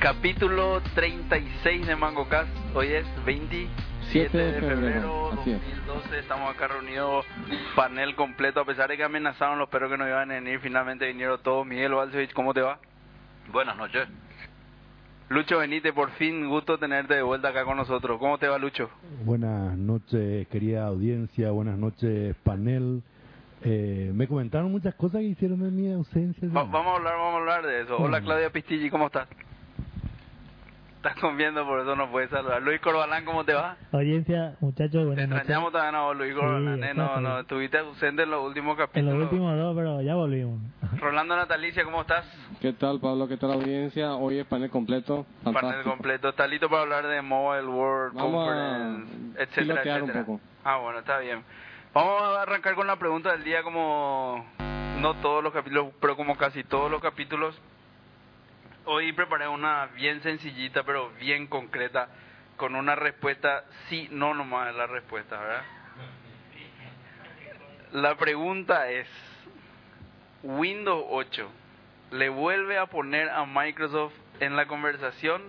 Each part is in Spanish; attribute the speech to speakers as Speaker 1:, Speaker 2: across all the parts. Speaker 1: Capítulo 36 de MangoCast. Hoy es 27 de febrero
Speaker 2: Así es.
Speaker 1: 2012. Estamos acá reunidos, panel completo. A pesar de que amenazaron los perros que no iban a venir, finalmente vinieron todos. Miguel Balcevich, ¿cómo te va?
Speaker 3: Buenas noches.
Speaker 1: Lucho Benítez, por fin, gusto tenerte de vuelta acá con nosotros. ¿Cómo te va, Lucho?
Speaker 4: Buenas noches, querida audiencia. Buenas noches, panel. Eh, me comentaron muchas cosas que hicieron en mi ausencia.
Speaker 1: Va- vamos a hablar, vamos a hablar de eso. Hola, Claudia Pistilli, ¿cómo estás? Estás comiendo, por eso no puedes saludar. Luis Corbalán, ¿cómo te va?
Speaker 5: Audiencia, muchachos,
Speaker 1: Te
Speaker 5: buenas noches.
Speaker 1: extrañamos también a vos, Luis Corbalán.
Speaker 5: Sí,
Speaker 1: eh. No, no,
Speaker 5: exactamente.
Speaker 1: estuviste ausente en los últimos
Speaker 5: En
Speaker 1: capítulos.
Speaker 5: los últimos dos, pero ya volvimos.
Speaker 1: Rolando Natalicia, ¿cómo estás?
Speaker 2: ¿Qué tal, Pablo? ¿Qué tal, audiencia? Hoy es panel completo.
Speaker 1: Panel
Speaker 2: Fantástico.
Speaker 1: completo. Está listo para hablar de Mobile World
Speaker 2: Vamos a
Speaker 1: Conference, etcétera,
Speaker 2: pilotear un
Speaker 1: etcétera.
Speaker 2: poco.
Speaker 1: Ah, bueno, está bien. Vamos a arrancar con la pregunta del día, como no todos los capítulos, pero como casi todos los capítulos. Hoy preparé una bien sencillita, pero bien concreta, con una respuesta sí, no nomás es la respuesta, ¿verdad? La pregunta es, Windows 8 le vuelve a poner a Microsoft en la conversación,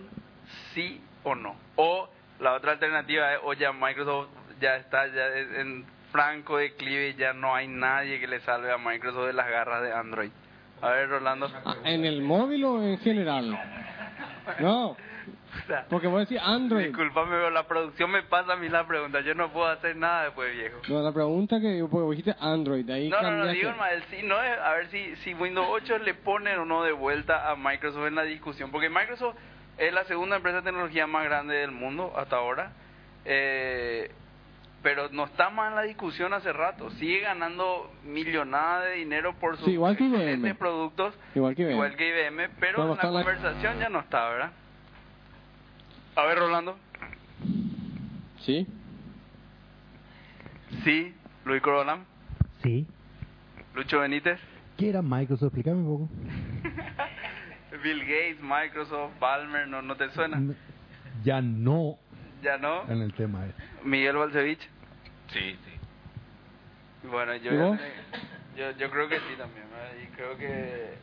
Speaker 1: sí o no. O la otra alternativa es, o ya Microsoft ya está ya es en franco declive, ya no hay nadie que le salve a Microsoft de las garras de Android. A ver, Rolando.
Speaker 2: Ah, ¿En el móvil o en general? No,
Speaker 1: O sea,
Speaker 2: porque voy a decir Android.
Speaker 1: Disculpame, pero la producción me pasa a mí la pregunta. Yo no puedo hacer nada después, viejo.
Speaker 2: No, la pregunta que porque vos dijiste Android, de ahí
Speaker 1: No, no, no,
Speaker 2: cambiaste.
Speaker 1: digo, nomás el sí, no, eh, a ver si, si Windows 8 le ponen o no de vuelta a Microsoft en la discusión, porque Microsoft es la segunda empresa de tecnología más grande del mundo hasta ahora, eh, pero no está más en la discusión hace rato, sigue ganando millonada de dinero por sus
Speaker 2: Sí, igual que IBM.
Speaker 1: excelentes productos,
Speaker 2: Igual que IBM.
Speaker 1: igual que IBM, pero
Speaker 2: Pero no
Speaker 1: en la
Speaker 2: está en la-
Speaker 1: conversación ya no está, ¿verdad? A ver, Rolando.
Speaker 2: Sí.
Speaker 1: Sí, Luis Corolam,
Speaker 5: Sí.
Speaker 1: Lucho Benítez.
Speaker 4: ¿Qué era Microsoft? Explícame un poco.
Speaker 1: Bill Gates, Microsoft, Palmer, no, no te suena.
Speaker 4: No, Ya no
Speaker 1: Ya no.
Speaker 4: en el tema. este.
Speaker 1: Miguel Balcevich.
Speaker 3: Sí, sí.
Speaker 1: Bueno, yo,
Speaker 2: ¿Y vos?
Speaker 1: yo, yo creo que sí también. ¿verdad? Y creo que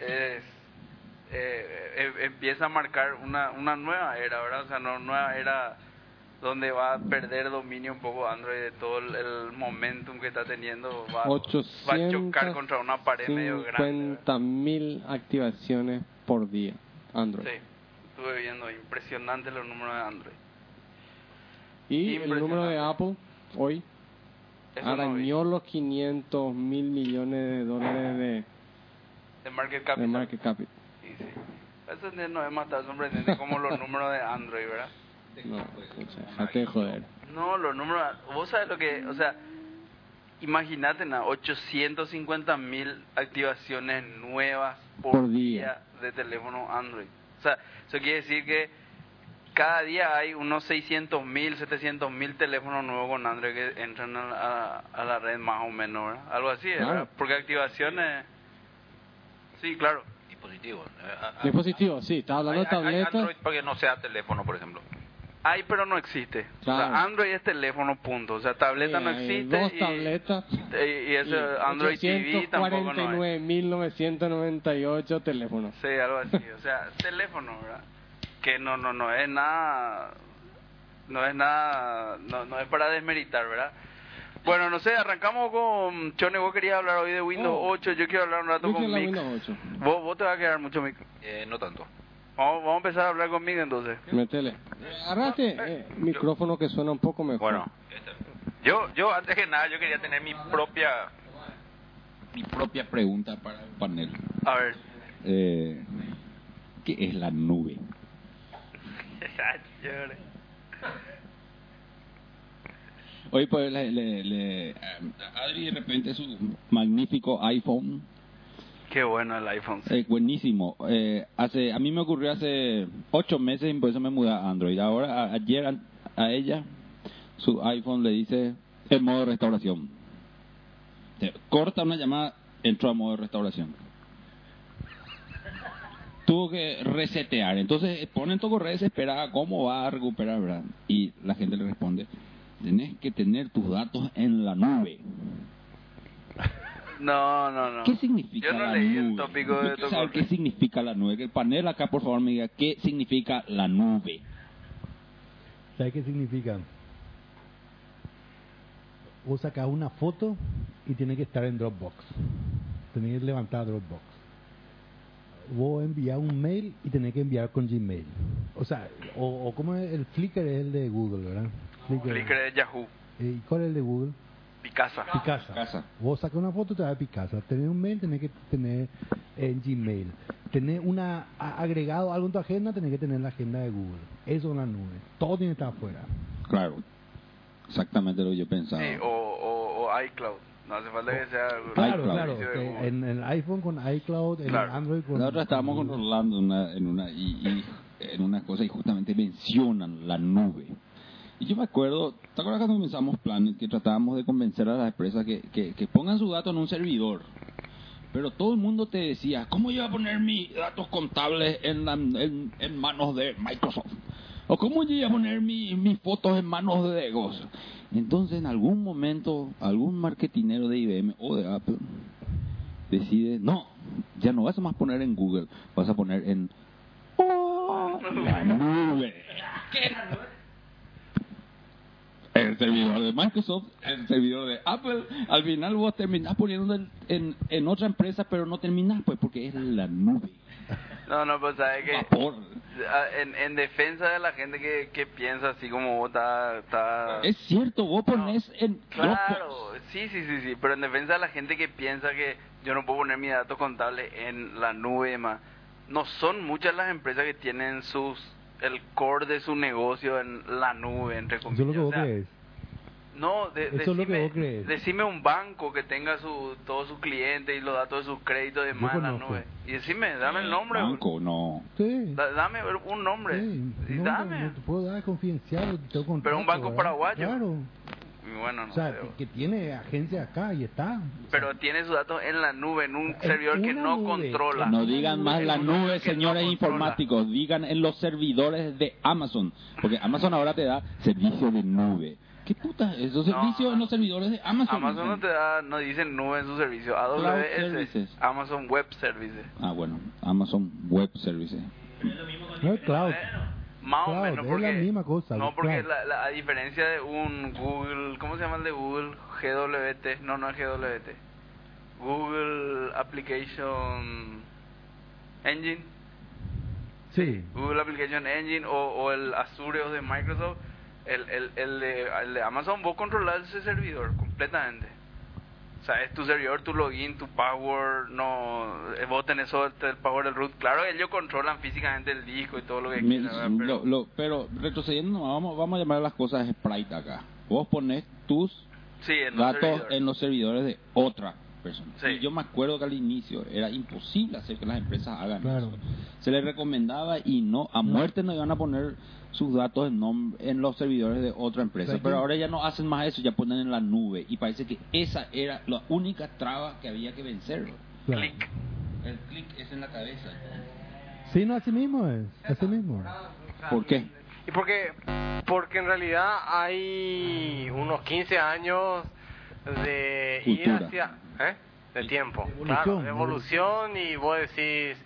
Speaker 1: es, eh, eh, empieza a marcar una, una nueva era, ¿verdad? O sea, no nueva era donde va a perder dominio un poco Android de todo el, el momentum que está teniendo. Va, va a chocar contra una pared medio grande. ¿verdad?
Speaker 2: 50.000 activaciones por día. Android.
Speaker 1: Sí, estuve viendo impresionante los números de Android.
Speaker 2: Y el número de Apple hoy
Speaker 1: Eso no vi.
Speaker 2: arañó los 500 mil millones de dólares de-
Speaker 1: de Market
Speaker 2: de,
Speaker 1: Capital.
Speaker 2: market capital.
Speaker 1: Sí, sí. Eso no no es más tan sorprendente como los números de Android, ¿verdad?
Speaker 2: No, o sea, déjate de joder.
Speaker 1: No, los números... Vos sabes lo que... O sea, imagínate, 850 mil activaciones nuevas por,
Speaker 2: Por
Speaker 1: día.
Speaker 2: día.
Speaker 1: de teléfono Android. O sea, eso quiere decir que cada día hay unos 600 mil, 700 mil teléfonos nuevos con Android que entran a, la- a la red más o menos, ¿verdad? Algo así, ¿verdad?
Speaker 2: Claro.
Speaker 1: Porque activaciones... Sí, claro.
Speaker 3: Dispositivo. eh, a- a-
Speaker 2: Dispositivo, sí, estaba
Speaker 3: Hay,
Speaker 2: hablando de
Speaker 3: hay- hay
Speaker 2: tabletas.
Speaker 3: Android para que no sea teléfono, por ejemplo.
Speaker 1: Hay, pero no existe. O
Speaker 2: Claro.
Speaker 1: sea, Android es teléfono, punto. O sea, tableta no
Speaker 2: Eh, hay
Speaker 1: existe.
Speaker 2: Dos
Speaker 1: y,
Speaker 2: tabletas.
Speaker 1: y- y eso, Android TV tampoco no hay.
Speaker 2: 49.998 teléfonos.
Speaker 1: Sí, algo así. O sea, teléfono, ¿verdad? Que no, no, no es nada... No es nada... No, no es para desmeritar, ¿verdad? Bueno, no sé, arrancamos con... Chone, vos querías hablar hoy de Windows
Speaker 2: Oh.
Speaker 1: 8. Yo quiero hablar un rato
Speaker 2: Yo
Speaker 1: con
Speaker 2: quiero la
Speaker 1: Mix.
Speaker 2: Windows 8.
Speaker 1: Vos, vos te vas a quedar mucho, Mix.
Speaker 3: Eh, no tanto.
Speaker 1: Vamos, vamos a empezar a hablar con Mix, entonces.
Speaker 2: Métele. Eh, Agarraste eh, micrófono que suena un poco mejor.
Speaker 3: Bueno, yo, yo antes que nada, yo quería tener mi propia...
Speaker 6: mi propia pregunta para el panel.
Speaker 1: A ver.
Speaker 6: Eh, ¿Qué es la nube? Hoy pues le, le- le- a Adri de repente su magnífico iPhone,
Speaker 1: Qué bueno el iPhone.
Speaker 6: eh, buenísimo. Eh, hace A mí me ocurrió hace ocho meses y por eso me mudé a Android. Ahora, a- ayer a, a ella, su iPhone le dice en modo restauración. Te corta una llamada, entró a modo restauración. Tuvo que resetear. Entonces eh, pone en tu correo desesperada cómo va a recuperar, ¿verdad? Y la gente le responde, tenés que tener tus datos en la nube.
Speaker 1: No, no, no.
Speaker 6: ¿Qué significa
Speaker 1: Yo no
Speaker 6: la
Speaker 1: leí el
Speaker 6: nube?
Speaker 1: tópico de
Speaker 6: Yo quiero saber
Speaker 1: Tocorri.
Speaker 6: qué significa la nube. Que el panel acá, por favor, me diga qué significa la nube.
Speaker 4: ¿Sabes qué significa? Vos sacás una foto y tiene que estar en Dropbox. Tenés que levantar Dropbox. Vos enviás un mail y tenés que enviar con Gmail. O sea, o, o como el Flickr es el de Google, ¿verdad?
Speaker 1: Flickr de Yahoo.
Speaker 4: Eh, ¿Y cuál es el de Google?
Speaker 1: Picasa.
Speaker 4: Picasa.
Speaker 6: Picasa.
Speaker 4: Vos sacas una foto, te va a Picasa. Tenés un mail, tenés que tener en Gmail. Tenés una, a- agregado algo en tu agenda, tenés que tener la agenda de Google. Eso es la nube. Todo tiene que estar afuera.
Speaker 6: Claro. Exactamente lo que yo pensaba.
Speaker 1: Sí, o, o, o iCloud. No hace falta que sea.
Speaker 4: Claro,
Speaker 6: iCloud.
Speaker 4: claro.
Speaker 1: servicio de
Speaker 4: que
Speaker 1: Google.
Speaker 4: En el iPhone con iCloud, en
Speaker 1: Claro.
Speaker 4: el Android con.
Speaker 6: La otra estábamos con Rolando en una, en una, y, y- en una cosa y justamente mencionan la nube. Y yo me acuerdo, ¿te acuerdas cuando comenzamos Planet que tratábamos de convencer a las empresas que, que, que pongan sus datos en un servidor? Pero todo el mundo te decía, ¿cómo yo voy a poner mis datos contables en, la- en, en manos de Microsoft? ¿O cómo yo voy a poner mi- mis fotos en manos de Degos? Entonces, en algún momento, algún marketinero de IBM o de Apple decide, no, ya no vas a más poner en Google, vas a poner en oh, la nube. El servidor de Microsoft, el servidor de Apple, al final vos terminás poniendo en, en, en otra empresa, pero no terminás, pues, porque es la nube.
Speaker 1: No, no, pues sabes que.
Speaker 6: Vapor.
Speaker 1: Ah, En, en defensa de la gente que, que piensa así como vos, está. está-
Speaker 6: Es cierto, vos pones en
Speaker 1: Ah. Claro,
Speaker 6: Dropbox.
Speaker 1: sí, sí, sí, sí, pero en defensa de la gente que piensa que yo no puedo poner mis datos contables en la nube, más. No son muchas las empresas que tienen sus el core de su negocio en la nube, entre
Speaker 4: Eso es
Speaker 1: comillas.
Speaker 4: lo que vos
Speaker 1: O sea,
Speaker 4: crees.
Speaker 1: No, de-
Speaker 4: Eso es lo que
Speaker 1: decime,
Speaker 4: vos crees.
Speaker 1: decime un banco que tenga su, todos sus clientes y los datos de sus créditos y demás en la
Speaker 4: conozco.
Speaker 1: nube. Y decime, dame el nombre,
Speaker 6: Banco, no.
Speaker 4: Sí.
Speaker 1: da- dame un nombre.
Speaker 4: sí.
Speaker 1: Y
Speaker 4: No,
Speaker 1: dame.
Speaker 4: no te puedo dar confidencial. tengo
Speaker 1: Pero un
Speaker 4: contrato,
Speaker 1: banco
Speaker 4: ¿verdad?
Speaker 1: paraguayo.
Speaker 4: Claro.
Speaker 1: Y bueno, no
Speaker 4: O sea,
Speaker 1: sé,
Speaker 4: que- que tiene agencia acá y está.
Speaker 1: Pero tiene sus datos en la nube, en un
Speaker 4: En
Speaker 1: servidor que
Speaker 4: una
Speaker 1: no
Speaker 4: nube.
Speaker 1: controla.
Speaker 6: No digan más la
Speaker 1: Una
Speaker 6: nube,
Speaker 1: que no
Speaker 6: señores
Speaker 1: controla.
Speaker 6: informáticos. Digan en los servidores de Amazon. Porque Amazon ahora te da servicio de nube. ¿Qué puta? Esos
Speaker 1: No.
Speaker 6: servicios en los servidores de Amazon.
Speaker 1: Amazon no te da, no dicen nube en su servicio. AWS,
Speaker 6: services.
Speaker 1: Amazon Web Services.
Speaker 6: Ah, bueno. Amazon Web Services.
Speaker 4: No es cloud.
Speaker 1: eh, Más o
Speaker 4: Cloud,
Speaker 1: menos,
Speaker 4: es
Speaker 1: porque,
Speaker 4: la misma cosa,
Speaker 1: No,
Speaker 4: el
Speaker 1: porque
Speaker 4: cloud.
Speaker 1: la, la- a diferencia de un Google, ¿cómo se llama el de Google? GWT, no, no es GWT. Google Application Engine.
Speaker 4: Sí.
Speaker 1: Google Application Engine o, o el Azure o de Microsoft, el, el, el, de, el de Amazon, vos controlás ese servidor completamente. O sea, es tu servidor, tu login, tu password, no, eh, vos tenés solo el- el password del root. Claro, ellos controlan físicamente el disco y todo lo que
Speaker 6: Mi-
Speaker 1: quieran, ¿verdad? pero,
Speaker 6: lo- lo- pero retrocediendo, vamos, vamos a llamar a las cosas Sprite acá. Vos pones tus
Speaker 1: sí, en los
Speaker 6: datos
Speaker 1: servidores.
Speaker 6: en los servidores de otra persona.
Speaker 1: Sí.
Speaker 6: Y yo me acuerdo que al inicio era imposible hacer que las empresas hagan
Speaker 4: Claro.
Speaker 6: eso. Se les recomendaba y no, a muerte no iban a poner sus datos en, nom- en los servidores de otra empresa.
Speaker 4: Pero aquí-
Speaker 6: Pero ahora ya no hacen más eso, ya ponen en la nube. Y parece que esa era la única traba que había que vencer.
Speaker 4: Claro.
Speaker 1: Clic.
Speaker 6: El clic es en la cabeza.
Speaker 4: Sí, no, así mismo es. Así mismo.
Speaker 6: ¿Por qué?
Speaker 7: Y porque, porque en realidad hay unos 15 años de ir
Speaker 6: Cultura.
Speaker 7: hacia. ¿eh? De tiempo.
Speaker 4: Evolución,
Speaker 7: claro, de
Speaker 4: ¿no?
Speaker 7: evolución y vos decís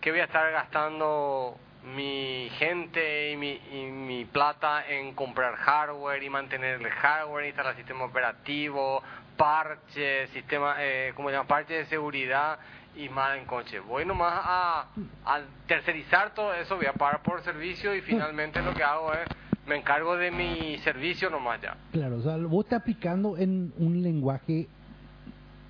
Speaker 7: que voy a estar gastando mi gente y mi, y mi plata en comprar hardware y mantener el hardware, instalar el sistema operativo, parches, sistema, eh, ¿cómo se llama? Parches de seguridad y más en coche. Voy nomás a, a tercerizar todo eso, voy a pagar por servicio y finalmente lo que hago es me encargo de mi servicio nomás ya.
Speaker 4: Claro, o sea, vos estás aplicando en un lenguaje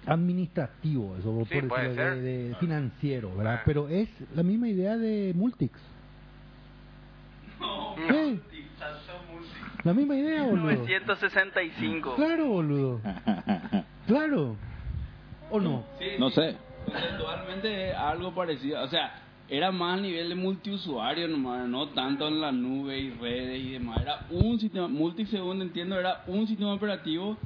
Speaker 4: administrativo, eso
Speaker 7: Sí,
Speaker 4: por
Speaker 7: puede
Speaker 4: decirlo,
Speaker 7: ser.
Speaker 4: de, de financiero, ¿verdad?
Speaker 7: Ah.
Speaker 4: Pero es la misma idea de Multics. Sí. La misma idea, boludo.
Speaker 1: 965.
Speaker 4: Claro, boludo.
Speaker 6: Ah.
Speaker 4: Claro. ¿O no?
Speaker 6: No sé. Conceptualmente es algo parecido. O sea, era más a nivel de multiusuario nomás, no tanto en la nube y redes y demás. Era un sistema, multi según entiendo, era un sistema operativo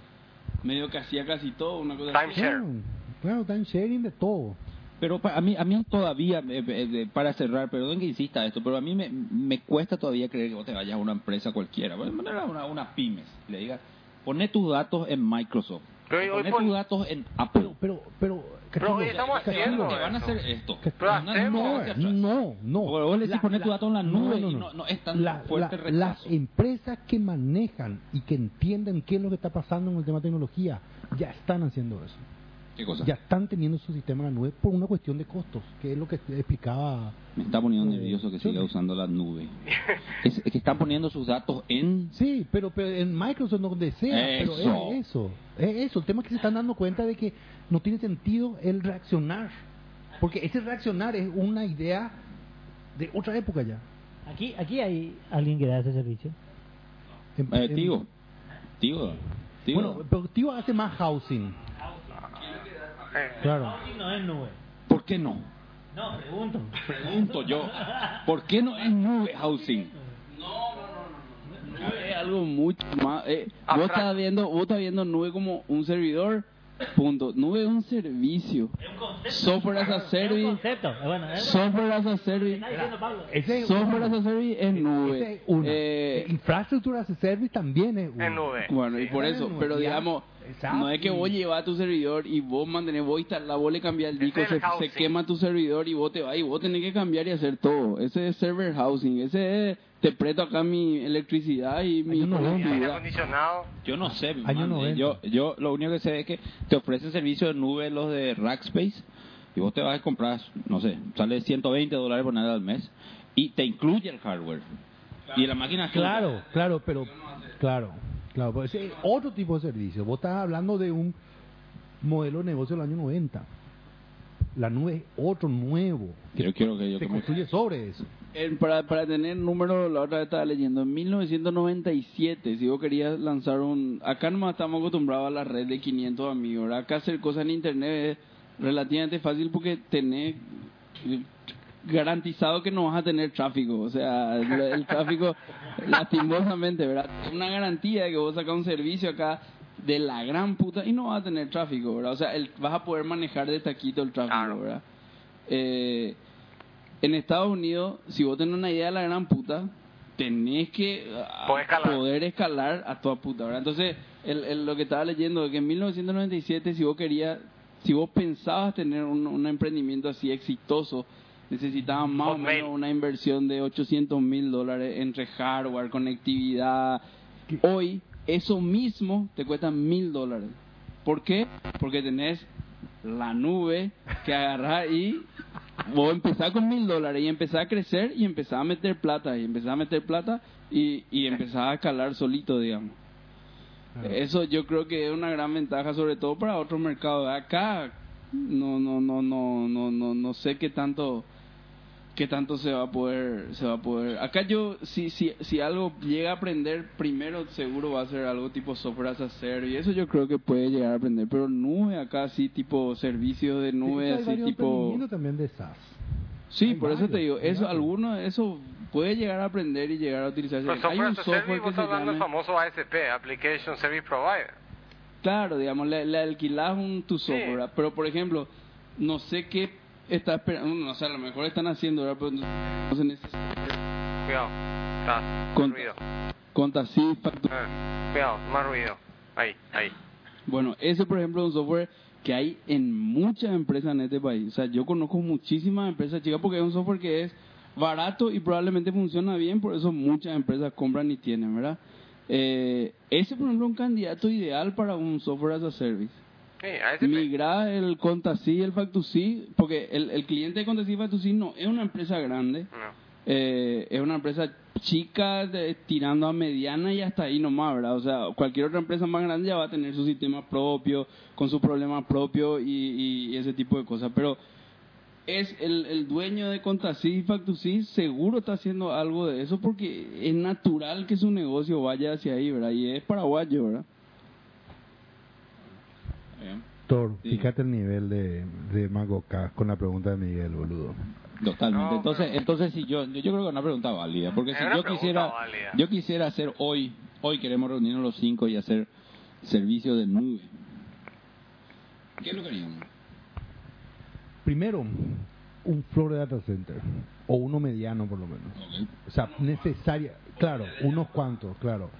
Speaker 6: medio que hacía casi todo, una cosa así.
Speaker 7: Timeshare.
Speaker 4: Claro, claro, están sharing de todo.
Speaker 6: Pero pa- a mí, a mí todavía, eh, eh, eh, para cerrar, perdón que insista esto, pero a mí me, me cuesta todavía creer que vos te vayas a una empresa cualquiera, bueno, una, una pymes, le digas, poné tus datos en Microsoft.
Speaker 7: Pero hoy-
Speaker 6: a
Speaker 7: hoy
Speaker 6: poner
Speaker 7: pon-
Speaker 6: tus datos en Apple.
Speaker 4: Pero, pero, pero.
Speaker 7: Pero hoy
Speaker 4: Cachimbo,
Speaker 7: estamos
Speaker 6: Te van
Speaker 7: haciendo eh.
Speaker 6: a- te van a
Speaker 7: eso.
Speaker 6: hacer esto.
Speaker 4: Que-
Speaker 7: Pero
Speaker 6: Una
Speaker 7: hacemos.
Speaker 6: democracia abstracta.
Speaker 4: No, no.
Speaker 6: Porque vos le decís poner tu dato en la nube y no- no es tan fuerte el rechazo.
Speaker 4: Las empresas que manejan y que entienden qué es lo que está pasando en el tema de tecnología ya están haciendo eso.
Speaker 6: ¿Qué cosa?
Speaker 4: Ya están teniendo su sistema en la nube por una cuestión de costos, que es lo que explicaba.
Speaker 6: Me está poniendo nervioso que
Speaker 4: Sí.
Speaker 6: siga usando la nube. Es, es que están poniendo sus datos en...
Speaker 4: Sí, pero, pero en Microsoft donde sea,
Speaker 6: Eso.
Speaker 4: pero es eso. Es eso. El tema es que se están dando cuenta de que no tiene sentido el reaccionar. Porque ese reaccionar es una idea de otra época ya.
Speaker 5: Aquí, aquí hay alguien que da ese servicio.
Speaker 4: En-
Speaker 6: Eh,
Speaker 4: en-
Speaker 6: tío. Tío. Tío.
Speaker 4: Bueno, pero tío hace más housing.
Speaker 7: Eh,
Speaker 4: Claro.
Speaker 5: no es nube.
Speaker 6: ¿Por qué no?
Speaker 5: No, pregunto.
Speaker 6: Pregunto yo. ¿Por qué no es nube housing? Nube es algo mucho más... eh, vos,
Speaker 7: Abstracto.
Speaker 6: estás viendo, vos estás viendo nube como un servidor, punto. Nube es un servicio. Software as a
Speaker 5: Es un
Speaker 6: service.
Speaker 5: concepto. Eh, Bueno, es bueno.
Speaker 6: Software as a service.
Speaker 5: Está diciendo Pablo.
Speaker 4: Ese es
Speaker 6: Software as
Speaker 4: uno.
Speaker 6: a service es
Speaker 4: Ese
Speaker 6: nube.
Speaker 4: es uno.
Speaker 6: Eh,
Speaker 4: Infraestructura as a service también es uno.
Speaker 7: En nube.
Speaker 6: Bueno, y por
Speaker 4: Claro,
Speaker 6: eso,
Speaker 4: no,
Speaker 6: pero
Speaker 4: ya,
Speaker 6: digamos,
Speaker 4: exacto.
Speaker 6: no es que vos llevas a tu servidor y vos mantenés, vos instalás, vos le cambiás el
Speaker 7: Ese
Speaker 6: disco,
Speaker 7: es
Speaker 6: se,
Speaker 7: el
Speaker 6: se
Speaker 7: housing.
Speaker 6: quema tu servidor y vos te vas y vos tenés que cambiar y hacer todo. Ese es server housing, ese es, te presto acá mi electricidad y mi...
Speaker 4: yo no veo.
Speaker 7: Aire
Speaker 6: comida.
Speaker 7: acondicionado.
Speaker 6: Yo no sé, mi
Speaker 4: Año
Speaker 6: man, eh,
Speaker 4: 90.
Speaker 6: yo, yo lo único que sé es que te ofrecen servicio de nube los de Rackspace y vos te vas a comprar, no sé, sale 120 dólares por nada al mes y te incluye el hardware. Y la máquina es tuya.
Speaker 4: Claro, claro, pero claro, claro, pero ese es otro tipo de servicio. Vos estás hablando de un modelo de negocio del año 90. La nube es otro nuevo que
Speaker 6: Yo quiero que yo
Speaker 4: se
Speaker 6: que me-
Speaker 4: construye sobre eso.
Speaker 6: En- para, para tener número, la otra vez estaba leyendo, en 1997, si vos querías lanzar un... Acá nomás estamos acostumbrados a la red de 500 amigos, ¿verdad? Acá hacer cosas en internet es relativamente fácil porque tenés eh, garantizado que no vas a tener tráfico, o sea, el, el tráfico lastimosamente, ¿verdad? Una garantía de que vos sacas un servicio acá de la gran puta y no vas a tener tráfico, ¿verdad? O sea, el- vas a poder manejar de taquito el tráfico,
Speaker 7: Claro.
Speaker 6: ¿verdad? Eh, en Estados Unidos, si vos tenés una idea de la gran puta, tenés que ah,
Speaker 7: Podés escalar.
Speaker 6: poder escalar a toda puta, ¿verdad? Entonces, el, el- lo que estaba leyendo es que en 1997, si vos querías, si vos pensabas tener un, un emprendimiento así exitoso, necesitabas más o
Speaker 7: Hotmail.
Speaker 6: menos una inversión de 800 mil dólares entre hardware, conectividad. Hoy, eso mismo te cuesta mil dólares. ¿Por qué? Porque tenés la nube que agarrar y vos empezás con mil dólares y empezás a crecer y empezás a meter plata y empezás a meter plata y, y empezás a escalar solito, digamos. Eso yo creo que es una gran ventaja, sobre todo para otros mercados. Acá no, no, no, no, no, no, no sé qué tanto, qué tanto se va a poder, se va a poder. Acá yo, si, si, si algo llega a aprender, primero seguro va a ser algo tipo software as a service. Y eso yo creo que puede llegar a aprender. Pero nube acá sí, tipo servicio de nube,
Speaker 4: Hay
Speaker 6: así
Speaker 4: varios
Speaker 6: tipo.
Speaker 4: emprendimientos también de SaaS.
Speaker 6: Sí,
Speaker 4: Hay
Speaker 6: por eso te
Speaker 4: varios,
Speaker 6: digo,
Speaker 4: hay
Speaker 6: eso,
Speaker 4: varios.
Speaker 6: alguno de eso puede llegar a aprender y llegar a utilizar.
Speaker 7: Pero
Speaker 6: Hay
Speaker 7: software
Speaker 6: un
Speaker 7: as a service,
Speaker 6: software
Speaker 7: Pues vos
Speaker 6: que se
Speaker 7: estás hablando del
Speaker 6: llama...
Speaker 7: famoso ASP, Application Service Provider.
Speaker 6: Claro, digamos, le, le alquilás un, tu software,
Speaker 7: Sí.
Speaker 6: ¿verdad? pero por ejemplo, no sé qué está esperando, no sé, a lo mejor están haciendo, ¿verdad? Pero no, no se necesita.
Speaker 7: Cuidado. Está.
Speaker 6: Con-
Speaker 7: Ruido.
Speaker 6: Conta sí, factura.
Speaker 7: Ah, Cuidado, más ruido. Ahí, ahí.
Speaker 6: Bueno, ese por ejemplo es un software que hay en muchas empresas en este país. O sea, yo conozco muchísimas empresas chicas porque es un software que es barato y probablemente funciona bien, por eso muchas empresas compran y tienen, ¿verdad? Eh, ese por ejemplo es un candidato ideal para un software as a service.
Speaker 7: Sí, ASP.
Speaker 6: migrar el Contasí y el Factusí, porque el, el cliente de Contasí y Factusí no es una empresa grande,
Speaker 7: No.
Speaker 6: eh, es una empresa chica de- tirando a mediana y hasta ahí nomás, ¿verdad? O sea, cualquier otra empresa más grande ya va a tener su sistema propio, con su problema propio y, y- y ese tipo de cosas, pero es el, el dueño de Contasí y Factusí seguro está haciendo algo de eso porque es natural que su negocio vaya hacia ahí, ¿verdad? Y es paraguayo, ¿verdad? Bien.
Speaker 8: Thor,
Speaker 6: Sí.
Speaker 8: fíjate el nivel de, de Magoka con la pregunta de Miguel, boludo.
Speaker 6: Totalmente.
Speaker 7: No,
Speaker 6: entonces,
Speaker 7: pero-
Speaker 6: entonces si yo, yo creo que es una pregunta válida, porque
Speaker 7: Es
Speaker 6: si
Speaker 7: una
Speaker 6: yo
Speaker 7: pregunta
Speaker 6: quisiera,
Speaker 7: válida.
Speaker 6: yo quisiera hacer hoy, hoy queremos reunirnos los cinco y hacer servicio de nube. ¿Qué es lo que haríamos?
Speaker 4: Primero, un floor data center o uno mediano por lo menos.
Speaker 6: Ok.
Speaker 4: O sea, necesaria, claro, unos cuantos, claro.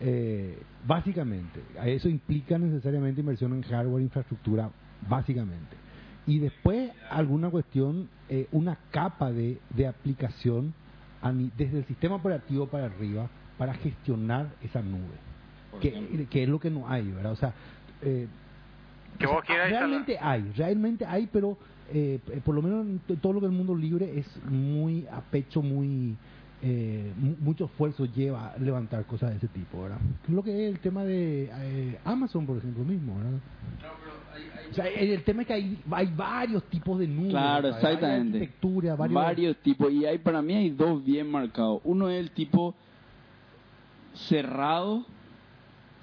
Speaker 4: Eh, básicamente, a eso implica necesariamente inversión en hardware, infraestructura, básicamente. Y después alguna cuestión, eh, una capa de, de aplicación a ni- desde el sistema operativo para arriba para gestionar esa nube.
Speaker 6: Por
Speaker 4: Que,
Speaker 6: ejemplo.
Speaker 4: que es lo que no hay, ¿verdad? O sea, eh,
Speaker 7: Que
Speaker 4: o sea,
Speaker 7: vos quieras
Speaker 4: realmente hay, realmente hay, pero eh, eh, por lo menos en to- todo lo que el mundo libre es muy a pecho, muy eh, mu- mucho esfuerzo lleva levantar cosas de ese tipo, ¿verdad? Lo que es el tema de eh, Amazon, por ejemplo, mismo, ¿verdad? O sea, el el tema es que hay, hay varios tipos de nubes,
Speaker 6: Claro,
Speaker 4: ¿verdad? Hay
Speaker 6: exactamente.
Speaker 4: arquitectura, varios,
Speaker 6: tipos. Y hay para mí hay dos bien marcados. Uno es el tipo cerrado,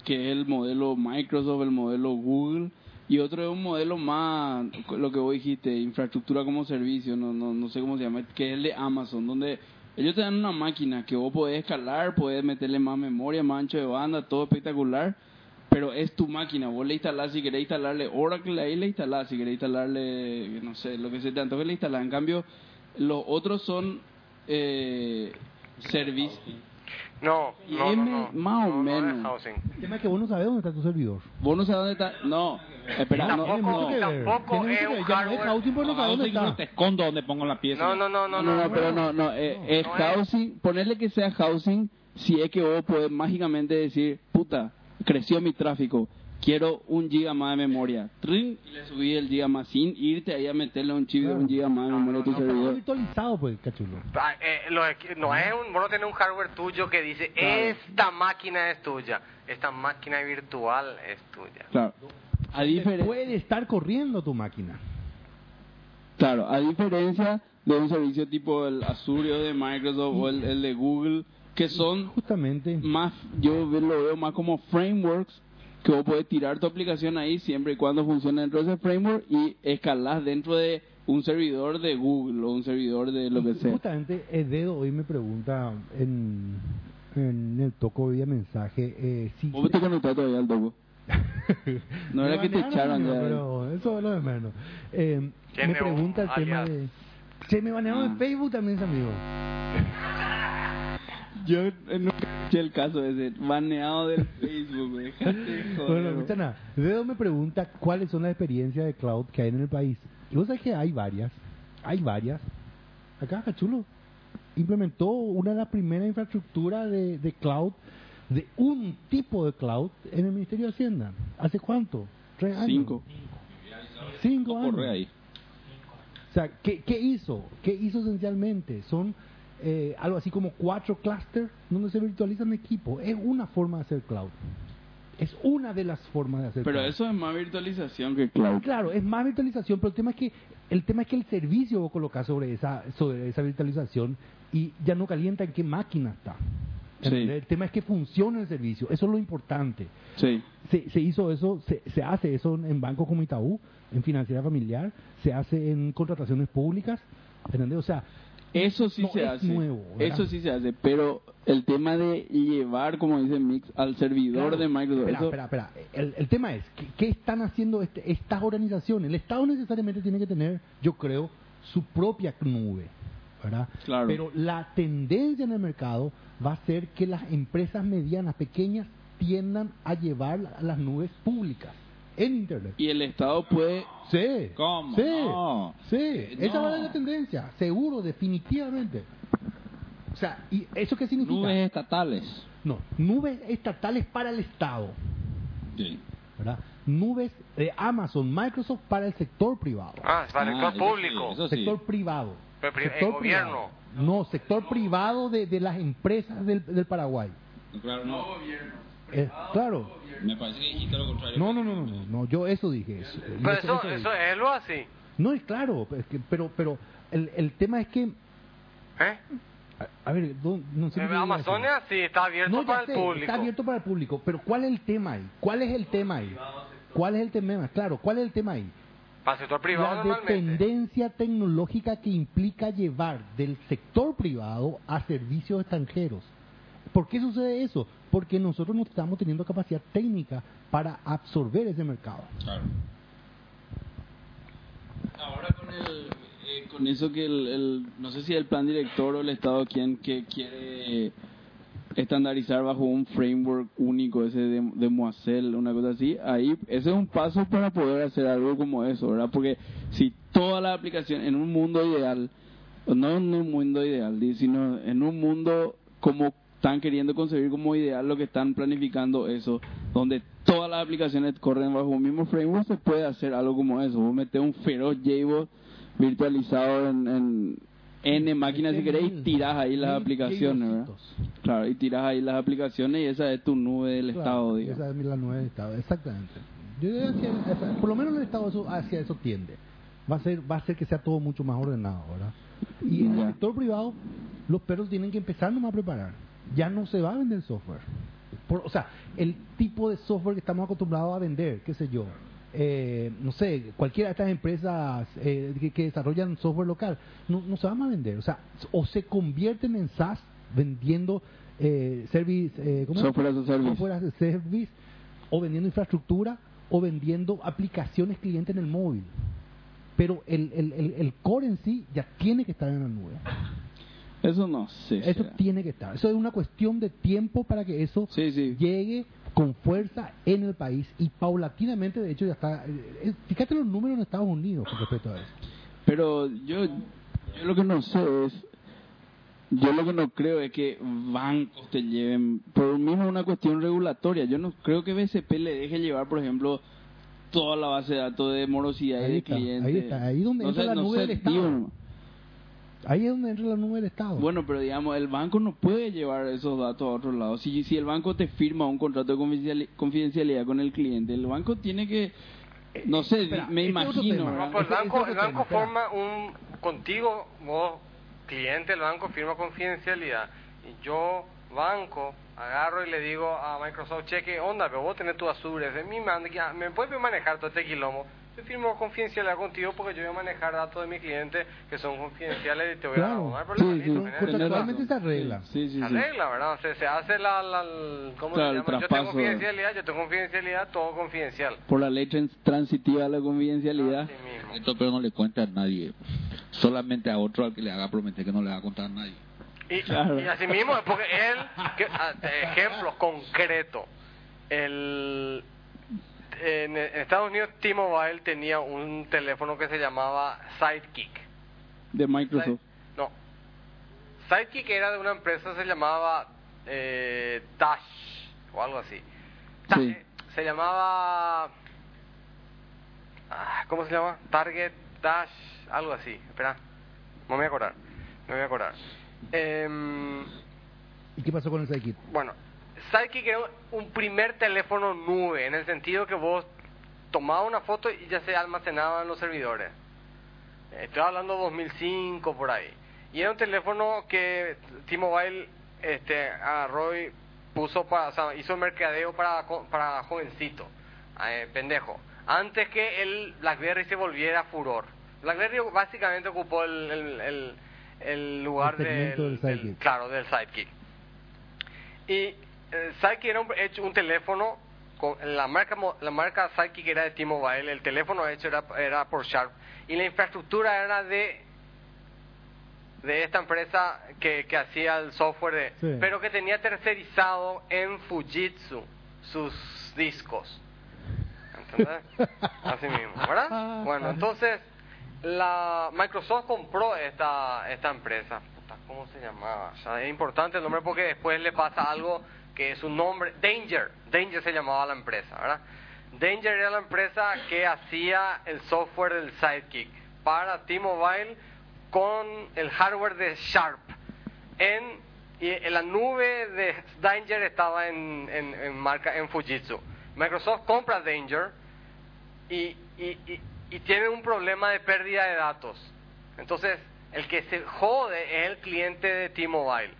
Speaker 6: que es el modelo Microsoft, el modelo Google. Y otro es un modelo más, lo que vos dijiste, infraestructura como servicio, no, no, no sé cómo se llama, que es el de Amazon, donde ellos te dan una máquina que vos podés escalar, podés meterle más memoria, más ancho de banda, todo espectacular, pero es tu máquina, vos le instalás si querés instalarle Oracle, ahí le instalás, si querés instalarle, no sé, lo que se te antoje le instalás. En cambio, los otros son eh, servicios.
Speaker 7: No, no, no, no.
Speaker 6: Más o
Speaker 7: No, no es
Speaker 6: menos.
Speaker 7: housing.
Speaker 4: El tema es que vos no sabés dónde está tu servidor.
Speaker 6: Vos no sabés dónde está... No, espera, no,
Speaker 7: Tampoco-
Speaker 6: no.
Speaker 7: tampoco es
Speaker 4: Tiene mucho que
Speaker 7: un
Speaker 4: ver, ya no es
Speaker 7: hardware.
Speaker 4: housing, pues no sabés dónde
Speaker 6: no
Speaker 4: está.
Speaker 6: te escondo donde pongo la pieza.
Speaker 7: No, no, no, no, no.
Speaker 6: pero no, no, eh,
Speaker 4: No.
Speaker 6: eh,
Speaker 7: No es.
Speaker 6: housing, ponerle que sea housing, si es que vos podés mágicamente decir, puta, creció mi tráfico, quiero un giga más de memoria, Trin, y le subí el giga más sin irte ahí a meterle un chip de
Speaker 4: Claro.
Speaker 6: un giga más de
Speaker 7: No,
Speaker 6: memoria a
Speaker 7: no,
Speaker 6: tu
Speaker 7: no,
Speaker 4: Está
Speaker 6: servidor.
Speaker 4: virtualizado, pues, cachulo.
Speaker 7: Ah, eh, lo equi- no es un, vos no tenés un hardware tuyo que dice esta máquina es tuya, esta máquina virtual es tuya.
Speaker 6: Claro. A
Speaker 4: Te
Speaker 6: diferencia...
Speaker 4: Puede estar corriendo tu máquina.
Speaker 6: Claro, a diferencia de un servicio tipo el Azurio de Microsoft o el, el de Google, que son
Speaker 4: Justamente.
Speaker 6: más, yo ve- lo veo más como frameworks que vos podés tirar tu aplicación ahí siempre y cuando funcione dentro de ese framework y escalas dentro de un servidor de Google o un servidor de lo que sea.
Speaker 4: Justamente, el dedo hoy me pregunta en, en el toco vía mensaje eh, si...
Speaker 6: ¿Vos te conectás todavía al doco? No era
Speaker 4: Me
Speaker 6: que te
Speaker 4: banearon,
Speaker 6: echaron
Speaker 4: amigo,
Speaker 6: ya.
Speaker 4: Pero eso es lo de menos. Eh,
Speaker 7: Tiene
Speaker 4: me pregunta el
Speaker 7: un
Speaker 4: tema
Speaker 7: alias.
Speaker 4: de... Se me banearon
Speaker 6: Ah.
Speaker 4: en Facebook también, ese amigo.
Speaker 6: Yo eh, nunca escuché el caso ese, baneado del Facebook, dejate de joder.
Speaker 4: Bueno, escucha nada. Dedo me pregunta cuáles son las experiencias de cloud que hay en el país. Y vos sabés que hay varias. Hay varias. Acá, Cachulo implementó una de las primeras infraestructuras de, de cloud, de un tipo de cloud, en el Ministerio de Hacienda. ¿Hace cuánto? ¿Tres años?
Speaker 6: Cinco.
Speaker 4: Cinco
Speaker 6: No
Speaker 4: años.
Speaker 6: corre ahí.
Speaker 4: O sea, ¿qué, qué hizo? ¿Qué hizo esencialmente? Son eh, algo así como cuatro clusters donde se virtualizan equipos. Es una forma de hacer cloud. Es una de las formas de hacer
Speaker 6: Pero
Speaker 4: cloud.
Speaker 6: eso es más virtualización que cloud.
Speaker 4: Claro, es más virtualización, pero el tema es que el tema es que el servicio vos colocás sobre esa sobre esa virtualización y ya no calienta en qué máquina está.
Speaker 6: Sí.
Speaker 4: ¿Entendés? El tema es que funcione el servicio, eso es lo importante.
Speaker 6: Sí.
Speaker 4: Se, se hizo eso, se, se hace eso en, en bancos como Itaú, en financiera familiar, se hace en contrataciones públicas, ¿entendés? O sea,
Speaker 6: Eso sí
Speaker 4: No
Speaker 6: se
Speaker 4: es
Speaker 6: hace.
Speaker 4: nuevo, ¿verdad?
Speaker 6: eso sí se hace, pero el tema de llevar, como dice Mix, al
Speaker 4: Claro.
Speaker 6: servidor de Microsoft.
Speaker 4: Espera,
Speaker 6: eso-
Speaker 4: espera, espera. El, el tema es, ¿qué, qué están haciendo este- estas organizaciones? El Estado necesariamente tiene que tener, yo creo, su propia nube, ¿verdad?
Speaker 6: Claro.
Speaker 4: Pero la tendencia en el mercado va a ser que las empresas medianas, pequeñas, tiendan a llevar la- las nubes públicas en Internet.
Speaker 6: Y el Estado puede.
Speaker 4: Sí.
Speaker 6: ¿Cómo?
Speaker 4: Sí.
Speaker 6: No.
Speaker 4: Sí.
Speaker 6: Eh,
Speaker 4: Esa va a
Speaker 6: no.
Speaker 4: ser la tendencia, seguro, definitivamente. O sea, ¿y eso qué significa?
Speaker 6: Nubes estatales.
Speaker 4: No, nubes estatales para el Estado.
Speaker 6: Sí.
Speaker 4: ¿verdad? Nubes de Amazon, Microsoft para el sector privado.
Speaker 7: Ah, es para el
Speaker 6: Ah,
Speaker 7: sector
Speaker 6: eso
Speaker 7: público.
Speaker 6: sí, eso sí.
Speaker 4: sector privado.
Speaker 7: Pero pri- el
Speaker 4: Sector
Speaker 7: gobierno.
Speaker 4: privado. No, sector privado de, de las empresas del, del Paraguay.
Speaker 6: Claro, no.
Speaker 4: Eh, claro.
Speaker 6: Me parece que dijiste lo contrario.
Speaker 4: No, no, no, no, no, no, yo eso dije. eso-
Speaker 7: Pero
Speaker 4: eso-
Speaker 7: eso,
Speaker 4: eso dije.
Speaker 7: eso es lo así.
Speaker 4: No es claro, pero es que- pero, pero el, el tema es que...
Speaker 7: ¿Eh?
Speaker 4: A, a ver, no, no sé... qué iba a decir.
Speaker 7: Amazonia sí está abierto
Speaker 4: No, ya
Speaker 7: para el
Speaker 4: sé,
Speaker 7: público.
Speaker 4: Está abierto para el público, pero ¿cuál es el tema ahí? ¿Cuál es el tema ahí? ¿Cuál es el tema? Claro, ¿cuál es el tema ahí?
Speaker 7: Para el sector privado
Speaker 4: la
Speaker 7: normalmente.
Speaker 4: dependencia tecnológica que implica llevar del sector privado a servicios extranjeros. ¿Por qué sucede eso? Porque nosotros no estamos teniendo capacidad técnica para absorber ese mercado.
Speaker 6: Ahora con el. eh, con eso que el, el- No sé si el plan director o el Estado, quien que quiere estandarizar bajo un framework único, ese de, de Moacel, una cosa así, ahí ese es un paso para poder hacer algo como eso, ¿verdad? Porque si toda la aplicación en un mundo ideal, no en un mundo ideal, di- sino en un mundo como están queriendo concebir como ideal lo que están planificando eso, donde todas las aplicaciones corren bajo un mismo framework, se puede hacer algo como eso. Vos metés un feroz JBoss virtualizado en, en N máquinas si querés y tirás ahí las
Speaker 4: Mil
Speaker 6: aplicaciones, ¿verdad?
Speaker 4: jailbreakitos.
Speaker 6: Claro, y tiras ahí las aplicaciones y esa es tu nube del
Speaker 4: Claro,
Speaker 6: estado, digamos.
Speaker 4: Esa es la nueva del Estado, exactamente. Yo diría que esa- por lo menos el Estado eso- hacia eso tiende. Va a ser, va a ser que sea todo mucho más ordenado, ¿verdad? Y en el
Speaker 6: Ya.
Speaker 4: sector privado, los perros tienen que empezar nomás a preparar. Ya no se va a vender software. Por- o sea, el tipo de software que estamos acostumbrados a vender, qué sé yo, eh, no sé, cualquiera de estas empresas eh, que, que desarrollan software local, no, no se van a vender. O sea, o se convierten en SaaS vendiendo eh, service, eh, ¿cómo es?
Speaker 6: Software as a service.
Speaker 4: Software as a service, o vendiendo infraestructura, o vendiendo aplicaciones cliente en el móvil. Pero el, el, el, el core en sí ya tiene que estar en la nube.
Speaker 6: Eso no sé.
Speaker 4: Eso
Speaker 6: será.
Speaker 4: tiene que estar. Eso es una cuestión de tiempo para que eso
Speaker 6: Sí, sí.
Speaker 4: llegue con fuerza en el país y paulatinamente, de hecho, ya está. eh, eh, Fíjate los números en Estados Unidos con respecto a eso.
Speaker 6: Pero yo, yo lo que no sé es, yo lo que no creo es que bancos te lleven, por mismo una cuestión regulatoria, yo no creo que BCP le deje llevar, por ejemplo, toda la base de datos de morosidad y
Speaker 4: Ahí
Speaker 6: de
Speaker 4: está, ahí
Speaker 6: clientes.
Speaker 4: está, ahí donde
Speaker 6: No
Speaker 4: entra
Speaker 6: sé-
Speaker 4: la
Speaker 6: no
Speaker 4: nube
Speaker 6: sé,
Speaker 4: del Estado.
Speaker 6: digo nomás.
Speaker 4: Ahí es donde entra la nube del Estado.
Speaker 6: Bueno, pero digamos, el banco no puede llevar esos datos a otro lado. Si, si el banco te firma un contrato de confidenciali- confidencialidad con el cliente, el banco tiene que, no sé,
Speaker 4: espera,
Speaker 6: me
Speaker 4: este es otro
Speaker 6: imagino.
Speaker 4: tema.
Speaker 6: ¿verdad?
Speaker 7: No, pues el
Speaker 4: Ese- ese
Speaker 7: banco,
Speaker 4: otro
Speaker 7: el banco
Speaker 4: tema,
Speaker 7: forma un. Contigo, vos, cliente del banco, firma confidencialidad. Y yo, banco, agarro y le digo a Microsoft, cheque, onda, pero vos tenés tu Azure, es de mi mando, que- me puedes manejar todo este quilombo. Yo firmo confidencialidad contigo porque yo voy a manejar datos de mis clientes que son confidenciales y te voy a
Speaker 4: Claro,
Speaker 7: abonar por
Speaker 6: Sí,
Speaker 7: la
Speaker 6: sí,
Speaker 7: manito,
Speaker 6: sí,
Speaker 7: ¿verdad?
Speaker 4: Porque
Speaker 6: tenés
Speaker 4: actualmente
Speaker 6: razón.
Speaker 4: se arregla.
Speaker 6: Sí, sí,
Speaker 7: Se
Speaker 6: sí.
Speaker 7: arregla, ¿verdad? O sea, se hace la... la- el- ¿Cómo
Speaker 6: Claro, el
Speaker 7: se llama? Yo
Speaker 6: traspaso.
Speaker 7: tengo confidencialidad, yo tengo confidencialidad, todo confidencial.
Speaker 6: Por la ley trans- transitiva de la confidencialidad.
Speaker 7: Así mismo.
Speaker 9: Esto pero no le cuenta a nadie. Solamente a otro al que le haga prometer que no le va a contar a nadie.
Speaker 7: Y,
Speaker 6: Claro.
Speaker 7: y así mismo, porque él, que- ah, ejemplo concreto, el, en, en Estados Unidos T-Mobile tenía un teléfono que se llamaba Sidekick.
Speaker 6: de Microsoft.
Speaker 7: Side- no. Sidekick era de una empresa, se llamaba eh, Dash o algo así. Ta-
Speaker 6: Sí.
Speaker 7: Se llamaba... ah, ¿Cómo se llama? Target Dash, algo así. Espera, no me voy a acordar. No me voy a acordar. Em,
Speaker 4: ¿Y qué pasó con el Sidekick?
Speaker 7: bueno, Sidekick era un primer teléfono nube, en el sentido que vos tomabas una foto y ya se almacenaba en los servidores. Eh, Estoy hablando 2005 por ahí. Y era un teléfono que T-Mobile este, agarró y puso para, o sea, hizo mercadeo para, co- para jovencito, eh, pendejo. Antes que el BlackBerry se volviera furor. BlackBerry básicamente ocupó el, el, el- el lugar
Speaker 4: El segmento del
Speaker 7: del- del-
Speaker 4: Sidekick.
Speaker 7: claro, del Sidekick. Y eh, Psyche era un, hecho un teléfono con la marca mo- la marca Psyche que era de T-Mobile, el teléfono hecho era, era por Sharp y la infraestructura era de de esta empresa que, que hacía el software, de-
Speaker 4: Sí.
Speaker 7: pero que tenía tercerizado en Fujitsu sus discos. ¿Entendés? Así mismo, ¿verdad? Bueno, entonces la Microsoft compró esta esta empresa. Puta, ¿Cómo se llamaba? O sea, es importante el nombre porque después le pasa algo que es un nombre Danger. Danger se llamaba la empresa, ¿verdad? Danger era la empresa que hacía el software del Sidekick para T-Mobile con el hardware de Sharp. En, y en la nube de Danger estaba en, en, en marca en Fujitsu. Microsoft compra Danger y, y, y, y tiene un problema de pérdida de datos. Entonces, el que se jode es el cliente de T-Mobile.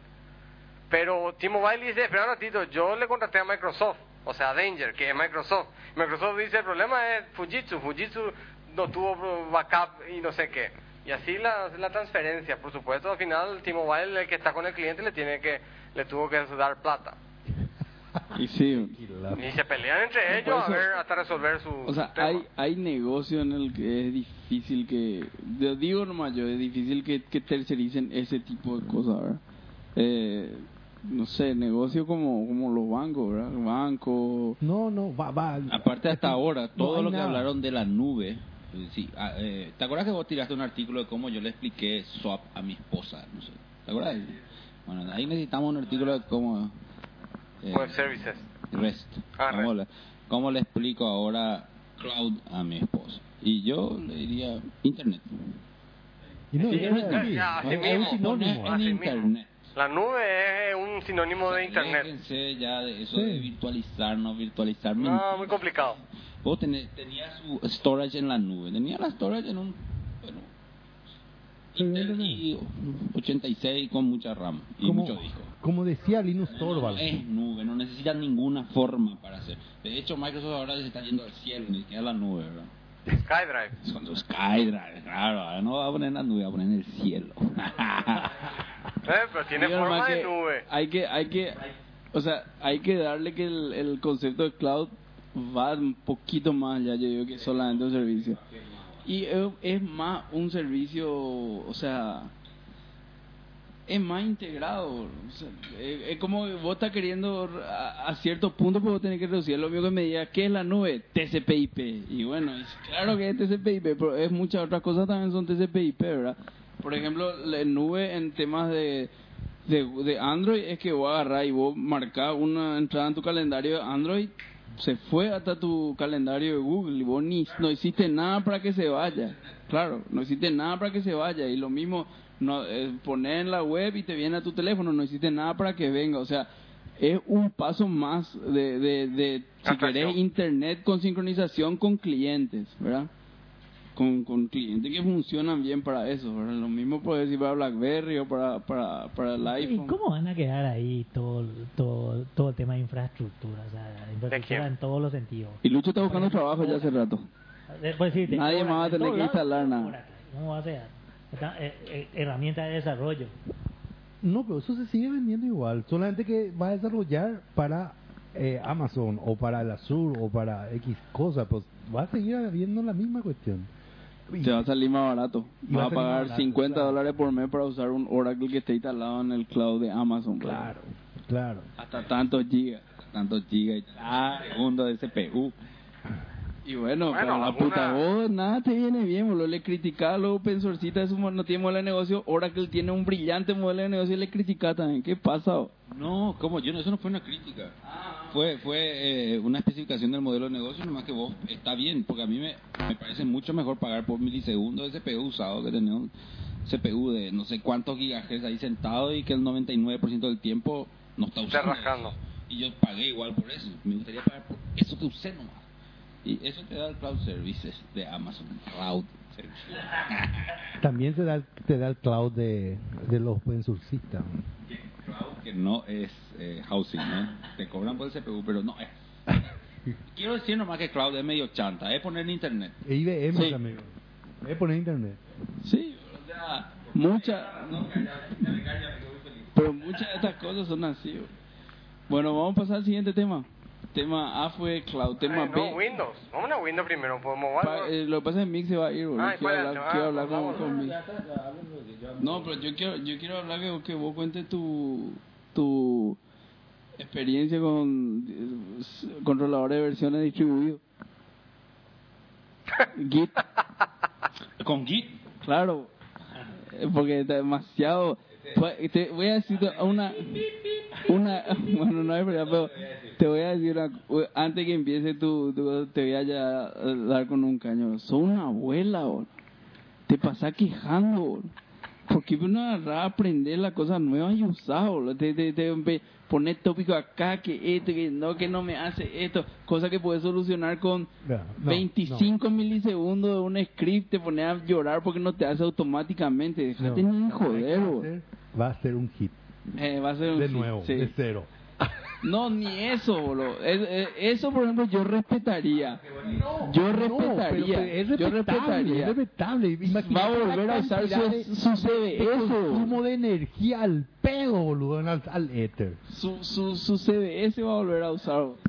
Speaker 7: Pero T-Mobile dice, espera un ratito, yo le contraté a Microsoft, o sea, a Danger, que es Microsoft. Microsoft dice, el problema es Fujitsu, Fujitsu no tuvo backup y no sé qué. Y así la, la transferencia, por supuesto, al final T-Mobile, el que está con el cliente, le tiene que le tuvo que dar plata.
Speaker 6: Y sí,
Speaker 7: Y se pelean entre ellos a
Speaker 6: eso-
Speaker 7: ver hasta resolver su
Speaker 6: o sea,
Speaker 7: tema.
Speaker 6: hay, hay negocio en el que es difícil que, yo digo nomás yo, es difícil que, que tercericen ese tipo de cosas, ¿verdad? Eh, no sé, negocio como, como los bancos, ¿verdad? Banco.
Speaker 4: No, no, va, va.
Speaker 9: Aparte hasta ahora, todo
Speaker 4: hay
Speaker 9: lo que
Speaker 4: nada.
Speaker 9: hablaron de la nube, eh, sí, ah, eh, ¿te acuerdas que vos tiraste un artículo de cómo yo le expliqué swap a mi esposa? No sé, ¿te acuerdas? Bueno, ahí necesitamos un artículo de cómo... eh,
Speaker 7: Web services.
Speaker 9: REST.
Speaker 7: Ah,
Speaker 9: ¿Cómo, le, cómo le explico ahora cloud a mi esposa? Y yo le diría internet.
Speaker 4: Y no,
Speaker 7: Sí,
Speaker 4: es
Speaker 7: ya, ya, así
Speaker 4: es un
Speaker 7: mismo. pues,
Speaker 4: sinónimo. ah.
Speaker 9: En
Speaker 7: Así mismo.
Speaker 9: internet.
Speaker 7: La nube es un sinónimo de internet.
Speaker 9: Aléjense ya de eso
Speaker 4: Sí.
Speaker 9: de virtualizar, no virtualizar.
Speaker 7: No,
Speaker 9: mentira.
Speaker 7: muy complicado.
Speaker 9: Vos tenés- tenía su storage en la nube. Tenía la storage en un. Bueno,
Speaker 4: Sí,
Speaker 9: Intel
Speaker 4: ¿dónde
Speaker 9: i 86 con mucha RAM y
Speaker 4: Como,
Speaker 9: mucho disco.
Speaker 4: como decía Linus Torvalds.
Speaker 6: Eh.
Speaker 9: Es nube, no necesita ninguna forma para hacer. De hecho, Microsoft ahora se está yendo al cielo, ni siquiera a la nube, ¿verdad?
Speaker 7: SkyDrive. ¿eh?
Speaker 9: Es cuando SkyDrive, claro, ahora no va a poner en la nube, va a poner en el cielo.
Speaker 7: Eh, pero tiene
Speaker 6: Vieron,
Speaker 7: forma
Speaker 6: ma,
Speaker 7: de
Speaker 6: que
Speaker 7: nube.
Speaker 6: Hay que, hay que, o sea, hay que darle que el, el concepto de cloud va un poquito más ya, yo digo que solamente un servicio. Y es, es más un servicio, o sea, es más integrado. o sea, es, es como que vos estás queriendo a, a cierto punto, pues vos tenés que reducir. Lo mismo que me digas, ¿qué es la nube? TCP/IP. Y bueno, es- claro que es TCP/IP, pero es muchas otras cosas también son TCP/IP, ¿verdad? Por ejemplo, la nube en temas de, de, de Android es que vos agarrás y vos marcás una entrada en tu calendario de Android, se fue hasta tu calendario de Google y vos ni, no hiciste nada para que se vaya. Claro, no hiciste nada para que se vaya. Y lo mismo, no, eh, poner en la web y te viene a tu teléfono, no hiciste nada para que venga. O sea, es un paso más de, de, de si
Speaker 7: Atracción.
Speaker 6: querés, internet con sincronización con clientes, ¿verdad? con, con clientes que funcionan bien para eso. ¿verdad? Lo mismo puede decir para BlackBerry o para, para, para el
Speaker 5: ¿Y
Speaker 6: iPhone.
Speaker 5: cómo van a quedar ahí todo, todo, todo el tema de infraestructura? O sea, la infraestructura
Speaker 7: quién?
Speaker 5: en todos los sentidos.
Speaker 6: Y Lucho está buscando trabajo ya hace rato.
Speaker 5: Eh, pues sí, de
Speaker 6: Nadie
Speaker 5: Oracle,
Speaker 6: más va a tener
Speaker 5: de todos
Speaker 6: que instalar
Speaker 5: lados,
Speaker 6: nada.
Speaker 5: Oracle. ¿Cómo va a ser? Está- eh, eh, herramienta de desarrollo.
Speaker 4: No, pero eso se sigue vendiendo igual. Solamente que va a desarrollar para eh, Amazon o para el Azure o para X cosa. Pues va a seguir habiendo la misma cuestión. Y-
Speaker 6: Te va a salir más barato.
Speaker 4: Y va
Speaker 6: Vas
Speaker 4: a
Speaker 6: a
Speaker 4: salir más
Speaker 6: pagar
Speaker 4: barato,
Speaker 6: 50
Speaker 4: claro.
Speaker 6: dólares por mes para usar un Oracle que esté instalado en el cloud de Amazon. ¿verdad?
Speaker 4: Claro, claro.
Speaker 6: Hasta tantos gigas. ah,
Speaker 9: Tanto giga y segundo de CPU.
Speaker 6: Y bueno,
Speaker 7: Bueno,
Speaker 6: para la
Speaker 7: alguna-
Speaker 6: puta voz, nada te viene bien, boludo. Le criticás a los open sourcita de su no tiene modelo de negocio. Oracle tiene un brillante modelo de negocio y le criticás también. ¿Qué pasa? Ah. bo?
Speaker 9: No, ¿cómo? Yo no, eso no fue una crítica. Fue fue eh, una especificación del modelo de negocio, nomás que vos está bien, porque a mí me, me parece mucho mejor pagar por milisegundos de CPU usado que tener un CPU de no sé cuántos gigahertz ahí sentado y que el 99% del tiempo no está
Speaker 7: Está
Speaker 9: usando.
Speaker 7: rascando.
Speaker 9: eso. Y yo pagué igual por eso. Me gustaría pagar por eso que usé nomás. Y eso te da el cloud services de Amazon. Cloud services.
Speaker 4: También te da, el- te da el cloud de, de los open sourcistas.
Speaker 9: Que cloud que no es eh, housing, ¿no? Te cobran por el CPU, pero no es. Quiero decir nomás que cloud es medio chanta, es poner en internet.
Speaker 4: E IBM
Speaker 9: Sí.
Speaker 4: también. Es poner internet.
Speaker 6: Sí,
Speaker 9: O sea,
Speaker 6: mucha.
Speaker 9: no, ya, ya me cae, ya me quedo muy feliz.
Speaker 6: Pero muchas de estas cosas son así. bro. Bueno, vamos a pasar al siguiente tema. Tema A fue Cloud, tema
Speaker 7: Ay, no,
Speaker 6: B.
Speaker 7: Windows. Vamos a Windows primero. pues, Podemos
Speaker 6: pa- eh, lo que pasa es que Mick se va a ir, bro.
Speaker 7: Ay,
Speaker 6: quiero
Speaker 7: espérate,
Speaker 6: hablar,
Speaker 7: va,
Speaker 6: quiero hablar
Speaker 7: por
Speaker 6: con,
Speaker 7: favor.
Speaker 6: con Mick. No, pero yo quiero, yo quiero hablar que, que vos cuentes tu, tu experiencia con eh, s- controladores de versiones distribuidos. Git,
Speaker 9: Con Git,
Speaker 6: claro. Eh, Porque está demasiado. Pues, Te voy a decir una. una bueno, no hay problema, pero te voy a decir una. co- Antes que empiece tu, tu- te voy a ya, eh, dar con un cañón. Son una abuela, bol. Te pasás quejando, bol. Porque uno agarra a aprender las cosas nuevas y usar, bol. Te, te, te empe- poner tópico acá, que esto, que no, que no me hace esto. Cosa que puedes solucionar con
Speaker 4: No, no,
Speaker 6: 25 milisegundos de un script. Te pones a llorar porque no te hace automáticamente. Dejate
Speaker 4: No.
Speaker 6: ni de joder,
Speaker 4: Va a
Speaker 6: bol.
Speaker 4: ser- Va a ser un hit.
Speaker 6: Eh, va a ser un
Speaker 4: De
Speaker 6: sí,
Speaker 4: nuevo,
Speaker 6: sí.
Speaker 4: de cero.
Speaker 6: No, ni eso, boludo. Es- es- eso, por ejemplo, yo respetaría. yo respetaría. yo respetaría.
Speaker 4: Es respetable. Imagínate
Speaker 6: Va a volver a
Speaker 4: la
Speaker 6: usar
Speaker 4: cantidad de-
Speaker 6: su, su
Speaker 4: de consumo
Speaker 6: CBS.
Speaker 4: de energía al pedo, boludo, al, al éter.
Speaker 6: Su, su, su CBS va a volver a usar. boludo.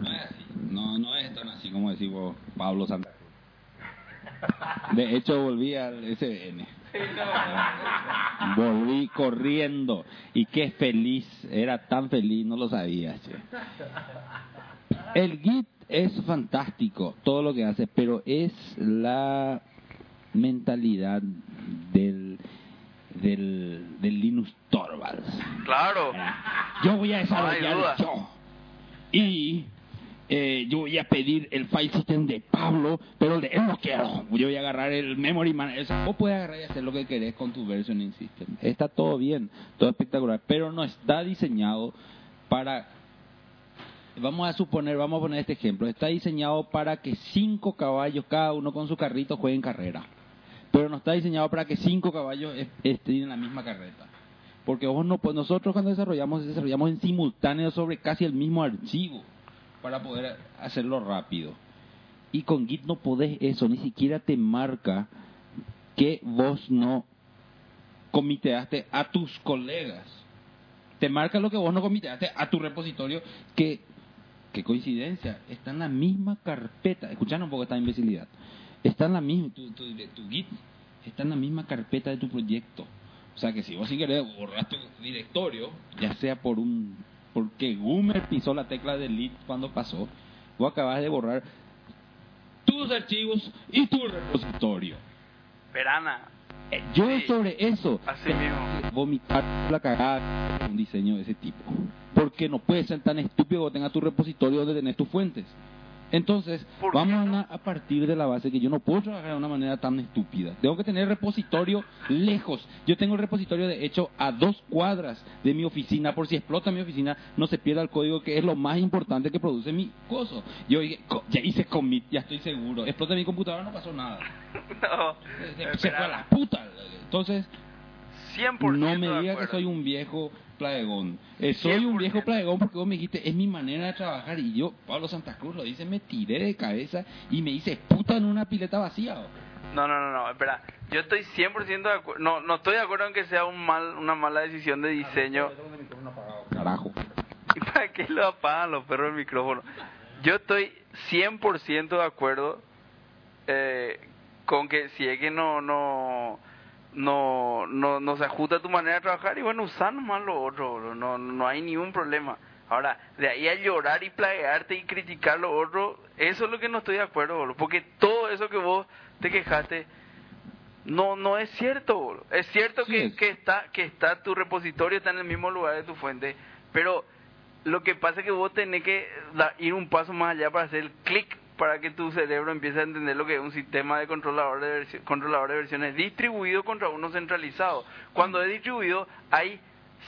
Speaker 9: no es así. No, no es tan así como decimos Pablo Santa. Cruz.
Speaker 6: De hecho, volví al SN. Volví corriendo. Y qué feliz. Era tan feliz, no lo sabía. che. El Git es fantástico, todo lo que hace, pero es la mentalidad del, del, del Linus Torvalds.
Speaker 1: Claro.
Speaker 6: Yo voy
Speaker 1: No
Speaker 6: a
Speaker 1: hay duda.
Speaker 6: desarrollar yo. Y eh, yo voy a pedir el file system de Pablo, pero el de él no quiero. Yo voy a agarrar el memory man. O sea, vos puedes agarrar y hacer lo que querés con tu versioning system. Está todo bien, todo espectacular, pero no está diseñado para... Vamos a suponer, vamos a poner este ejemplo. Está diseñado para que cinco caballos, cada uno con su carrito, jueguen carrera. Pero no está diseñado para que cinco caballos es- estén en la misma carreta. Porque vos no, pues nosotros cuando desarrollamos, desarrollamos en simultáneo sobre casi el mismo archivo para poder hacerlo rápido. Y con Git no podés eso, ni siquiera te marca que vos no comiteaste a tus colegas. Te marca lo que vos no comiteaste a tu repositorio, que, qué coincidencia, está en la misma carpeta. Escucharon un poco esta imbecilidad. Está en la misma, tu, tu- de tu Git está en la misma carpeta de tu proyecto. O sea que si vos sin querer borras tu directorio, ya sea por un porque Goomer pisó la tecla de delete cuando pasó, vos acabas de borrar tus archivos y tu repositorio.
Speaker 1: Verana.
Speaker 6: Eh, Yo
Speaker 1: Sí.
Speaker 6: sobre eso
Speaker 1: Así
Speaker 6: tengo
Speaker 1: mismo.
Speaker 6: que vomitar la cagada de un diseño de ese tipo. Porque no puede ser tan estúpido que tengas tu repositorio donde tenés tus fuentes. Entonces,
Speaker 1: ¿Por qué
Speaker 6: vamos
Speaker 1: no?
Speaker 6: a, una- a partir de la base que yo no puedo trabajar de una manera tan estúpida. Tengo que tener repositorio lejos. Yo tengo el repositorio, de hecho, a dos cuadras de mi oficina. Por si explota mi oficina, no se pierda el código, que es lo más importante que produce mi coso. Yo dije, "Co- ya hice commit, ya estoy seguro. Explota mi computadora, no pasó nada.
Speaker 1: No.
Speaker 6: Eh,
Speaker 1: Eh,
Speaker 6: Se, se fue a la
Speaker 1: Verana.
Speaker 6: puta. Entonces,
Speaker 1: 100%
Speaker 6: no me
Speaker 1: de
Speaker 6: digas que
Speaker 1: acuerdo.
Speaker 6: soy un viejo pladegón. Eh, soy
Speaker 1: 100%.
Speaker 6: un viejo pladegón porque vos me dijiste, es mi manera de trabajar. Y yo, Pablo Santa Cruz lo dice, me tiré de cabeza y me hice puta en una pileta vacía. bro.
Speaker 1: No, no, no, no, espera. Yo estoy 100% de acuerdo. No, no estoy de acuerdo en que sea un mal, una mala decisión de diseño.
Speaker 6: Carajo.
Speaker 1: ¿Y para qué lo apagan los perros el micrófono? Yo estoy 100% de acuerdo eh, con que si es que no, no, no, no, no se ajusta a tu manera de trabajar, y bueno, usar nomás lo otro, bro. no, no hay ningún problema. Ahora, de ahí a llorar y plaguearte y criticar lo otro, eso es lo que no estoy de acuerdo, bro, porque todo eso que vos te quejaste, no, no es cierto. boludo. Es cierto
Speaker 6: Sí
Speaker 1: que,
Speaker 6: es.
Speaker 1: que está, que está tu repositorio está en el mismo lugar de tu fuente, pero lo que pasa es que vos tenés que da- ir un paso más allá para hacer el clic para que tu cerebro empiece a entender lo que es un sistema de controlador de versi- controlador de versiones distribuido contra uno centralizado.
Speaker 6: Mm.
Speaker 1: Cuando es distribuido hay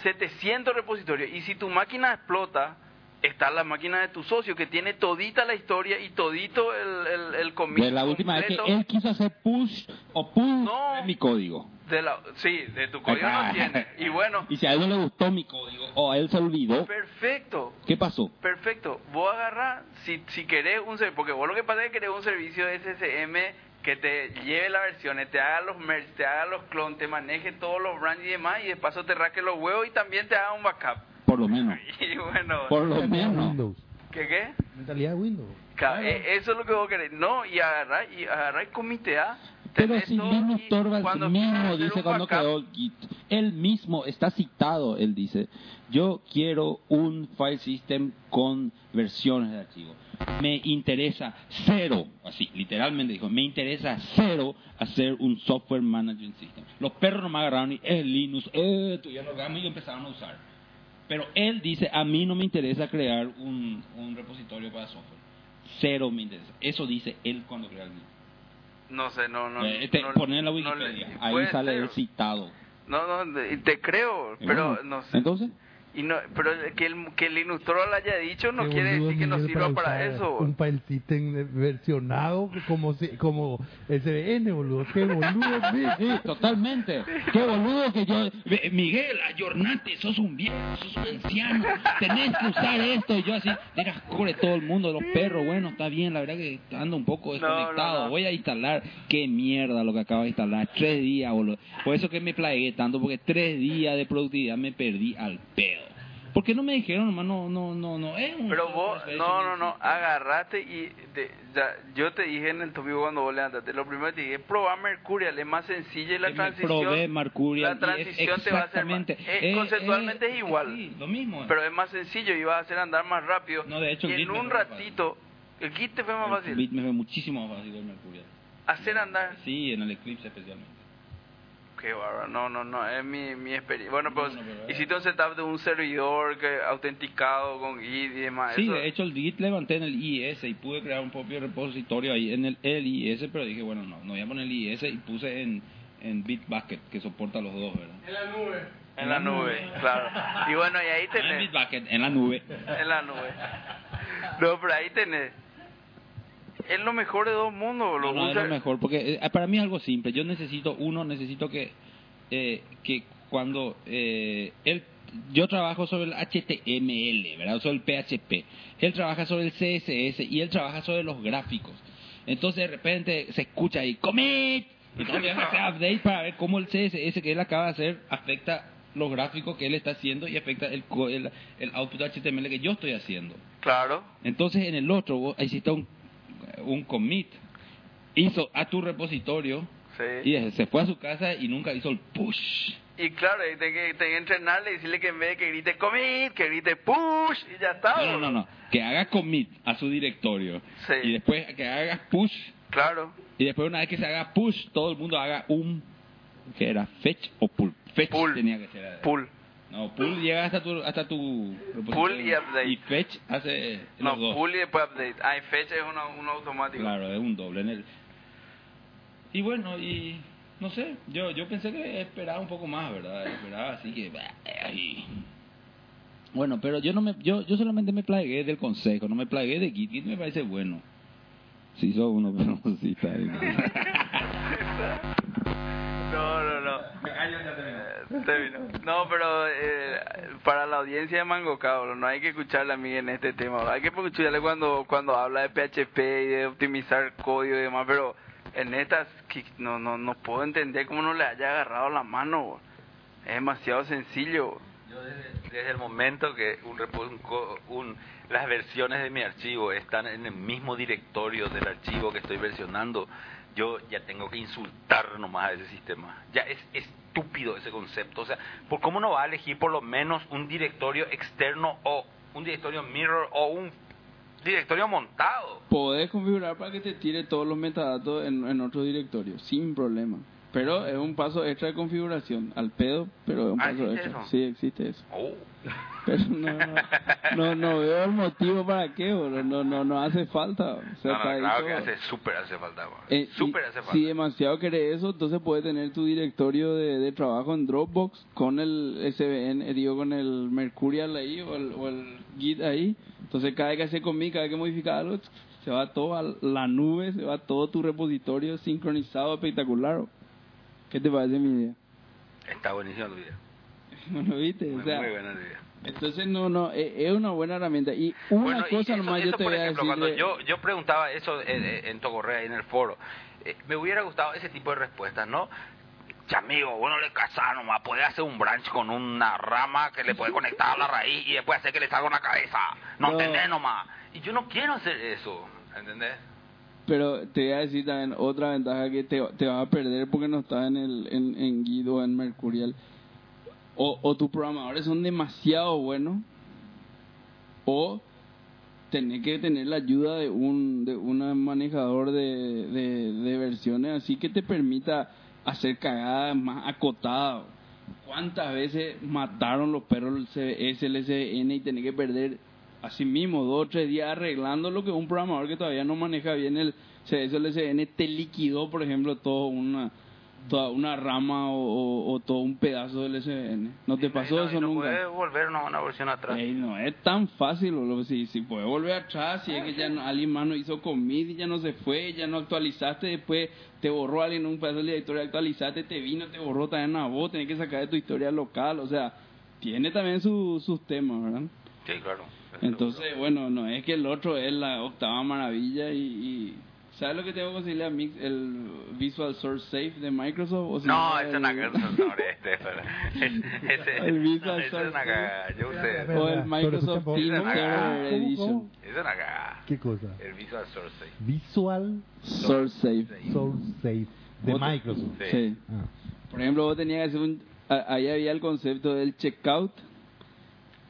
Speaker 1: 700 repositorios y si tu máquina explota está la máquina de tu socio que tiene todita la historia y todito el el, el commit
Speaker 6: De Pues la última vez que
Speaker 1: completo.
Speaker 6: él quiso hacer push o pull
Speaker 1: No.
Speaker 6: en mi código.
Speaker 1: De la, sí, de tu código no tiene. Y bueno,
Speaker 6: Y si a él no le gustó mi código o a él se olvidó,
Speaker 1: perfecto,
Speaker 6: ¿qué pasó?
Speaker 1: perfecto. Vos agarrás, si, si querés un servicio, porque vos lo que pasa es que querés un servicio de SSM que te lleve las versiones, te haga los merge, te haga los clones, te maneje todos los brands y demás, y de paso te rasque los huevos y también te haga un backup.
Speaker 6: Por lo menos.
Speaker 1: Y bueno,
Speaker 6: Por lo
Speaker 4: Mentalidad
Speaker 6: menos.
Speaker 4: Windows.
Speaker 1: ¿qué qué?
Speaker 4: Mentalidad Windows.
Speaker 1: Ca- eh, Eso es lo que vos querés. No, y agarrar y agarrar y comitea.
Speaker 6: Pero
Speaker 1: tenés
Speaker 6: si
Speaker 1: todo,
Speaker 6: Linus
Speaker 1: y cuando
Speaker 6: Torvalds
Speaker 1: quieras
Speaker 6: mismo
Speaker 1: hacer
Speaker 6: dice
Speaker 1: un
Speaker 6: cuando
Speaker 1: backup,
Speaker 6: creó el Git, él mismo está citado, él dice, yo quiero un file system con versiones de archivo. Me interesa cero, así literalmente dijo, me interesa cero hacer un software management system. Los perros no me agarraron y eh, Linux, eh, tuvieron orgasmo y lo empezaron a usar. Pero él dice, a mí no me interesa crear un, un repositorio para software. Cero me interesa. Eso dice él cuando crea el Git.
Speaker 1: No sé, no, no.
Speaker 6: Eh, este,
Speaker 1: no-
Speaker 6: poné en la
Speaker 1: no le-
Speaker 6: Wikipedia. Ahí
Speaker 1: puede
Speaker 6: sale
Speaker 1: ser.
Speaker 6: el citado.
Speaker 1: No, no, de- te creo,
Speaker 6: Y
Speaker 1: pero
Speaker 6: bueno,
Speaker 1: no sé.
Speaker 6: Mm. Entonces,
Speaker 1: Y no, pero que el, que el Inustrol haya dicho no
Speaker 4: Qué
Speaker 1: quiere
Speaker 4: boludo,
Speaker 1: decir que no
Speaker 4: Miguel,
Speaker 1: sirva para,
Speaker 4: usar
Speaker 1: eso.
Speaker 4: Un file system versionado como, si- como el CDN, boludo. Qué boludo,
Speaker 6: sí,
Speaker 4: Miguel.
Speaker 6: totalmente. Qué boludo que yo. Ve- Miguel, ayornate, sos un viejo, sos un anciano. Tenés que usar esto. Y yo así, dirás, cobre todo el mundo, los perros. Bueno, está bien, la verdad que ando un poco desconectado.
Speaker 1: no, no.
Speaker 6: Voy a instalar. Qué mierda lo que acabo de instalar. Tres días, boludo. Por eso que me plagué tanto, porque tres días de productividad me perdí al pedo.
Speaker 10: ¿Por qué no me dijeron, hermano? No, no, no. es un
Speaker 1: Pero
Speaker 10: software
Speaker 1: vos,
Speaker 10: que
Speaker 1: no,
Speaker 10: es
Speaker 1: no, no, agarrate y te- ya, yo te dije en el topico cuando vos levantaste, lo primero que te dije, probá Mercurial, es más sencilla y la
Speaker 10: Me
Speaker 1: transición.
Speaker 10: probé Mercurial y
Speaker 1: la
Speaker 10: es
Speaker 1: transición te va a hacer más.
Speaker 10: exactamente-
Speaker 1: eh,
Speaker 10: eh,
Speaker 1: conceptualmente
Speaker 10: eh,
Speaker 1: es igual,
Speaker 10: sí, lo mismo.
Speaker 1: pero es más sencillo y va a hacer andar más rápido.
Speaker 10: No, de hecho,
Speaker 1: y
Speaker 10: el
Speaker 1: en
Speaker 10: Git me
Speaker 1: un
Speaker 10: fue más
Speaker 1: ratito, el kit te fue más
Speaker 10: El
Speaker 1: fácil.
Speaker 10: Bit me ve muchísimo más fácil el Mercurial.
Speaker 1: Hacer andar.
Speaker 10: Sí, en el eclipse especialmente.
Speaker 1: Qué bárbaro, no, no, no, es mi, mi experiencia. Bueno,
Speaker 10: No,
Speaker 1: pues
Speaker 10: no, pero-
Speaker 1: hiciste un setup de un servidor que, autenticado con Git y demás.
Speaker 10: Sí,
Speaker 1: Ah, eso-
Speaker 10: de hecho el Git levanté en el IIS y pude crear un propio repositorio ahí en el, el IIS, pero dije, bueno, no, no voy a poner el IIS y puse en, en Bitbucket, que soporta los dos, ¿verdad?
Speaker 1: En la nube, claro. Y bueno, y ahí
Speaker 10: No Ah, en
Speaker 1: tenés.
Speaker 10: Bitbucket, en la nube.
Speaker 1: En la nube. No, pero ahí tenés. Es lo mejor de dos mundos, boludo.
Speaker 10: No, no, es
Speaker 1: Usa-
Speaker 10: lo mejor, porque eh, para mí es algo simple. Yo necesito, uno, necesito que, eh, que cuando eh, él, yo trabajo sobre el HTML, ¿verdad? Sobre el PHP. Él trabaja sobre el CSS y él trabaja sobre los gráficos. Entonces de repente se escucha ahí, commit. Entonces voy a hacer update para ver cómo el CSS que él acaba de hacer afecta los gráficos que él está haciendo y afecta el, co- el, el output HTML que yo estoy haciendo.
Speaker 1: Claro.
Speaker 10: Entonces en el otro vos hiciste un, un commit, hizo a tu repositorio y
Speaker 1: Sí.
Speaker 10: de- se fue a su casa y nunca hizo el push.
Speaker 1: Y claro, ahí tenés que, tenés que entrenarle y decirle que en vez de que grite commit, que grite push y ya está.
Speaker 10: No, no, no,
Speaker 1: boludo.
Speaker 10: no. que haga commit a su directorio
Speaker 1: Sí.
Speaker 10: y después que haga push
Speaker 1: Claro.
Speaker 10: y después una vez que se haga push todo el mundo haga un que era fetch o pull. Fetch
Speaker 1: Pull.
Speaker 10: tenía que ser.
Speaker 1: Pull.
Speaker 10: No, pull llega hasta tu hasta tu repositorio.
Speaker 1: Pull y update.
Speaker 10: Y fetch hace
Speaker 1: No,
Speaker 10: los dos.
Speaker 1: pull y después update. Ah, y fecha es uno, uno automático.
Speaker 10: Claro, es un doble en el. Y bueno, y no sé, yo yo pensé que esperaba un poco más, ¿verdad? Esperaba así que ay. Bueno, pero yo no me yo yo solamente me plagué del consejo, no me plagué de Git, Git me parece bueno. Sí, hizo uno, pero sí está bien.
Speaker 1: No, no, no. Eh, terminó. No, pero eh, para la audiencia de Mango Cabro, no hay que escucharle a mí en este tema. Hay que escucharle cuando cuando habla de PHP y de optimizar código y demás, pero en estas que no no no puedo entender cómo no le haya agarrado la mano. bo. Es demasiado sencillo. bo.
Speaker 7: Yo desde, desde el momento que un, repo- un co- un- las versiones de mi archivo están en el mismo directorio del archivo que estoy versionando, yo ya tengo que insultar nomás a ese sistema. Ya es estúpido ese concepto. O sea, ¿por cómo no va a elegir por lo menos un directorio externo o un directorio mirror o un directorio montado?
Speaker 6: Podés configurar para que te tire todos los metadatos en, en otro directorio, sin problema. Pero es un paso extra de configuración, al pedo, pero es un
Speaker 7: Ah,
Speaker 6: paso
Speaker 7: ¿existe
Speaker 6: extra.
Speaker 7: eso?
Speaker 6: Sí, existe eso.
Speaker 7: Oh.
Speaker 6: Pero no, no, no, no veo el motivo para qué, boludo. No, no, no hace falta. O sea,
Speaker 7: No, no,
Speaker 6: está ahí
Speaker 7: claro
Speaker 6: todo.
Speaker 7: que hace súper hace falta. bro.
Speaker 6: Eh, y
Speaker 7: súper hace falta.
Speaker 6: Si demasiado querés eso, entonces puedes tener tu directorio de, de trabajo en Dropbox con el SVN, eh, digo, con el Mercurial ahí o el, o el Git ahí. Entonces cada vez que hace conmigo, cada vez que modifica algo, se va todo a la nube, se va todo tu repositorio sincronizado, espectacular. ¿Qué te parece mi idea?
Speaker 7: Está buenísimo tu idea.
Speaker 6: ¿No lo viste?
Speaker 7: Muy,
Speaker 6: eh, o sea,
Speaker 7: muy buena tu idea.
Speaker 6: entonces no, no, eh, es, es una buena herramienta. Y una
Speaker 7: Bueno, y
Speaker 6: cosa
Speaker 7: eso-
Speaker 6: nomás yo
Speaker 7: eso,
Speaker 6: te
Speaker 7: por
Speaker 6: voy a
Speaker 7: ejemplo,
Speaker 6: decir.
Speaker 7: Cuando yo, yo preguntaba eso en, en- en Tocorrea, en el foro, eh, me hubiera gustado ese tipo de respuestas, ¿no? Ya, amigo, bueno, le casas nomás, puede hacer un branch con una rama que le puede conectar a la raíz y después hacer que le salga una cabeza. No,
Speaker 6: No.
Speaker 7: entendés nomás. Y yo no quiero hacer eso, ¿entendés?
Speaker 6: Pero te voy a decir también otra ventaja que te, te vas a perder porque no estás en, el, en, en Guido, en Mercurial. O, o tus programadores son demasiado buenos, o tenés que tener la ayuda de un, de un manejador de, de, de versiones así que te permita hacer cagadas más acotadas. ¿Cuántas veces mataron los perros el CBS, el SN y tenés que perder así mismo dos o tres días arreglando lo que un programador que todavía no maneja bien el CBS, el SN te liquidó, por ejemplo, toda una, toda una rama o, o- o todo un pedazo del SN? ¿No te
Speaker 7: Y no-
Speaker 6: pasó
Speaker 7: y no-
Speaker 6: eso
Speaker 7: y no
Speaker 6: nunca?
Speaker 7: puedes volver a una versión atrás.
Speaker 6: Ey, no es tan fácil, boludo. Si, si puedes volver atrás, si es que ya no- alguien más no hizo comida y ya no se fue, ya no actualizaste, después te borró alguien un pedazo de la historia, actualizaste, te vino, te borró también a vos, tenés que sacar de tu historia local, o sea, tiene también su- sus temas, ¿verdad?
Speaker 7: Sí, claro.
Speaker 6: Entonces, bueno, no es que el otro es la octava maravilla y, y ¿Sabes lo que tengo que conseguirle a Mix? El Visual Source Safe de Microsoft. O si
Speaker 1: No,
Speaker 6: el,
Speaker 1: es una cosa, sorry, este, pero- ese-
Speaker 6: El Visual
Speaker 1: no, ese es
Speaker 6: Source.
Speaker 1: una cagada, yo usé,
Speaker 6: O el Microsoft
Speaker 1: Pero escucha,
Speaker 6: Team
Speaker 1: ¿cómo?
Speaker 6: Server
Speaker 4: Ah, ¿Cómo,
Speaker 6: Edition.
Speaker 4: cómo?
Speaker 1: es una cagada.
Speaker 4: ¿Qué cosa?
Speaker 1: El Visual Source.
Speaker 4: Visual
Speaker 6: Source Safe.
Speaker 4: Source Safe de
Speaker 6: Otra-
Speaker 4: Microsoft.
Speaker 1: Sí.
Speaker 6: Sí.
Speaker 4: Ah.
Speaker 6: Por ejemplo, vos tenías que hacer un. a- Ahí había el concepto del checkout.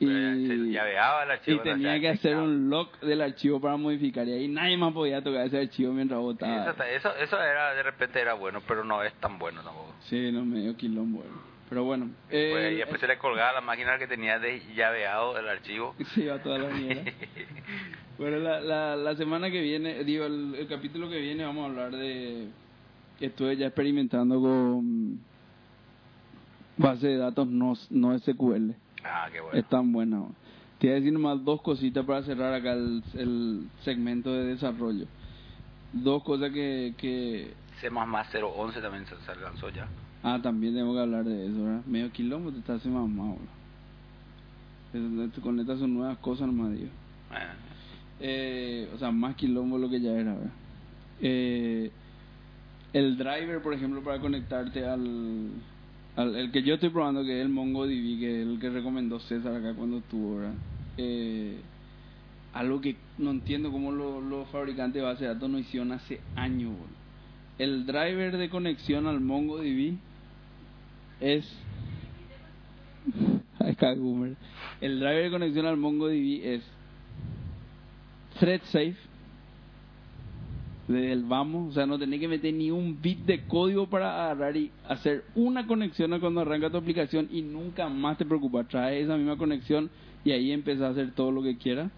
Speaker 6: Y,
Speaker 1: Y llaveaba el
Speaker 6: y
Speaker 1: archivo.
Speaker 6: tenía que hacer un lock del archivo para modificar. Y ahí nadie más podía tocar ese archivo mientras vos
Speaker 1: Y Eso,
Speaker 6: estabas.
Speaker 1: está- eso, eso era, de repente era bueno, pero no es tan bueno tampoco.
Speaker 6: Sí, no, medio quilombo. era. Pero bueno. eh,
Speaker 1: Pues,
Speaker 6: el-
Speaker 1: y después se le colgaba a la máquina que tenía de llaveado el archivo.
Speaker 6: Se iba toda la mierda. Bueno, la, la, la semana que viene, digo, el, el capítulo que viene vamos a hablar de que estuve ya experimentando con base de datos no, no SQL.
Speaker 1: Ah, qué bueno.
Speaker 6: Es tan buena. ¿no? Te voy a decir nomás dos cositas para cerrar acá el, el segmento de desarrollo. Dos cosas que, que...
Speaker 1: C++ 011 también se, se lanzó ya.
Speaker 6: Ah, también tengo que hablar de eso, ¿verdad? Medio quilombo te está haciendo mamá, bro. Te conectas son nuevas cosas nomás, digo.
Speaker 1: Eh,
Speaker 6: Eh, o sea, más quilombo lo que ya era, ¿verdad? Eh, el driver, por ejemplo, para conectarte al, al- El que yo estoy probando, que es el MongoDB, que es el que recomendó César acá cuando estuvo, ¿verdad? Eh, algo que no entiendo cómo lo- los fabricantes de base de datos no hicieron hace años, boludo. El driver de conexión al MongoDB es... Ay, cagoomer. El driver de conexión al MongoDB es thread safe desde el vamos, o sea, no tenés que meter ni un bit de código para agarrar y hacer una conexión a cuando arranca tu aplicación y nunca más te preocupas, trae esa misma conexión y ahí empezás a hacer todo lo que quieras.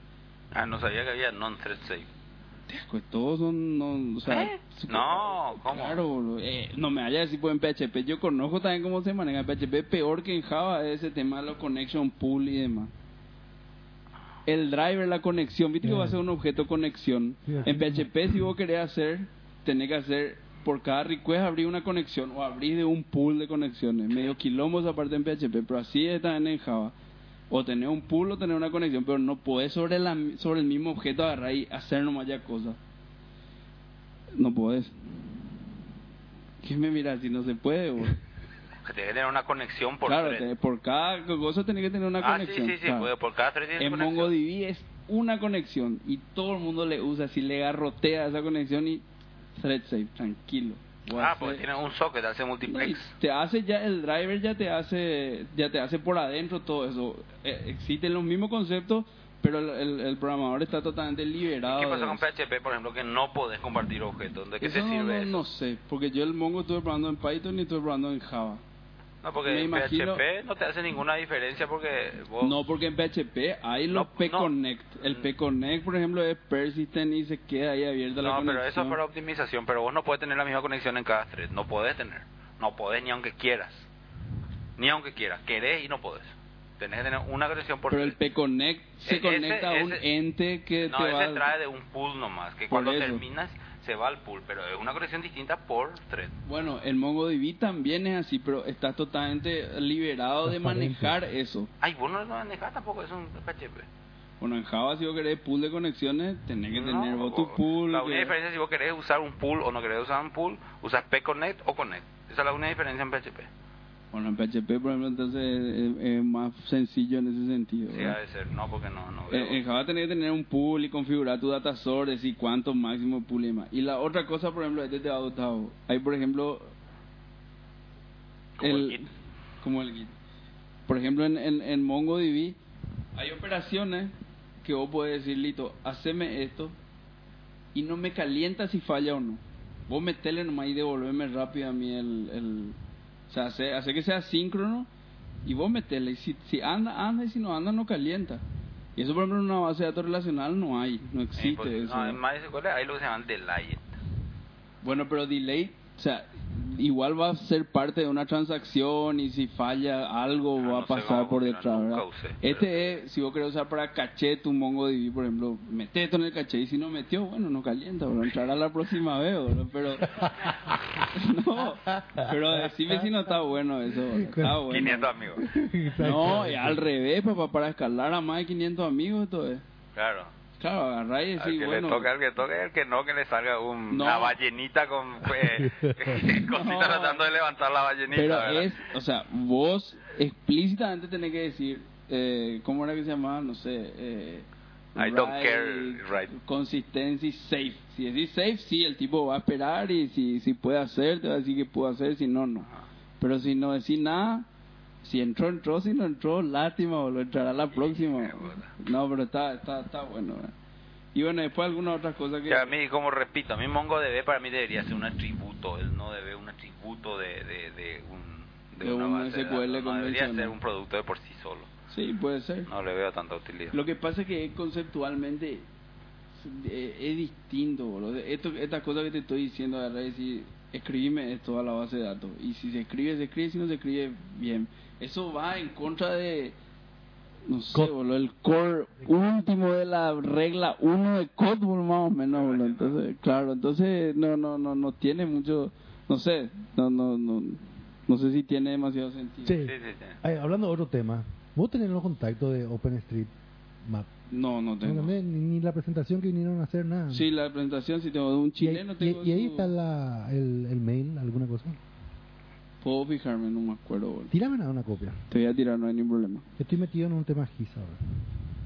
Speaker 1: Ah, no sabía que había non-thread save.
Speaker 6: Te asco, Todos son, no, o sea, sí,
Speaker 1: No, ¿cómo?
Speaker 6: Claro, boludo. Eh, no me vayas a decir pues en PHP. Yo conozco también cómo se maneja en PHP. Peor que en Java ese tema de los connection pool y demás. El driver, la conexión. Viste que va a ser un objeto conexión.
Speaker 4: Sí, así
Speaker 6: En PHP si vos querés hacer, tenés que hacer por cada request abrir una conexión o abrir de un pool de conexiones. Medio quilombo esa parte en PHP, pero así es también en Java. O tener un pool o tener una conexión, pero no podés sobre, la, sobre el mismo objeto agarrar y hacer nomás ya cosas. No podés. ¿Qué me miras si no se puede? boludo?
Speaker 1: Que tiene que tener una conexión por
Speaker 6: claro, te-
Speaker 1: thread.
Speaker 6: por cada cosa tenés que tener una
Speaker 1: ah, sí,
Speaker 6: conexión.
Speaker 1: sí, sí,
Speaker 6: claro.
Speaker 1: puede- por cada thread tiene
Speaker 6: En
Speaker 1: conexión.
Speaker 6: MongoDB es una conexión y todo el mundo le usa, si le garrotea esa conexión y thread safe, tranquilo. Voy a
Speaker 1: Ah,
Speaker 6: hacer-
Speaker 1: porque tiene un socket, hace
Speaker 6: No, y
Speaker 1: multiplex.
Speaker 6: te hace ya el driver ya te hace ya te hace por adentro todo eso. Eh, existen los mismos conceptos, pero el, el- el programador está totalmente liberado.
Speaker 1: ¿Qué
Speaker 6: de
Speaker 1: pasa con
Speaker 6: eso.
Speaker 1: PHP, por ejemplo, que no podés compartir objetos? ¿De qué te
Speaker 6: Eso no-
Speaker 1: sirve
Speaker 6: no,
Speaker 1: eso?
Speaker 6: no sé, porque yo el Mongo estuve probando en Python y estuve probando en Java.
Speaker 1: No, porque
Speaker 6: Me
Speaker 1: en
Speaker 6: imagino-
Speaker 1: PHP no te hace ninguna diferencia porque vos...
Speaker 6: No, porque en PHP hay los
Speaker 1: No, Mm.
Speaker 6: pconnect. El pconnect, por ejemplo, es persistent y se queda ahí abierta la
Speaker 1: No,
Speaker 6: conexión.
Speaker 1: pero eso es para optimización, pero vos no podés tener la misma conexión en cada thread, no podés tener, no podés ni aunque quieras, ni aunque quieras, querés y no podés. Tenés que tener una conexión por
Speaker 6: Pero el
Speaker 1: thread.
Speaker 6: pconnect se
Speaker 1: E- ese-
Speaker 6: conecta a un
Speaker 1: ese-
Speaker 6: ente que
Speaker 1: No,
Speaker 6: te va
Speaker 1: ese trae de un pool nomás, que
Speaker 6: Por
Speaker 1: cuando
Speaker 6: eso.
Speaker 1: terminas se va al pool, pero es una conexión distinta por thread.
Speaker 6: Bueno, el MongoDB también es así, pero estás totalmente liberado de
Speaker 4: Transparente.
Speaker 6: manejar eso.
Speaker 1: Ay, vos no lo manejás tampoco, es un PHP.
Speaker 6: Bueno, en Java, si vos querés pool de conexiones, tenés que tener
Speaker 1: No,
Speaker 6: vos tu
Speaker 1: vos-
Speaker 6: pool.
Speaker 1: La
Speaker 6: que-
Speaker 1: única diferencia es si vos querés usar un pool o no querés usar un pool, usas pconnect o connect. Esa es la única diferencia en PHP.
Speaker 6: Bueno, en PHP, por ejemplo, entonces es, es- es más sencillo en ese sentido.
Speaker 1: Sí,
Speaker 6: ¿verdad?
Speaker 1: ha de ser, no, porque no, no veo.
Speaker 6: En, en Java tenés eh, que tener un pool y configurar tu data source, decir cuánto máximo pool y demás. Y la otra cosa, por ejemplo, este te ha gustado. Hay, por ejemplo,
Speaker 1: Como el Git.
Speaker 6: como el Git. Por ejemplo, en, en, en MongoDB hay operaciones que vos podés decir, listo, haceme esto y no me calienta si falla o no. Vos metele nomás y devolverme rápido a mí el... el o sea, hace, hace que sea síncrono y vos metele. Y si, si anda, anda y si no anda, no calienta. Y eso, por ejemplo, en una base de datos relacional no hay, no existe
Speaker 1: Eh, porque-
Speaker 6: eso.
Speaker 1: no,
Speaker 6: ¿no?
Speaker 1: en MySQL hay lo que se llaman delay.
Speaker 6: Bueno, pero delay, o sea, igual va a ser parte de una transacción y si falla algo
Speaker 1: Ah,
Speaker 6: va
Speaker 1: no
Speaker 6: a
Speaker 1: sé
Speaker 6: pasar
Speaker 1: cómo
Speaker 6: por
Speaker 1: funciona,
Speaker 6: detrás,
Speaker 1: nunca
Speaker 6: ¿verdad?
Speaker 1: usé,
Speaker 6: este
Speaker 1: pero-
Speaker 6: es, si vos querés usar para caché tu MongoDB, por ejemplo, mete esto en el caché y si no metió, bueno, no calienta, bro, entrará la próxima vez, bro, pero... no, pero decime si no está bueno eso, bro, está Ah, bueno.
Speaker 1: 500 amigos.
Speaker 6: No, y al revés, papá, para escalar a más de 500 amigos, esto es...
Speaker 1: Claro.
Speaker 6: Claro, agarrá y
Speaker 1: Al
Speaker 6: decís,
Speaker 1: que
Speaker 6: bueno.
Speaker 1: le toca, al que toca y al que no, que le salga un-
Speaker 6: No.
Speaker 1: una ballenita con eh, cosita
Speaker 6: No.
Speaker 1: tratando de levantar la ballenita.
Speaker 6: Pero
Speaker 1: ¿verdad?
Speaker 6: es, o sea, vos explícitamente tenés que decir, eh, ¿cómo era que se llamaba? No sé. Eh,
Speaker 1: I don't care, right.
Speaker 6: Consistency safe. Si decís safe, sí, el tipo va a esperar y si, si puede hacer, te va a decir que pudo hacer, si no, no. Pero si no decís nada, si entró, entró, si no entró, lástima, boludo, entrará la próxima. No, pero está, está, está bueno. ¿verdad? Y bueno, después algunas otras cosas que...
Speaker 1: Que a mí, como repito, a mí MongoDB para mí debería ser un atributo. Él no debe un atributo de, de, de un...
Speaker 6: De
Speaker 1: una
Speaker 6: un
Speaker 1: base de datos,
Speaker 6: SQL
Speaker 1: no, debería
Speaker 6: convencional.
Speaker 1: ser un producto de por sí solo.
Speaker 6: Sí, puede ser.
Speaker 1: No le veo tanta utilidad.
Speaker 6: Lo que pasa es que conceptualmente eh, es distinto, boludo. Esto, esta cosa que te estoy diciendo, agarrar y decir, escríbeme esto a la base de datos. Y si se escribe, se escribe, si no se escribe, bien. Eso va en contra de, no sé,
Speaker 4: Cod-
Speaker 6: boludo, el core último de la regla 1 de Codbull, más o menos, boludo. Entonces, claro, entonces no, no, no, no tiene mucho, no sé, no, no, no, no sé si tiene demasiado sentido.
Speaker 4: Che,
Speaker 1: Sí, sí, sí.
Speaker 4: eh, hablando de otro tema, vos tenés los contactos de OpenStreetMap.
Speaker 6: No, no
Speaker 4: No,
Speaker 6: tengo.
Speaker 4: tenés ni, ni la presentación que vinieron a hacer, nada.
Speaker 6: Sí, la presentación, si tengo de un
Speaker 4: Mm. y, ahí-
Speaker 6: chileno,
Speaker 4: y-
Speaker 6: tengo
Speaker 4: y ahí
Speaker 6: su-
Speaker 4: está la, el, el mail, alguna cosa.
Speaker 6: Puedo fijarme, no me acuerdo, boludo.
Speaker 4: Tírame nada una copia.
Speaker 6: Te voy a tirar, no hay ningún problema.
Speaker 4: Yo estoy metido en un tema GIS ahora.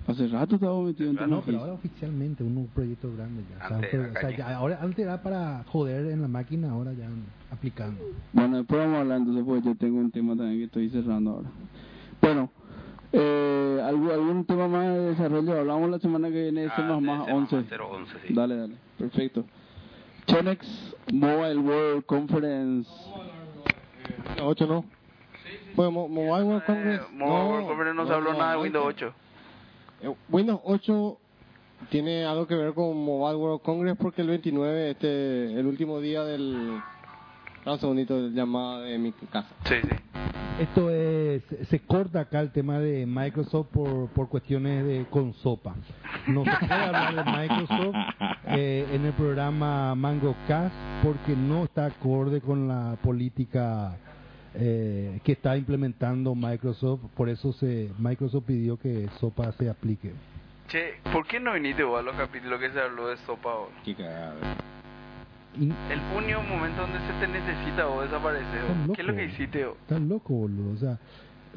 Speaker 6: Hace rato estaba metido en tu
Speaker 4: Ah, No, pero ahora oficialmente un nuevo proyecto grande ya. O sea,
Speaker 1: Antes
Speaker 4: un
Speaker 1: era
Speaker 4: pro- o sea, ya-
Speaker 1: caña.
Speaker 4: ahora, antes era para joder en la máquina, ahora ya aplicando.
Speaker 6: Bueno, después vamos hablando, entonces, porque yo tengo un tema también que estoy cerrando ahora. Bueno, eh, ¿algún, algún tema más de desarrollo. Hablamos la semana que viene de
Speaker 1: Ah,
Speaker 6: temas
Speaker 1: de
Speaker 6: más
Speaker 1: temas más
Speaker 6: 11.
Speaker 1: 011, sí.
Speaker 6: Dale, dale, perfecto. Chonex Mobile World Conference.
Speaker 2: 8 no. Pues Mo- Mobile World Congress.
Speaker 11: Eh, Mobile World Congress no se habló nada de Windows 8.
Speaker 2: Eh, Windows 8 tiene algo que ver con Mobile World Congress porque el 29, este, el último día del. Dame un segundito, el llamado de mi casa.
Speaker 11: Sí, sí.
Speaker 4: Esto es, se corta acá el tema de Microsoft por, por cuestiones de con sopa. No se puede hablar de Microsoft eh, en el programa Mango Cast porque no está acorde con la política eh, que está implementando Microsoft. Por eso se Microsoft pidió que sopa se aplique.
Speaker 11: Che, ¿por qué no viniste vos a los capítulos que se habló de sopa vos?
Speaker 12: Qué cagada.
Speaker 4: Y-
Speaker 11: El único momento donde se te necesita vos desaparecer. vos.
Speaker 4: Estás
Speaker 11: ¿Qué es lo que
Speaker 4: loco.
Speaker 11: hiciste vos?
Speaker 4: Estás loco, boludo. O sea,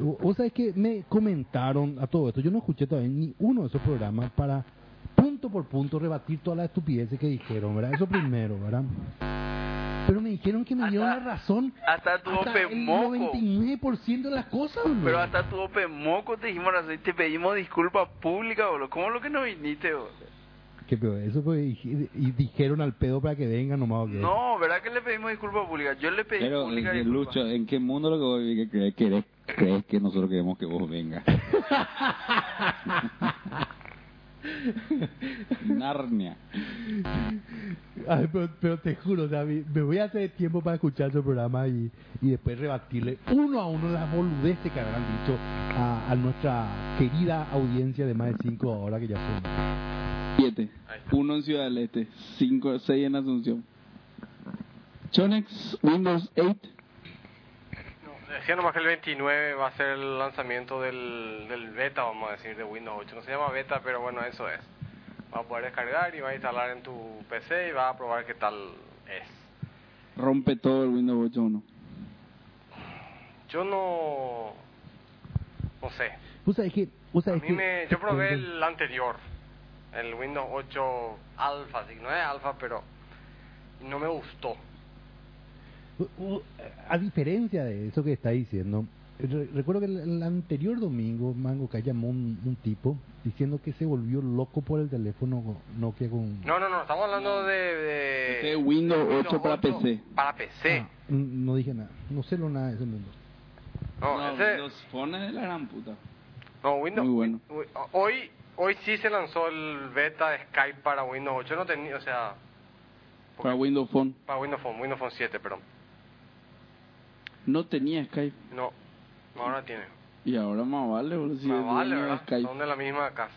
Speaker 4: o- o sea, es que me comentaron a todo esto. Yo no escuché todavía ni uno de esos programas para punto por punto rebatir todas las estupideces que dijeron, ¿verdad? Eso primero, ¿verdad? Pero me dijeron que me
Speaker 11: Hasta-
Speaker 4: dieron la razón
Speaker 11: Hasta tu
Speaker 4: hasta
Speaker 11: ope
Speaker 4: el
Speaker 11: moco.
Speaker 4: 99% de las cosas, boludo.
Speaker 11: Pero hasta tu ope moco te dijimos razón y te pedimos disculpas públicas, boludo. ¿Cómo es lo que no viniste vos?
Speaker 4: Que peor, eso fue, y, y dijeron al pedo para que vengan nomás. ¿o qué?
Speaker 11: No, ¿verdad que le pedimos disculpas públicas? Yo le pedí
Speaker 12: Pero,
Speaker 11: públicas
Speaker 12: eh,
Speaker 11: disculpas.
Speaker 12: Lucho, ¿en qué mundo lo que vos vivís que crees, que eres- crees que nosotros queremos que vos vengas? Narnia.
Speaker 4: Ay, pero, pero te juro, o sea, mi- me voy a hacer tiempo para escuchar su programa y, y después rebatirle uno a uno las boludeces que habrán dicho a, a nuestra querida audiencia de más de cinco ahora que ya son.
Speaker 6: 7. Uno en Ciudad del Este. 5, 6 en Asunción. Chonex Windows 8.
Speaker 7: Decía nomás que el 29 va a ser el lanzamiento del, del beta, vamos a decir, de Windows 8. No se llama beta, pero bueno, eso es. Va a poder descargar y va a instalar en tu PC y va a probar qué tal es.
Speaker 6: Rompe todo el Windows 8 o no.
Speaker 7: Yo no... No sé.
Speaker 4: O sea, es que... O sea,
Speaker 7: A
Speaker 4: es
Speaker 7: mí
Speaker 4: que-
Speaker 7: me... Yo probé el anterior. El Windows 8 Alpha, así que no es Alpha, pero... No me gustó.
Speaker 4: U- u- A diferencia de eso que está diciendo, re- recuerdo que el, el anterior domingo Mango Kai llamó un, un tipo diciendo que se volvió loco por el teléfono Nokia con...
Speaker 7: No, no, no, estamos hablando de... De,
Speaker 6: Este Windows 8 para PC.
Speaker 7: Para PC.
Speaker 4: Ah, n- no dije nada, no sé lo nada de ese mundo.
Speaker 7: No, ese-
Speaker 6: Windows Phone es de la gran puta.
Speaker 7: No, Windows.
Speaker 6: Muy bueno.
Speaker 7: Win- Hoy, hoy sí se lanzó el beta de Skype para Windows 8. No tenía, o sea,
Speaker 6: Para Windows Phone.
Speaker 7: para Windows Phone, Windows Phone 7, perdón.
Speaker 6: No tenía Skype.
Speaker 7: No, ahora tiene.
Speaker 6: Y ahora más vale, boludo. Si
Speaker 7: Más
Speaker 6: es
Speaker 7: vale,
Speaker 6: dueño de
Speaker 7: ¿verdad?
Speaker 6: Skype.
Speaker 7: Son de la misma casa.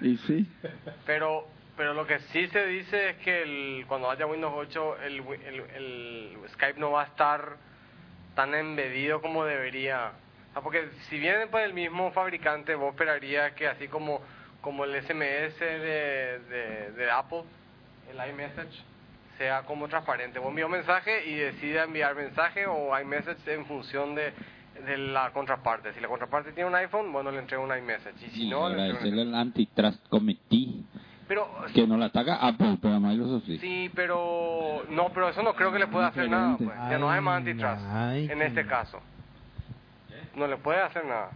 Speaker 6: Y sí.
Speaker 7: Pero, pero lo que sí se dice es que el, cuando haya Windows 8, el, wi- el, el Skype no va a estar tan embedido como debería. O sea, porque si viene por el mismo fabricante, vos esperarías que así como como el SMS de, de, de Apple, el iMessage, sea como transparente. Vos envías un mensaje y decide enviar mensaje o iMessage en función de, de la contraparte. Si la contraparte tiene un iPhone, bueno, le entrega un iMessage. Y si
Speaker 6: Y
Speaker 7: no, le entrega un
Speaker 6: agradecerle
Speaker 7: SMS.
Speaker 6: al antitrust committee
Speaker 7: Pero,
Speaker 6: que no la ataca Apple, pero a Microsoft sí.
Speaker 7: sí, pero... No, pero eso no creo que le pueda hacer nada. Pues. Ya no hay más
Speaker 4: Ay,
Speaker 7: antitrust
Speaker 4: ay,
Speaker 7: en este
Speaker 4: qué-
Speaker 7: caso. No le puede hacer nada.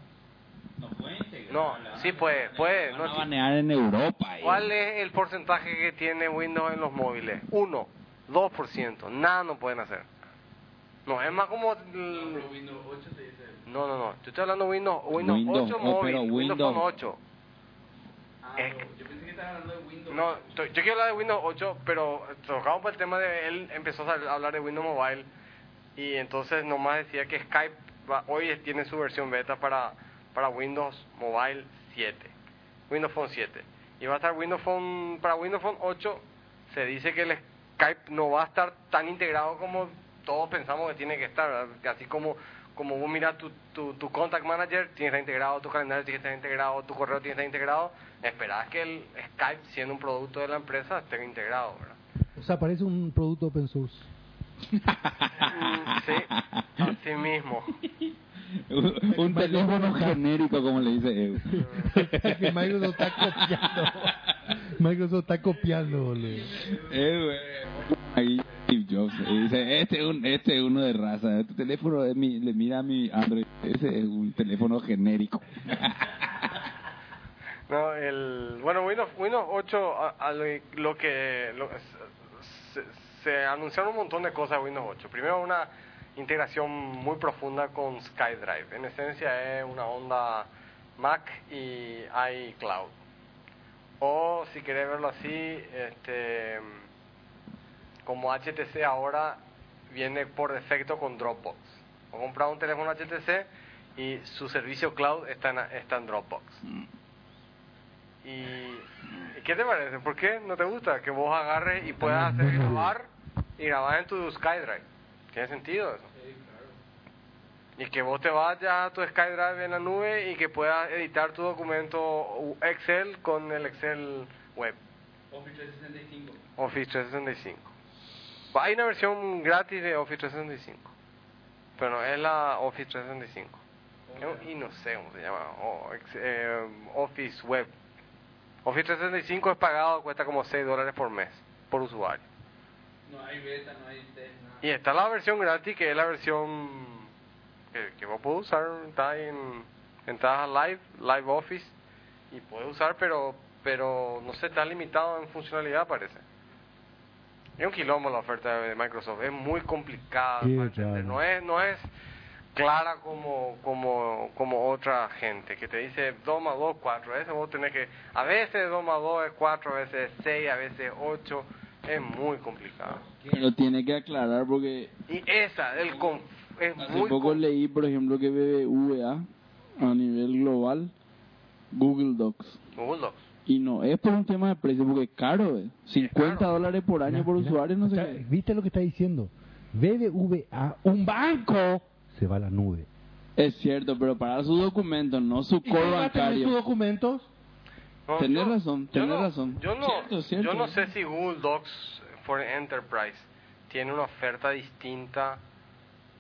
Speaker 7: No, sí puede, puede.
Speaker 6: Van a
Speaker 7: No, sí.
Speaker 6: banear en Europa. eh.
Speaker 7: ¿Cuál es el porcentaje que tiene Windows en los móviles? Uno, dos por ciento. Nada no pueden hacer. No, es más como... No, no, no. Yo estoy hablando Windows, Windows,
Speaker 6: Windows,
Speaker 7: 8
Speaker 6: oh,
Speaker 7: móvil,
Speaker 6: pero
Speaker 7: Windows,
Speaker 6: Windows.
Speaker 7: Phone 8. Es que-
Speaker 13: Ah, Yo pensé que estabas hablando de Windows.
Speaker 7: no, to- yo quiero hablar de Windows 8, pero tocamos por el tema de él empezó a sal- hablar de Windows Mobile y entonces nomás decía que Skype va- hoy es- tiene su versión beta para, para Windows Mobile 7, Windows Phone 7. Y va a estar Windows Phone, para Windows Phone 8 se dice que el Skype no va a estar tan integrado como todos pensamos que tiene que estar, ¿verdad? Que así como como vos miras tu, tu, tu contact manager, tiene que estar integrado, tu calendario tiene que estar integrado, tu correo tiene que estar integrado, esperás que el Skype, siendo un producto de la empresa, esté integrado, ¿verdad?
Speaker 4: O sea, parece un producto open source.
Speaker 7: Mm, Sí, así mismo.
Speaker 6: Un- un teléfono genérico, como le dice Evo.
Speaker 4: que Microsoft está copiando. Microsoft está copiando, boludo.
Speaker 6: Eh, güey. Ahí Steve Jobs y dice, este es un- este es uno de raza, este teléfono es mi- le mira a mi Android, ese es un teléfono genérico.
Speaker 7: No, el, bueno, Windows, Windows 8, a- a lo, lo que lo- se, se anunciaron un montón de cosas de Windows 8. Primero, una integración muy profunda con SkyDrive. En esencia es una onda Mac y iCloud. O si querés verlo así, este, como HTC ahora viene por defecto con Dropbox. O comprar un teléfono HTC y su servicio cloud está en, está en Dropbox. ¿Y qué te parece? ¿Por qué no te gusta que vos agarres y puedas hacer grabar y grabar en tu SkyDrive? ¿Tiene sentido eso? Y que vos te vayas a tu SkyDrive en la nube y que puedas editar tu documento Excel con el Excel web. Office 365. Va, Hay una versión gratis de Office 365. Pero no es la Office 365. Es un- Y no sé cómo se llama. o ex- eh, Office Web. Office 365 es pagado, cuesta como 6 dólares por mes, por usuario.
Speaker 13: No hay beta, no hay test, nada.
Speaker 7: Y está la versión gratis, que es la versión que, que vos podés usar. Está ahí en, entras a Live, Live Office, y puedes usar, pero, pero no sé, está limitado en funcionalidad, parece. Es un quilombo la oferta de de Microsoft, es muy complicada.
Speaker 4: Sí,
Speaker 7: para entender.
Speaker 4: claro.
Speaker 7: No es, no es clara como, como, como otra gente que te dice 2 más 2 4. Eso vos tenés que. A veces 2 más 2 es 4, a veces 6, a veces 8. Es muy complicado.
Speaker 13: Pero tiene que aclarar porque
Speaker 7: Y esa, el con, es
Speaker 13: Hace
Speaker 7: muy
Speaker 13: poco
Speaker 7: con-
Speaker 13: leí, por ejemplo, que BBVA a nivel global Google Docs
Speaker 7: Google Docs.
Speaker 13: y no es por un tema de precio porque es caro, eh. 50
Speaker 7: caro.
Speaker 13: dólares por año
Speaker 4: Mira,
Speaker 13: por
Speaker 4: mira,
Speaker 13: usuario, no sé
Speaker 4: está-
Speaker 13: qué.
Speaker 4: ¿Viste lo que está diciendo? BBVA, un banco, se va a la nube.
Speaker 13: Es cierto, pero para sus documentos, no su core
Speaker 4: sus
Speaker 13: bancario.
Speaker 4: documentos?
Speaker 7: No,
Speaker 13: Tenés
Speaker 7: yo-
Speaker 13: razón,
Speaker 7: yo
Speaker 13: tenés
Speaker 7: no-
Speaker 13: razón.
Speaker 7: Yo no,
Speaker 13: Cierto, cierto.
Speaker 7: yo no sé si Google Docs for Enterprise tiene una oferta distinta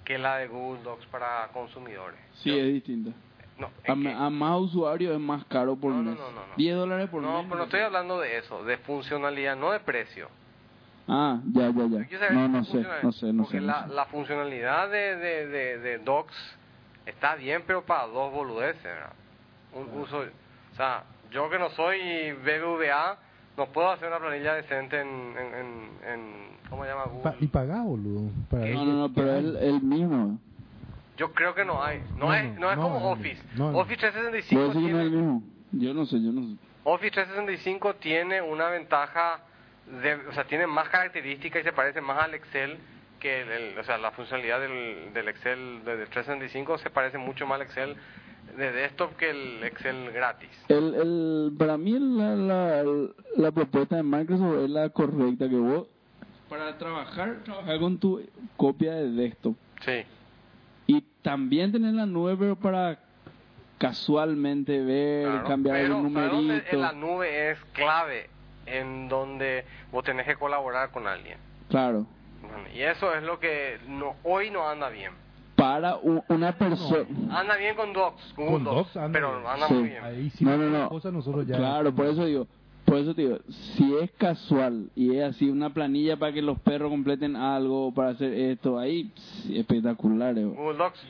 Speaker 7: que la de Google Docs para consumidores.
Speaker 13: Sí,
Speaker 7: Yo-
Speaker 13: es distinto.
Speaker 7: no, es
Speaker 13: A,
Speaker 7: que-
Speaker 13: a más usuarios es más caro por
Speaker 7: No, no,
Speaker 13: mes.
Speaker 7: no, no, no.
Speaker 13: 10 dólares por
Speaker 7: no,
Speaker 13: mes.
Speaker 7: pero no estoy hablando de eso, de funcionalidad, no de precio.
Speaker 13: Ah, ya, ya,
Speaker 7: Yo quiero
Speaker 13: ya.
Speaker 7: saber
Speaker 13: No,
Speaker 7: si
Speaker 13: no sé,
Speaker 7: funciona.
Speaker 13: no sé, no
Speaker 7: Porque
Speaker 13: sé. no
Speaker 7: la,
Speaker 13: sé.
Speaker 7: la funcionalidad de, de, de, de Docs está bien, pero para dos boludeces, ¿verdad? Un uso... O sea, yo que no soy BBVA, no puedo hacer una planilla decente en... en, en, en- ¿Cómo se llama?
Speaker 4: Pa- y
Speaker 7: Google.
Speaker 4: pagá, boludo. para ver
Speaker 13: No,
Speaker 4: qué-
Speaker 13: no, no,
Speaker 4: qué
Speaker 13: pero
Speaker 4: hay.
Speaker 13: él, él mismo.
Speaker 7: Yo creo que no hay. No,
Speaker 4: No,
Speaker 7: es,
Speaker 4: no,
Speaker 7: no es
Speaker 4: no,
Speaker 7: como
Speaker 4: no,
Speaker 7: Office.
Speaker 4: no, no.
Speaker 7: Office
Speaker 13: ¿Puedo
Speaker 7: 365
Speaker 13: decir que no es
Speaker 7: tiene...
Speaker 13: el mismo? Yo no sé, yo no sé.
Speaker 7: Office 365 tiene una ventaja, de, o sea, tiene más características y se parece más al Excel que el, el- o sea, la funcionalidad del, del Excel de, del 365 se parece mucho más al Excel de desktop que el Excel gratis.
Speaker 13: El, el, para mí la, la, la propuesta de Microsoft es la correcta que vos para trabajar trabajar con tu copia de desktop
Speaker 7: Sí.
Speaker 13: y también tener la nube pero para casualmente ver,
Speaker 7: Claro,
Speaker 13: cambiar
Speaker 7: pero,
Speaker 13: algún
Speaker 7: ¿sabes
Speaker 13: numerito.
Speaker 7: dónde? En la nube es clave en donde vos tenés que colaborar con alguien.
Speaker 13: Claro.
Speaker 7: Bueno, y eso es lo que no, hoy no anda bien.
Speaker 13: Para u- una persona.
Speaker 7: Anda bien con Docs, Google
Speaker 4: Con
Speaker 7: Docs,
Speaker 4: Docs anda
Speaker 7: pero
Speaker 4: bien.
Speaker 7: anda
Speaker 13: Sí.
Speaker 7: muy bien.
Speaker 4: Ahí sí,
Speaker 13: No, no, no.
Speaker 4: cosas nosotros ya.
Speaker 13: Claro, por eso digo, por eso te digo, si es casual y es así una planilla para que los perros completen algo, para hacer esto, ahí pss, espectacular. eh.
Speaker 7: Google Docs,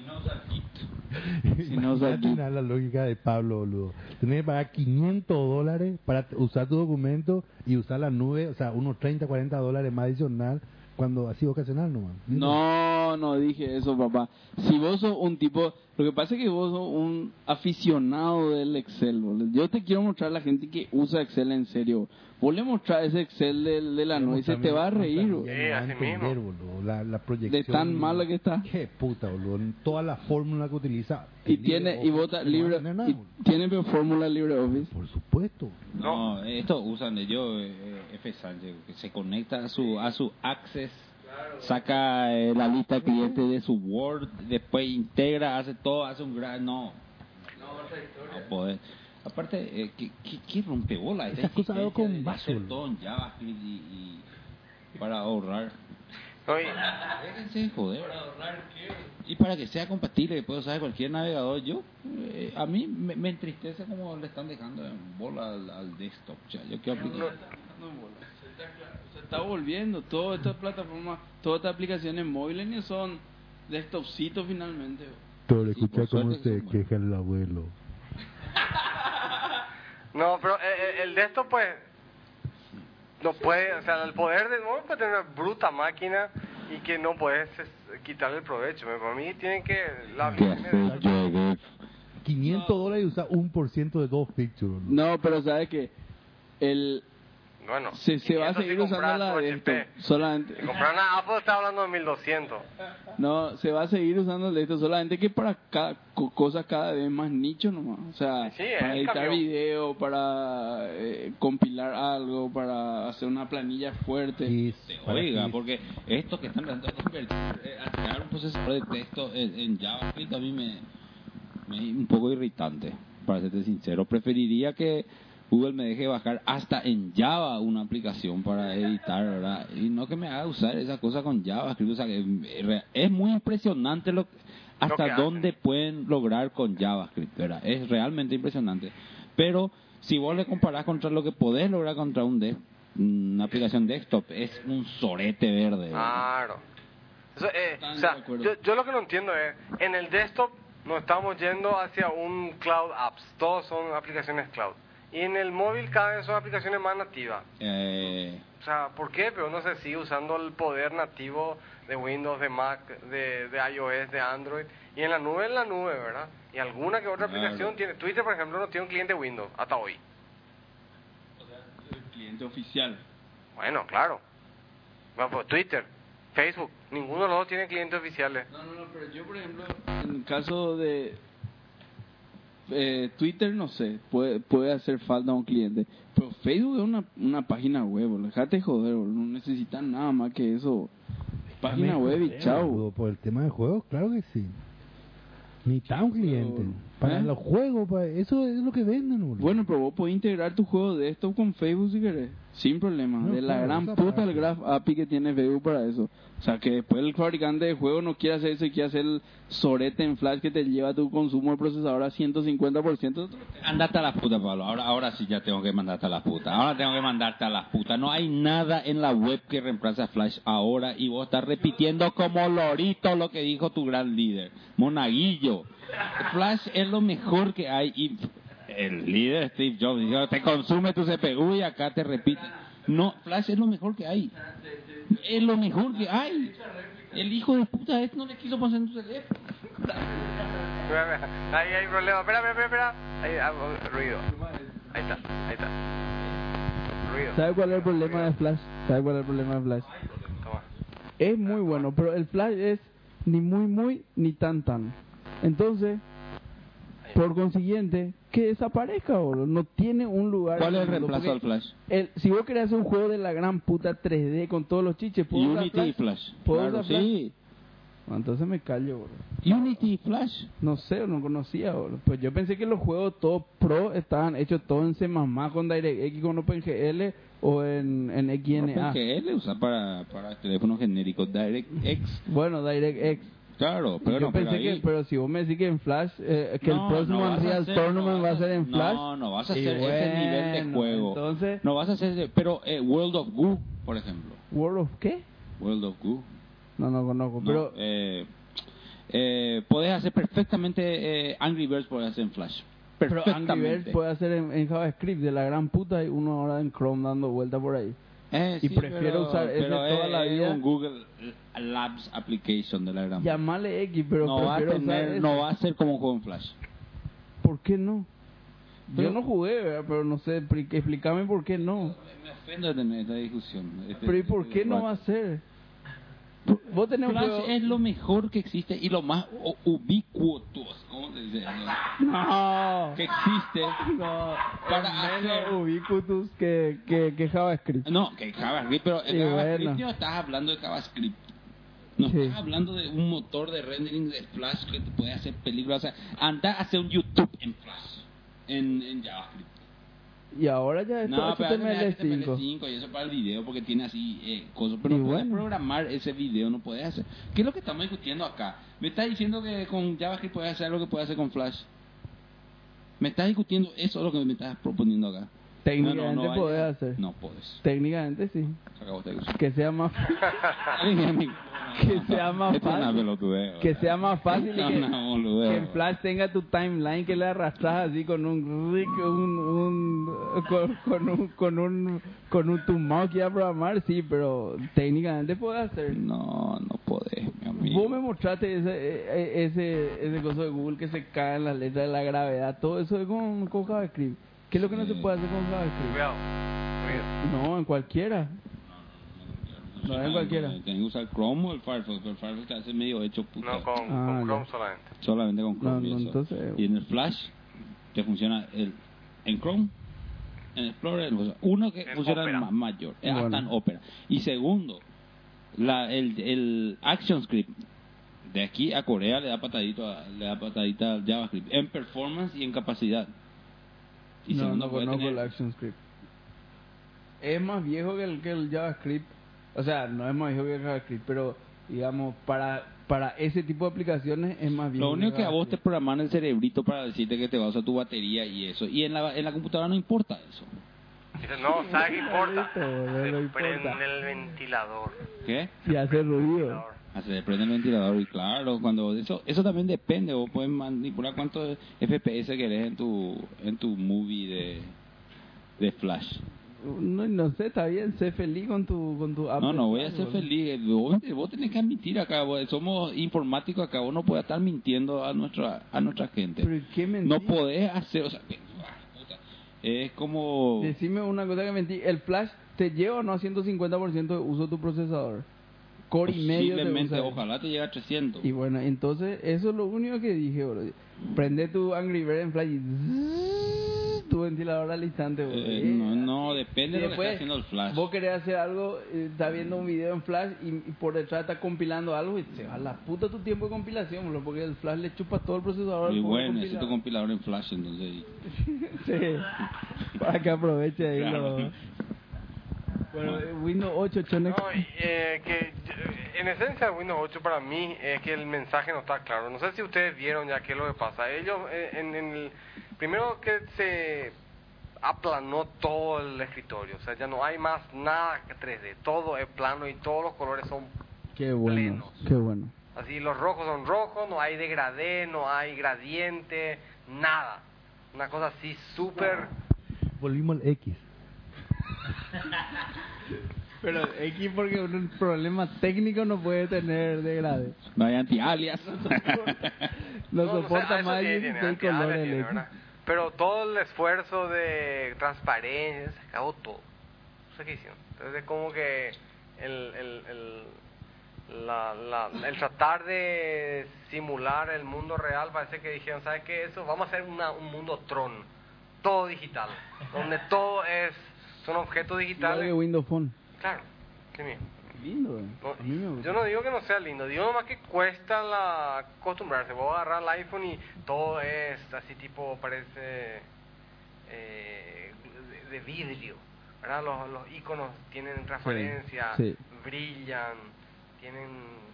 Speaker 13: Si no, o sea,
Speaker 4: Imagínate una- la lógica de Pablo, boludo. Tenés que pagar 500 dólares para t- usar tu documento y usar la nube, o sea, unos 30, 40 dólares más adicional cuando así ocasional nomás.
Speaker 13: No, no dije eso, papá. Si vos sos un tipo, lo que pasa es que vos sos un aficionado del Excel. boludo. Yo te quiero mostrar a la gente que usa Excel en serio. Vos le mostrás ese Excel de, de la noche y se te va a reír. boludo.
Speaker 7: Sí, así mismo.
Speaker 4: boludo, la, la proyección.
Speaker 13: De tan mala que está.
Speaker 4: Qué puta, boludo. Toda la fórmula que utiliza.
Speaker 13: Y
Speaker 4: el
Speaker 13: tiene y
Speaker 4: libro,
Speaker 13: vota
Speaker 4: no va a
Speaker 13: libre,
Speaker 4: tener nada,
Speaker 13: y
Speaker 4: boludo.
Speaker 13: tiene fórmula LibreOffice.
Speaker 4: Por supuesto.
Speaker 6: No, esto usan de yo, eh, F. Sánchez, que se conecta a su, a su Access, saca eh, la lista de clientes de su Word, después integra, hace todo, hace un gran... No, no poder. Aparte, eh, ¿qué, qué, qué rompebola
Speaker 4: Esas cosas hago con vaso,
Speaker 6: Basel.
Speaker 4: boludo.
Speaker 6: Todo en JavaScript y, y para ahorrar.
Speaker 7: hoy,
Speaker 6: Déjense de joder. Y para que sea compatible, que pueda usar cualquier navegador, yo, eh, a mí me, me entristece como le están dejando en bola al, al desktop. O sea, yo quiero aplicar.
Speaker 13: No, boludo. Se está cla- se está volviendo todas estas plataformas, todas estas aplicaciones móviles ni son desktopcitos finalmente. boludo.
Speaker 4: Pero
Speaker 6: Sí, escuchá por cómo suerte se que son buenas.
Speaker 4: queja el abuelo.
Speaker 7: no, pero eh, eh, el de esto pues no puede, o sea, el poder de no puede tener una bruta máquina y que no puedes quitarle el provecho. Para mí tienen que la
Speaker 6: yo, Google?
Speaker 4: 500 dólares y usa un por ciento de dos pictures, boludo.
Speaker 13: No, pero sabes que el
Speaker 7: bueno,
Speaker 13: se, se va a
Speaker 7: 500 si
Speaker 13: seguir usando
Speaker 7: compras
Speaker 13: la
Speaker 7: tu
Speaker 13: desktop
Speaker 7: HP.
Speaker 13: solamente.
Speaker 7: Si compras una Apple está hablando de 1200.
Speaker 13: No, se va a seguir usando el desktop solamente que para cada co- cosas cada vez más nicho nomás, o sea,
Speaker 7: Sí, es
Speaker 13: para
Speaker 7: el
Speaker 13: editar
Speaker 7: cambio.
Speaker 13: video, para eh, compilar algo, para hacer una planilla fuerte.
Speaker 4: Y-
Speaker 6: Oiga,
Speaker 4: y-
Speaker 6: porque estos que están tratando de convertir, eh, a crear un procesador de texto en, en JavaScript a mí me, me es un poco irritante, para serte sincero. Preferiría que Google me deje bajar hasta en Java una aplicación para editar, ¿verdad? Y no que me haga usar esa cosa con JavaScript. O sea, que eh, re- es muy impresionante lo hasta
Speaker 7: que hacen.
Speaker 6: dónde pueden lograr con JavaScript, ¿verdad? Es realmente impresionante. Pero si vos le comparás contra lo que podés lograr contra un de- una aplicación desktop, es un sorete verde.
Speaker 13: Ah.
Speaker 6: ¿verdad?
Speaker 7: Claro. Eso, eh,
Speaker 13: Totalmente
Speaker 7: o sea,
Speaker 13: de acuerdo.
Speaker 7: yo, yo lo que no entiendo es, en el desktop nos estamos yendo hacia un cloud apps, todos son aplicaciones cloud. Y en el móvil cada vez son aplicaciones más nativas.
Speaker 6: Eh,
Speaker 7: O sea, ¿por qué? Pero no se sigue usando el poder nativo de Windows, de Mac, de, de iOS, de Android. Y en la nube, en la nube, ¿verdad? Y alguna que otra
Speaker 6: Claro.
Speaker 7: aplicación tiene. Twitter, por ejemplo, no tiene un cliente Windows hasta hoy.
Speaker 13: El cliente oficial.
Speaker 7: Bueno, claro. Bueno, pues Twitter, Facebook, ninguno de los dos tiene clientes oficiales.
Speaker 13: No, no, no, pero yo, por ejemplo, en el caso de eh, Twitter, no sé, puede, puede hacer falta a un cliente. Pero Facebook es una, una página web, boludo, dejate de joder, boludo, no necesitas nada más que eso. Página
Speaker 4: Dame
Speaker 13: web y
Speaker 4: joder,
Speaker 13: chao.
Speaker 4: boludo, Por el tema de juegos, claro que sí. Ni tan cliente.
Speaker 13: boludo.
Speaker 4: Para
Speaker 13: ¿Eh?
Speaker 4: los juegos, pa- eso es lo que venden, boludo.
Speaker 13: Bueno, pero vos podés integrar tu juego de esto con Facebook si querés, sin problema.
Speaker 4: No,
Speaker 13: de la
Speaker 4: claro,
Speaker 13: gran
Speaker 4: esa
Speaker 13: puta
Speaker 4: parte.
Speaker 13: el Graph API que tiene Facebook para eso. O sea, que después el fabricante de juegos no quiere hacer eso y quiere hacer el sorete en flash que te lleva tu consumo de procesador a 150%.
Speaker 6: Andate a la puta, Pablo. Ahora, ahora sí ya tengo que mandarte a la puta. Ahora tengo que mandarte a la puta. No hay nada en la web que reemplace a Flash ahora y vos estás repitiendo como lorito lo que dijo tu gran líder, Monaguillo. Flash es lo mejor que hay y el líder Steve Jobs dijo, te consume tu CPU y acá te repite. No, Flash es lo mejor que hay. Es lo mejor que hay. El hijo de puta este no le quiso poner en tu teléfono.
Speaker 7: Espera, espera. Ahí hay problema. Espera, espera, espera. Ahí hago ruido. Ahí está, ahí está. Ruido.
Speaker 13: ¿Sabes cuál es el problema de Flash? ¿Sabes cuál es el problema de Flash?
Speaker 7: Toma.
Speaker 13: Es muy bueno, pero el Flash es ni muy muy ni tan tan. Entonces, por consiguiente, que desaparezca, boludo. No tiene un lugar.
Speaker 6: ¿Cuál es el
Speaker 13: en mundo,
Speaker 6: reemplazo al
Speaker 13: porque
Speaker 6: Flash?
Speaker 13: el- si vos querés hacer un juego de la gran puta 3D con todos los chiches, ¿puedo usar
Speaker 6: Unity y Flash.
Speaker 13: ¿Puedo
Speaker 6: Claro,
Speaker 13: usar Flash?
Speaker 6: sí.
Speaker 13: Bueno, entonces me callo, bro.
Speaker 6: Unity Flash.
Speaker 13: No sé, no conocía, bro. Pues yo pensé que los juegos todos pro estaban hechos todos en C++ con DirectX, con OpenGL o en, en XNA.
Speaker 6: OpenGL usa para, para teléfonos genéricos. DirectX.
Speaker 13: Bueno, DirectX.
Speaker 6: Claro, pero
Speaker 13: yo
Speaker 6: no, pero
Speaker 13: pensé
Speaker 6: ahí-
Speaker 13: que, pero si vos me decís que en Flash, eh, que
Speaker 6: No,
Speaker 13: el próximo
Speaker 6: no vas a
Speaker 13: Unreal
Speaker 6: hacer-
Speaker 13: Tournament
Speaker 6: no
Speaker 13: va
Speaker 6: vas
Speaker 13: a ser en Flash.
Speaker 6: No, no vas a
Speaker 13: Y
Speaker 6: hacer ese nivel de
Speaker 13: bueno,
Speaker 6: juego.
Speaker 13: Entonces,
Speaker 6: No vas a hacer ese, pero eh, World of Goo, por ejemplo.
Speaker 13: ¿World of qué?
Speaker 6: World of Goo.
Speaker 13: No, no conozco,
Speaker 6: No,
Speaker 13: Oh, pero
Speaker 6: eh, eh, podés hacer perfectamente eh, Angry Birds podés hacer en Flash.
Speaker 13: Pero
Speaker 6: Perfectamente.
Speaker 13: Angry Birds puede hacer en, en JavaScript de la gran puta y uno ahora en Chrome dando vuelta por ahí.
Speaker 6: Eh,
Speaker 13: y prefiero usar ese
Speaker 6: pero
Speaker 13: toda
Speaker 6: es-
Speaker 13: la
Speaker 6: es
Speaker 13: vida.
Speaker 6: un Google Labs application de la gran.
Speaker 13: Llamale X, pero
Speaker 6: no va a
Speaker 13: prefiero usar
Speaker 6: tener,
Speaker 13: ese.
Speaker 6: no va a ser como un juego en Flash.
Speaker 13: ¿Por qué no?
Speaker 6: Pero-
Speaker 13: Yo no jugué, ¿verdad? pero no sé, pri- explícame por qué no.
Speaker 6: Me ofendo tener esta discusión. Este-
Speaker 13: Pero ¿y por
Speaker 6: este
Speaker 13: qué no
Speaker 6: debate.
Speaker 13: va a ser? Vos tenés un
Speaker 6: Flash
Speaker 13: juego-
Speaker 6: es lo mejor que existe y lo más u- ubicuo, ¿cómo se dice?
Speaker 13: No,
Speaker 6: que existe.
Speaker 13: no,
Speaker 6: Para
Speaker 13: es menos
Speaker 6: hacer-
Speaker 13: ubicutus que, que, que JavaScript.
Speaker 6: No, que JavaScript, pero en
Speaker 13: Sí,
Speaker 6: JavaScript
Speaker 13: bueno.
Speaker 6: no estás hablando de JavaScript. No
Speaker 13: Sí.
Speaker 6: estás hablando de un motor de rendering de Flash que te puede hacer películas. O sea, anda a hacer un YouTube en Flash, en, en JavaScript.
Speaker 13: Y ahora ya es todo
Speaker 6: pero hazme
Speaker 13: HTML5.
Speaker 6: HTML5 y eso para el video porque tiene así eh, cosas. Pero
Speaker 13: Y
Speaker 6: no puedes
Speaker 13: bueno.
Speaker 6: programar ese video, no puedes hacer. ¿Qué es lo que estamos discutiendo acá? Me estás diciendo que con JavaScript puedes hacer lo que puedes hacer con Flash. Me estás discutiendo eso es lo que me estás proponiendo acá.
Speaker 13: Técnicamente
Speaker 6: No, no, no,
Speaker 13: podés
Speaker 6: hay-
Speaker 13: hacer.
Speaker 6: No puedes.
Speaker 13: Técnicamente sí.
Speaker 6: Se acabó este esta discusión.
Speaker 13: Que sea más
Speaker 6: que
Speaker 13: sea más fácil. que sea más fácil y que, que en Flash tenga tu timeline que le arrastras así con un rick, un, un- con, con un con un con un tu mouse que iba a programar sí pero técnicamente puedes hacer
Speaker 6: No, no podés, mi
Speaker 13: Vos
Speaker 6: amigo.
Speaker 13: me mostraste ese, eh, ese, ese coso de Google que se cae en las letras de la gravedad, todo eso es con, con JavaScript. ¿Qué es lo que no se puede hacer con JavaScript?
Speaker 7: Cuidado, cuidado.
Speaker 13: No, en cualquiera. No es cualquiera.
Speaker 6: Tenés que usar Chrome o el Firefox, pero el Firefox te hace medio hecho puta.
Speaker 7: No, con,
Speaker 13: Ah,
Speaker 7: con
Speaker 13: ya.
Speaker 7: Chrome solamente.
Speaker 6: Solamente con Chrome.
Speaker 13: No,
Speaker 6: y,
Speaker 13: no,
Speaker 6: eso.
Speaker 13: entonces- eh,
Speaker 6: y en el Flash te funciona el, en Chrome, en Explorer, o sea, uno que
Speaker 7: En
Speaker 6: funciona
Speaker 7: Opera.
Speaker 6: ma- mayor, eh, hasta
Speaker 13: Bueno.
Speaker 6: en Opera. Y segundo, la, el, el Action Script de aquí a Corea le da patadito a- le da patadita al JavaScript en performance y en capacidad. Y
Speaker 13: no,
Speaker 6: segundo,
Speaker 13: no
Speaker 6: puede
Speaker 13: conozco
Speaker 6: tener-
Speaker 13: el ActionScript. Es más viejo que el, que el JavaScript. O sea, no es más viejo que el JavaScript, pero digamos, para, para ese tipo de aplicaciones es más viejo.
Speaker 6: Lo único que a vos te
Speaker 13: JavaScript.
Speaker 6: programan el cerebrito para decirte que te va a usar tu batería y eso. Y en la, en la computadora no importa eso.
Speaker 7: Dice, no, ¿sabes qué importa?
Speaker 13: Listo, boludo,
Speaker 7: Se
Speaker 13: no importa.
Speaker 7: prende el ventilador.
Speaker 6: ¿Qué?
Speaker 13: Y hace ruido.
Speaker 7: ventilador.
Speaker 6: Ah, Se le prende el ventilador y claro, cuando eso eso también depende, vos puedes manipular cuántos FPS querés en tu en tu movie de, de Flash.
Speaker 13: No, no sé, está bien, sé feliz con tu, con tu app
Speaker 6: No,
Speaker 13: de
Speaker 6: no, voy a
Speaker 13: Flash,
Speaker 6: ser
Speaker 13: boludo.
Speaker 6: feliz. eh, Vos, vos tenés que admitir acá, vos- somos informáticos acá, vos no podés estar mintiendo a nuestra a nuestra
Speaker 13: Pero
Speaker 6: gente.
Speaker 13: qué mentira.
Speaker 6: No podés hacer, o sea, que- ah, puta, es como
Speaker 13: Decime una cosa que mentí. ¿El flash te lleva o no a 150% de uso de tu procesador? Core y medio te
Speaker 6: posiblemente,
Speaker 13: usa.
Speaker 6: ojalá te llegue a 300.
Speaker 13: Y bueno, entonces eso es lo único que dije, bro. Prende tu Angry Bird en flash y zzzz, tu ventilador al instante, bro.
Speaker 6: Eh, no, no,
Speaker 13: Y
Speaker 6: depende de lo que
Speaker 13: después,
Speaker 6: esté haciendo el Flash.
Speaker 13: Vos querés hacer algo, eh, está viendo un video en flash y, y por detrás está compilando algo y se va a la puta tu tiempo de compilación, bro, porque el flash le chupa todo el procesador. al
Speaker 6: Y
Speaker 13: pobre
Speaker 6: bueno,
Speaker 13: compilador.
Speaker 6: necesito compilador en Flash, entonces. y-
Speaker 13: Sí, para que aproveche ahí
Speaker 6: Claro.
Speaker 13: lo- Bueno, eh, Windows 8, Chonex.
Speaker 7: No, y, eh, que eh, en esencia Windows 8 para mí es que el mensaje no está claro. No sé si ustedes vieron ya qué es lo que pasa. Ellos, eh, en, en el, primero que se aplanó todo el escritorio, o sea, ya no hay más nada que 3D, todo es plano y todos los colores son
Speaker 13: Qué bueno,
Speaker 7: plenos.
Speaker 13: qué bueno.
Speaker 7: Así los rojos son rojos, no hay degradé, no hay gradiente, nada. Una cosa así súper...
Speaker 4: Volvimos al X.
Speaker 13: Pero X porque un problema técnico no puede tener de grade.
Speaker 6: No hay anti-alias.
Speaker 13: No,
Speaker 7: No, no sé,
Speaker 13: soporta
Speaker 7: ah, eso
Speaker 13: más
Speaker 7: sí
Speaker 13: de
Speaker 7: tiene,
Speaker 13: 16
Speaker 7: anti-alias
Speaker 13: colores
Speaker 7: tiene,
Speaker 13: el X.
Speaker 7: ¿verdad? Pero todo el esfuerzo de transparencia, se acabó todo. No sé qué hicieron. Entonces es como que el, el, el, la- la- el tratar de simular el mundo real parece que dijeron, ¿sabes qué? Eso, vamos a hacer una- un mundo Tron, todo digital, donde todo es, son objetos
Speaker 13: Igual
Speaker 7: digitales.
Speaker 13: que Windows Phone.
Speaker 7: Claro, qué bien.
Speaker 13: lindo, eh.
Speaker 7: No,
Speaker 13: A mí me gusta.
Speaker 7: yo no digo que no sea lindo, digo nomás que cuesta la acostumbrarse. Vos agarrar el iPhone y todo es así tipo, parece eh, de, de vidrio. ¿verdad? Los, los iconos tienen transparencia,
Speaker 13: sí.
Speaker 7: brillan, tienen,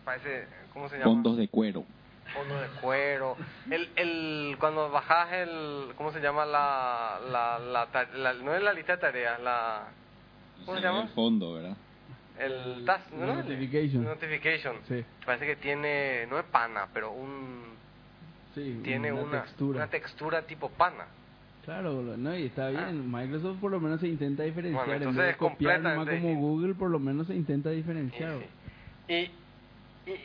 Speaker 7: parece, ¿cómo se llama?
Speaker 6: Fondos de cuero.
Speaker 7: fondo de cuero. El, el, cuando bajas el, ¿cómo se llama? La, la, la, ta- la- no es la lista de tareas, la, ¿cómo se
Speaker 6: Se ve
Speaker 7: llama?
Speaker 6: El fondo, ¿verdad?
Speaker 7: El task, ¿no?
Speaker 13: Notification.
Speaker 7: Notification.
Speaker 13: Sí.
Speaker 7: Parece que tiene, no es pana, pero un,
Speaker 13: Sí,
Speaker 7: tiene una, una textura. tipo pana.
Speaker 13: Claro, boludo, no, y está bien. Microsoft por lo menos se intenta diferenciar.
Speaker 7: Bueno,
Speaker 13: en
Speaker 7: entonces
Speaker 13: vez de
Speaker 7: es
Speaker 13: copiar nomás
Speaker 7: completamente
Speaker 13: como
Speaker 7: distinto.
Speaker 13: Google, por lo menos se intenta
Speaker 7: Y-
Speaker 13: diferenciar. boludo.
Speaker 7: Y, y,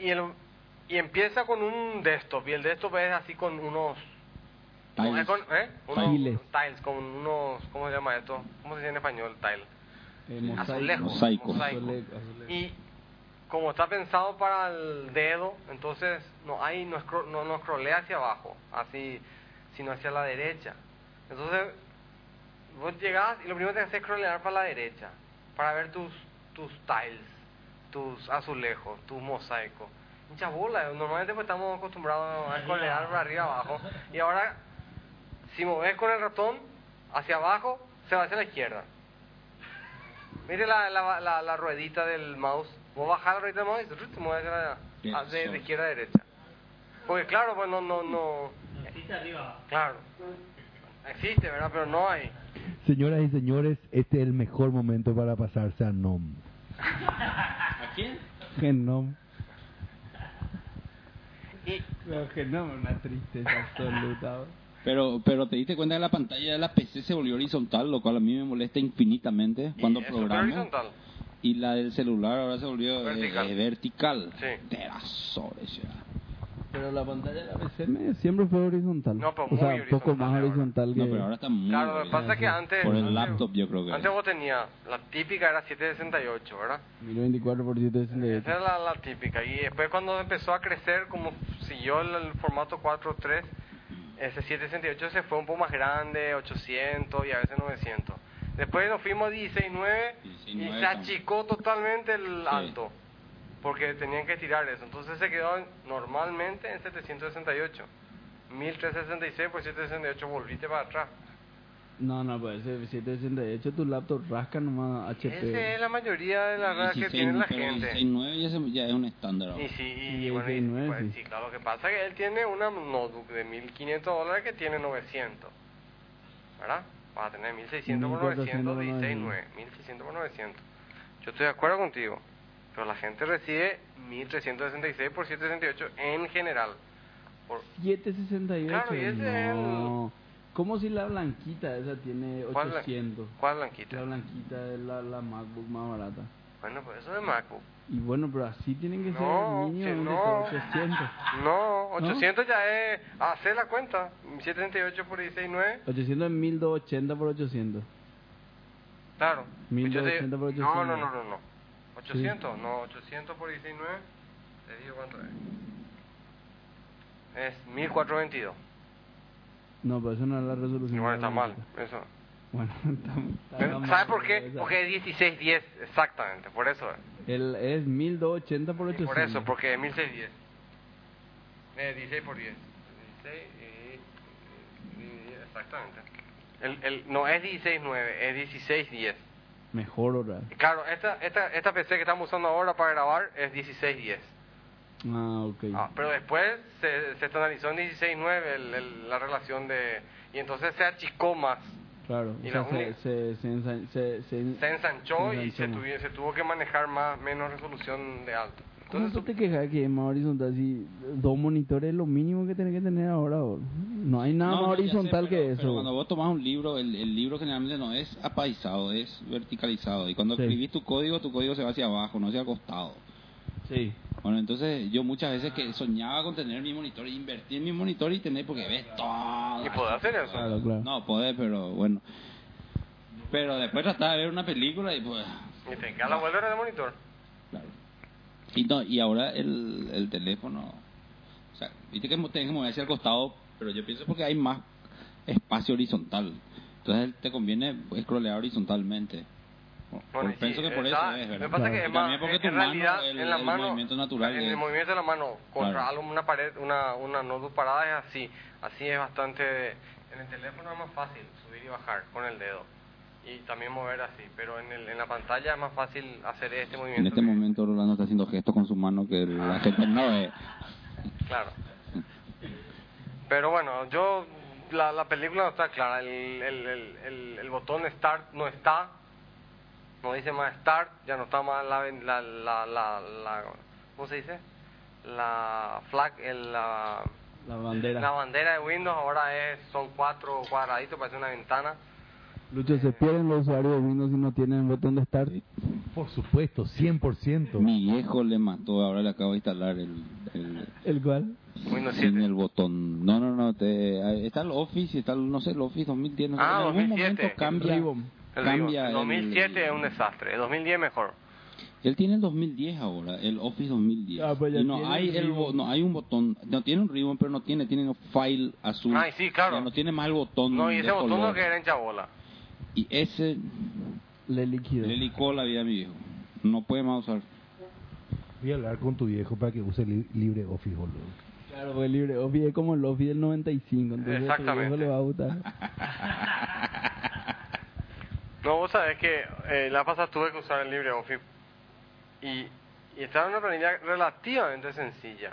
Speaker 7: y el- y empieza con un desktop, y el desktop es así con unos...
Speaker 6: Tiles.
Speaker 7: es con- ¿eh? Unos-
Speaker 13: Tiles.
Speaker 7: tiles, con unos, ¿cómo se llama esto? ¿Cómo se dice en español? Tile.
Speaker 13: Eh, mosaico.
Speaker 7: Azulejo.
Speaker 6: Mosaico.
Speaker 13: Azulejo, azulejo.
Speaker 7: Y como está pensado para el dedo, entonces no hay no, escro- no, no scrollea hacia abajo, así, sino hacia la derecha. Entonces, vos llegás y lo primero que haces es scrollear para la derecha, para ver tus, tus tiles, tus azulejos, tus mosaicos. Mucha bola, normalmente pues estamos acostumbrados a scrollear para arriba abajo. Y ahora, si moves con el ratón hacia abajo, se va hacia la izquierda. Mire la, la, la, la ruedita del mouse. Vos bajás la ruedita del mouse y ¡rut! se mueve hacia la-
Speaker 6: Bien,
Speaker 7: hacia- de,
Speaker 6: son.
Speaker 7: izquierda a derecha. Porque claro, pues no, no, no.
Speaker 5: Noticia arriba.
Speaker 7: Claro. Existe, ¿verdad? Pero no hay.
Speaker 4: Señoras y señores, este es el mejor momento para pasarse a NOM.
Speaker 13: ¿A quién?
Speaker 4: Genom.
Speaker 7: Y,
Speaker 13: Pero que no, una tristeza absoluta. boludo.
Speaker 6: Pero, pero te diste cuenta que la pantalla de la PC se volvió horizontal, lo cual a mí me molesta infinitamente cuando
Speaker 7: y es súper
Speaker 6: programo.
Speaker 7: horizontal.
Speaker 6: Y la del celular ahora se volvió eh,
Speaker 7: Vertical.
Speaker 6: eh, vertical.
Speaker 7: Sí.
Speaker 6: De la sobre, ciudad.
Speaker 13: Pero la pantalla de la PCM siempre fue horizontal.
Speaker 7: No, pero
Speaker 13: o sea,
Speaker 7: muy
Speaker 13: un poco
Speaker 7: horizontal
Speaker 13: más
Speaker 7: ahora.
Speaker 13: horizontal que.
Speaker 6: No, pero ahora está muy
Speaker 7: Claro, lo que
Speaker 6: horizontal.
Speaker 7: pasa es que antes.
Speaker 6: Por el
Speaker 7: antes-
Speaker 6: laptop yo creo que
Speaker 7: Antes vos tenías. La típica era 768, ¿verdad?
Speaker 13: 1024 por
Speaker 7: Esa
Speaker 13: 768.
Speaker 7: era la, la típica. Y después cuando empezó a crecer, como siguió el, el formato 4.3, ese 768 se fue un poco más grande, 800 y a veces 900. Después nos fuimos a 16.9 y
Speaker 6: 16.9
Speaker 7: se achicó totalmente el
Speaker 6: Sí.
Speaker 7: alto. Porque tenían que tirar eso. Entonces se quedó en- normalmente en 768. 1366 por 768 volviste para atrás.
Speaker 13: No, no, pues ese 768 tu laptop rasca nomás HP.
Speaker 7: Esa es la mayoría de las cosas que tiene la gente.
Speaker 6: 9 ya, se- ya es un estándar ahora.
Speaker 7: Y sí, y,
Speaker 13: Y
Speaker 7: bueno, y-
Speaker 13: 19.
Speaker 7: pues, sí, claro, lo que pasa es que él tiene una notebook de 1500 dólares que tiene 900, ¿verdad? Va a tener 1600 por 900,
Speaker 13: 1400
Speaker 7: 16, 9,
Speaker 13: 900.
Speaker 7: 1600 por 900. Yo estoy de acuerdo contigo, pero la gente recibe 1366 por 768 en general. Por,
Speaker 13: 768.
Speaker 7: Claro, y ese es
Speaker 13: no. Como si la blanquita esa tiene
Speaker 7: ¿Cuál blan-
Speaker 13: 800.
Speaker 7: ¿Cuál blanquita?
Speaker 13: La blanquita es la, la MacBook más barata.
Speaker 7: Bueno, pues eso es MacBook.
Speaker 13: Y bueno, pero así tienen que ser
Speaker 7: No,
Speaker 13: el niño
Speaker 7: que
Speaker 13: un
Speaker 7: no.
Speaker 13: 800.
Speaker 7: No, 800 ya es, hacer la cuenta, 768 por 16, 9.
Speaker 13: 800 es 1280 por 800.
Speaker 7: Claro.
Speaker 13: 1280 por 800.
Speaker 7: No, no, no, no. no. 800, no, 800 por 19. Te digo cuánto es. Es 1422.
Speaker 13: No, pero eso Pues no es la resolución.
Speaker 7: Igual
Speaker 13: de la
Speaker 7: está mal.
Speaker 13: blanquita.
Speaker 7: Eso.
Speaker 13: Bueno, está, está mal.
Speaker 7: ¿Sabes por qué?
Speaker 13: esa-
Speaker 7: Porque es 1610, exactamente. Por eso. es.
Speaker 13: El, es 1280 por
Speaker 7: Y
Speaker 13: 800.
Speaker 7: por eso, porque es 1610. Eh, 16 por 10. 16 y. y- Exactamente. El, el, no es 169, es 1610.
Speaker 13: Mejor hora.
Speaker 7: Claro, esta, esta, esta PC que estamos usando ahora para grabar es 1610.
Speaker 13: Ah, ok.
Speaker 7: Ah, pero después se, se estandarizó en 16.9 el- el- la relación de... Y entonces se achicó más,
Speaker 13: Claro.
Speaker 7: Y
Speaker 13: o sea,
Speaker 7: la
Speaker 13: se,
Speaker 7: única-
Speaker 13: se, se, ensa- se, se-
Speaker 7: se ensanchó y
Speaker 13: ensanchó
Speaker 7: se,
Speaker 13: más.
Speaker 7: tuvi- se tuvo que manejar más menos resolución de alto.
Speaker 13: ¿Cómo
Speaker 7: Entonces,
Speaker 13: tú te quejas que es más horizontal si dos monitores es lo mínimo que tenés que tener ahora? bol? No hay nada
Speaker 6: No,
Speaker 13: más
Speaker 6: no, ya sé,
Speaker 13: horizontal
Speaker 6: pero-
Speaker 13: que eso.
Speaker 6: Pero cuando vos tomás un libro, el, el libro generalmente no es apaisado, es verticalizado. Y cuando
Speaker 13: Sí.
Speaker 6: escribís tu código, tu código se va hacia abajo, no hacia el costado.
Speaker 13: Sí.
Speaker 6: Bueno, entonces yo muchas veces que soñaba con tener mi monitor, invertí en mi monitor y tener porque ves todo.
Speaker 7: ¿Y podés hacer eso?
Speaker 13: Claro, claro.
Speaker 6: No, podés, pero bueno. Pero después trataba de ver una película y pues...
Speaker 7: y te queda la vuelta de monitor.
Speaker 6: Claro. Y, no, y ahora el, el teléfono... O sea, viste que mo- tenés que mover hacia el costado, pero yo pienso porque hay más espacio horizontal. Entonces te conviene scrollear horizontalmente. Por-
Speaker 7: y
Speaker 6: Pues pienso
Speaker 7: sí,
Speaker 6: que por eso
Speaker 7: está-
Speaker 6: es, ¿verdad?
Speaker 7: Lo que pasa es
Speaker 6: Y
Speaker 7: que es
Speaker 6: también
Speaker 7: más-
Speaker 6: porque
Speaker 7: en
Speaker 6: tu
Speaker 7: en
Speaker 6: mano,
Speaker 7: realidad,
Speaker 6: el-
Speaker 7: en la
Speaker 6: el
Speaker 7: mano,
Speaker 6: movimiento natural
Speaker 7: en
Speaker 6: de-
Speaker 7: el movimiento de la mano contra
Speaker 6: Claro.
Speaker 7: algo, una pared, una, una notebook parada es así. Así es bastante. En el teléfono es más fácil subir y bajar con el dedo y también mover así, pero en, el, en la pantalla es más fácil hacer este movimiento.
Speaker 6: En este
Speaker 7: que- Ah.
Speaker 6: momento Rolando está haciendo gestos con su mano que la gente no ve.
Speaker 7: Claro. Pero bueno, yo. La, la película no está clara. El, el, el, el, el botón Start no está. No dice más Start. Ya no está más la. ven- la, la, la, la- ¿Cómo se dice? La flag. El, la,
Speaker 13: La bandera.
Speaker 7: la bandera de Windows ahora es son cuatro cuadraditos, parece una ventana.
Speaker 13: Lucho,
Speaker 7: Eh.
Speaker 13: se pierden los usuarios de Windows si no tienen botón de start.
Speaker 4: Por supuesto, 100%.
Speaker 6: Mi viejo le mató, ahora le acabo de instalar el, el-
Speaker 13: El cual.
Speaker 7: Windows
Speaker 6: sin
Speaker 7: 7.
Speaker 6: el botón. No, no, no, te- está el Office, está el, no sé, el Office 2010, no sé,
Speaker 7: Ah,
Speaker 6: en algún
Speaker 7: 2007.
Speaker 6: momento cambia.
Speaker 13: Ribbon.
Speaker 7: El
Speaker 6: cambia el-
Speaker 7: 2007 es un desastre. El 2010 mejor.
Speaker 6: Él tiene el 2010 ahora, el Office 2010.
Speaker 13: Ah, pues ya
Speaker 6: y no
Speaker 13: tiene
Speaker 6: hay
Speaker 13: el
Speaker 6: el bo-
Speaker 13: ribbon.
Speaker 6: no hay un botón, no tiene un ribbon, pero no tiene, tiene un file azul.
Speaker 7: Ay, Ah, sí,
Speaker 6: O
Speaker 7: claro.
Speaker 6: sea, no tiene más el botón.
Speaker 7: No, y
Speaker 6: de
Speaker 7: ese botón no
Speaker 6: color.
Speaker 7: queda en chabola.
Speaker 6: Y ese
Speaker 13: Le líquido.
Speaker 6: le licó la vida a mi viejo. No puede más usar.
Speaker 4: Voy a hablar con tu viejo para que use li- LibreOffice, boludo.
Speaker 13: Claro, porque libre. Obvio, es como el Office del 95. Entonces, tu
Speaker 7: Exactamente.
Speaker 13: viejo le va a gustar.
Speaker 7: No, vos sabés que eh, la pasada tuve que usar el LibreOffice y, y estaba en una planilla relativamente sencilla.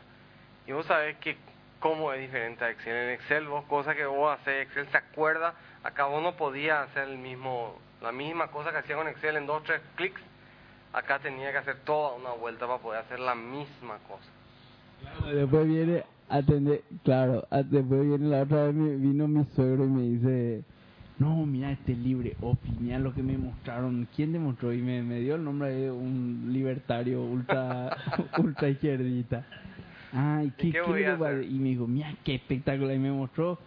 Speaker 7: Y vos sabés que cómo es diferente a Excel. En Excel vos cosas que vos haces, Excel te acuerda, acá vos no podías hacer el mismo, la misma cosa que hacía con Excel en dos, tres clics. Acá tenía que hacer toda una vuelta para poder hacer la misma cosa.
Speaker 13: Claro, Después viene atender, claro, a- después viene la otra vez me- vino mi suegro y me dice, no, mira este libre office, mira lo que me mostraron, ¿quién demostró? Y me, me dio el nombre de un libertario ultra, ultra izquierdita. Ay, ¿qué,
Speaker 7: qué voy
Speaker 13: le
Speaker 7: a
Speaker 13: va
Speaker 7: hacer?
Speaker 13: Y me dijo, mira qué espectacular, y me mostró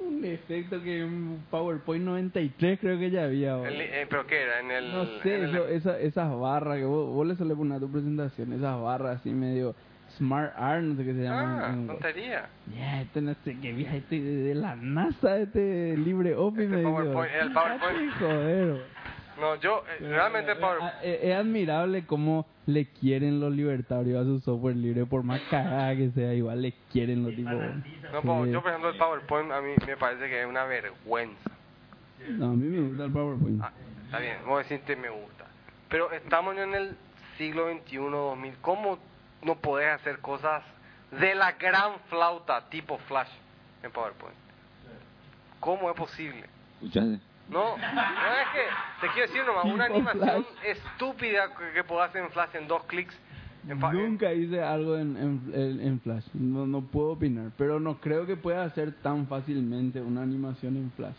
Speaker 13: un efecto que un PowerPoint 93 creo que ya había. oh. boludo.
Speaker 7: El li- eh, ¿Pero qué era? En el,
Speaker 13: No sé,
Speaker 7: en el-
Speaker 13: eso- esa- esas barras que vos, vos le suele poner a tu presentación, esas barras así medio Smart Art, no sé qué se llama.
Speaker 7: Ah,
Speaker 13: en- en-
Speaker 7: tontería.
Speaker 13: Ya, este no sé qué viaje, este de la NASA, este LibreOffice.
Speaker 7: Este
Speaker 13: me dijo.
Speaker 7: PowerPoint, el PowerPoint.
Speaker 13: Ay, joder. bro.
Speaker 7: No, yo eh, realmente...
Speaker 13: Eh,
Speaker 7: Power-
Speaker 13: ah, eh, Es, admirable cómo le quieren los libertarios a su software libre, por más cagada que sea, igual le quieren los tipos.
Speaker 7: No, po-
Speaker 13: Sí.
Speaker 7: yo por ejemplo el PowerPoint a mí me parece que es una vergüenza.
Speaker 13: No, a mí me gusta el PowerPoint.
Speaker 7: Ah, está bien, vos deciste me gusta. Pero estamos en el siglo XXI, 2000. ¿Cómo no podés hacer cosas de la gran flauta tipo Flash en PowerPoint? ¿Cómo es posible?
Speaker 6: ¿Escuchaste?
Speaker 7: No, no es que, te quiero decir nomás, una
Speaker 13: Tipo
Speaker 7: animación estúpida que, que podés hacer en Flash en dos clics. En pa- en-
Speaker 13: Nunca hice algo en, en, en- en Flash, no, no puedo opinar, pero no creo que pueda hacer tan fácilmente una animación en Flash.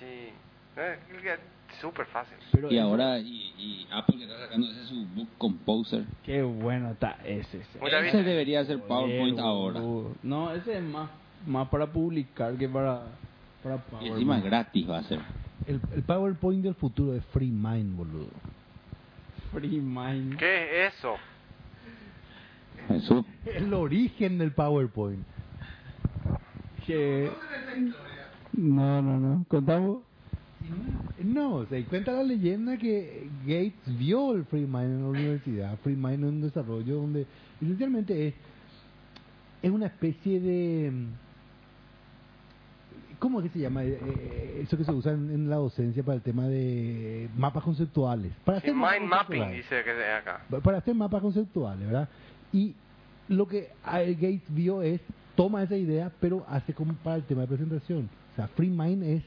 Speaker 7: Sí, Eh, es súper fácil.
Speaker 13: Pero
Speaker 6: Y
Speaker 13: eso-
Speaker 6: ahora, y, y Apple que está sacando ese su Book Composer.
Speaker 13: Qué bueno está ese.
Speaker 7: Oye, David.
Speaker 6: Ese debería ser PowerPoint
Speaker 13: Joder,
Speaker 6: ahora.
Speaker 13: boludo. No, ese es más, más para publicar que para, para
Speaker 6: Y
Speaker 13: PowerPoint.
Speaker 6: encima es gratis va a ser.
Speaker 4: El, el PowerPoint del futuro es Free Mind, boludo.
Speaker 13: Free Mind.
Speaker 7: ¿Qué es eso?
Speaker 6: Jesús.
Speaker 4: El origen del PowerPoint.
Speaker 13: Que- No, no, no. ¿Contamos?
Speaker 4: No, se cuenta la leyenda que Gates vio el Free Mind en la universidad. Free Mind es un desarrollo donde esencialmente es, es una especie de... ¿Cómo es que se llama? Eh, eh, Eso que se usa en, en la docencia para el tema de mapas conceptuales. Para
Speaker 7: Sí,
Speaker 4: hacer mapas
Speaker 7: mind mapping
Speaker 4: conceptuales.
Speaker 7: dice que es acá.
Speaker 4: para hacer mapas conceptuales, ¿verdad? Y lo que a- Gates vio es, toma esa idea, pero hace como para el tema de presentación. O sea, FreeMind es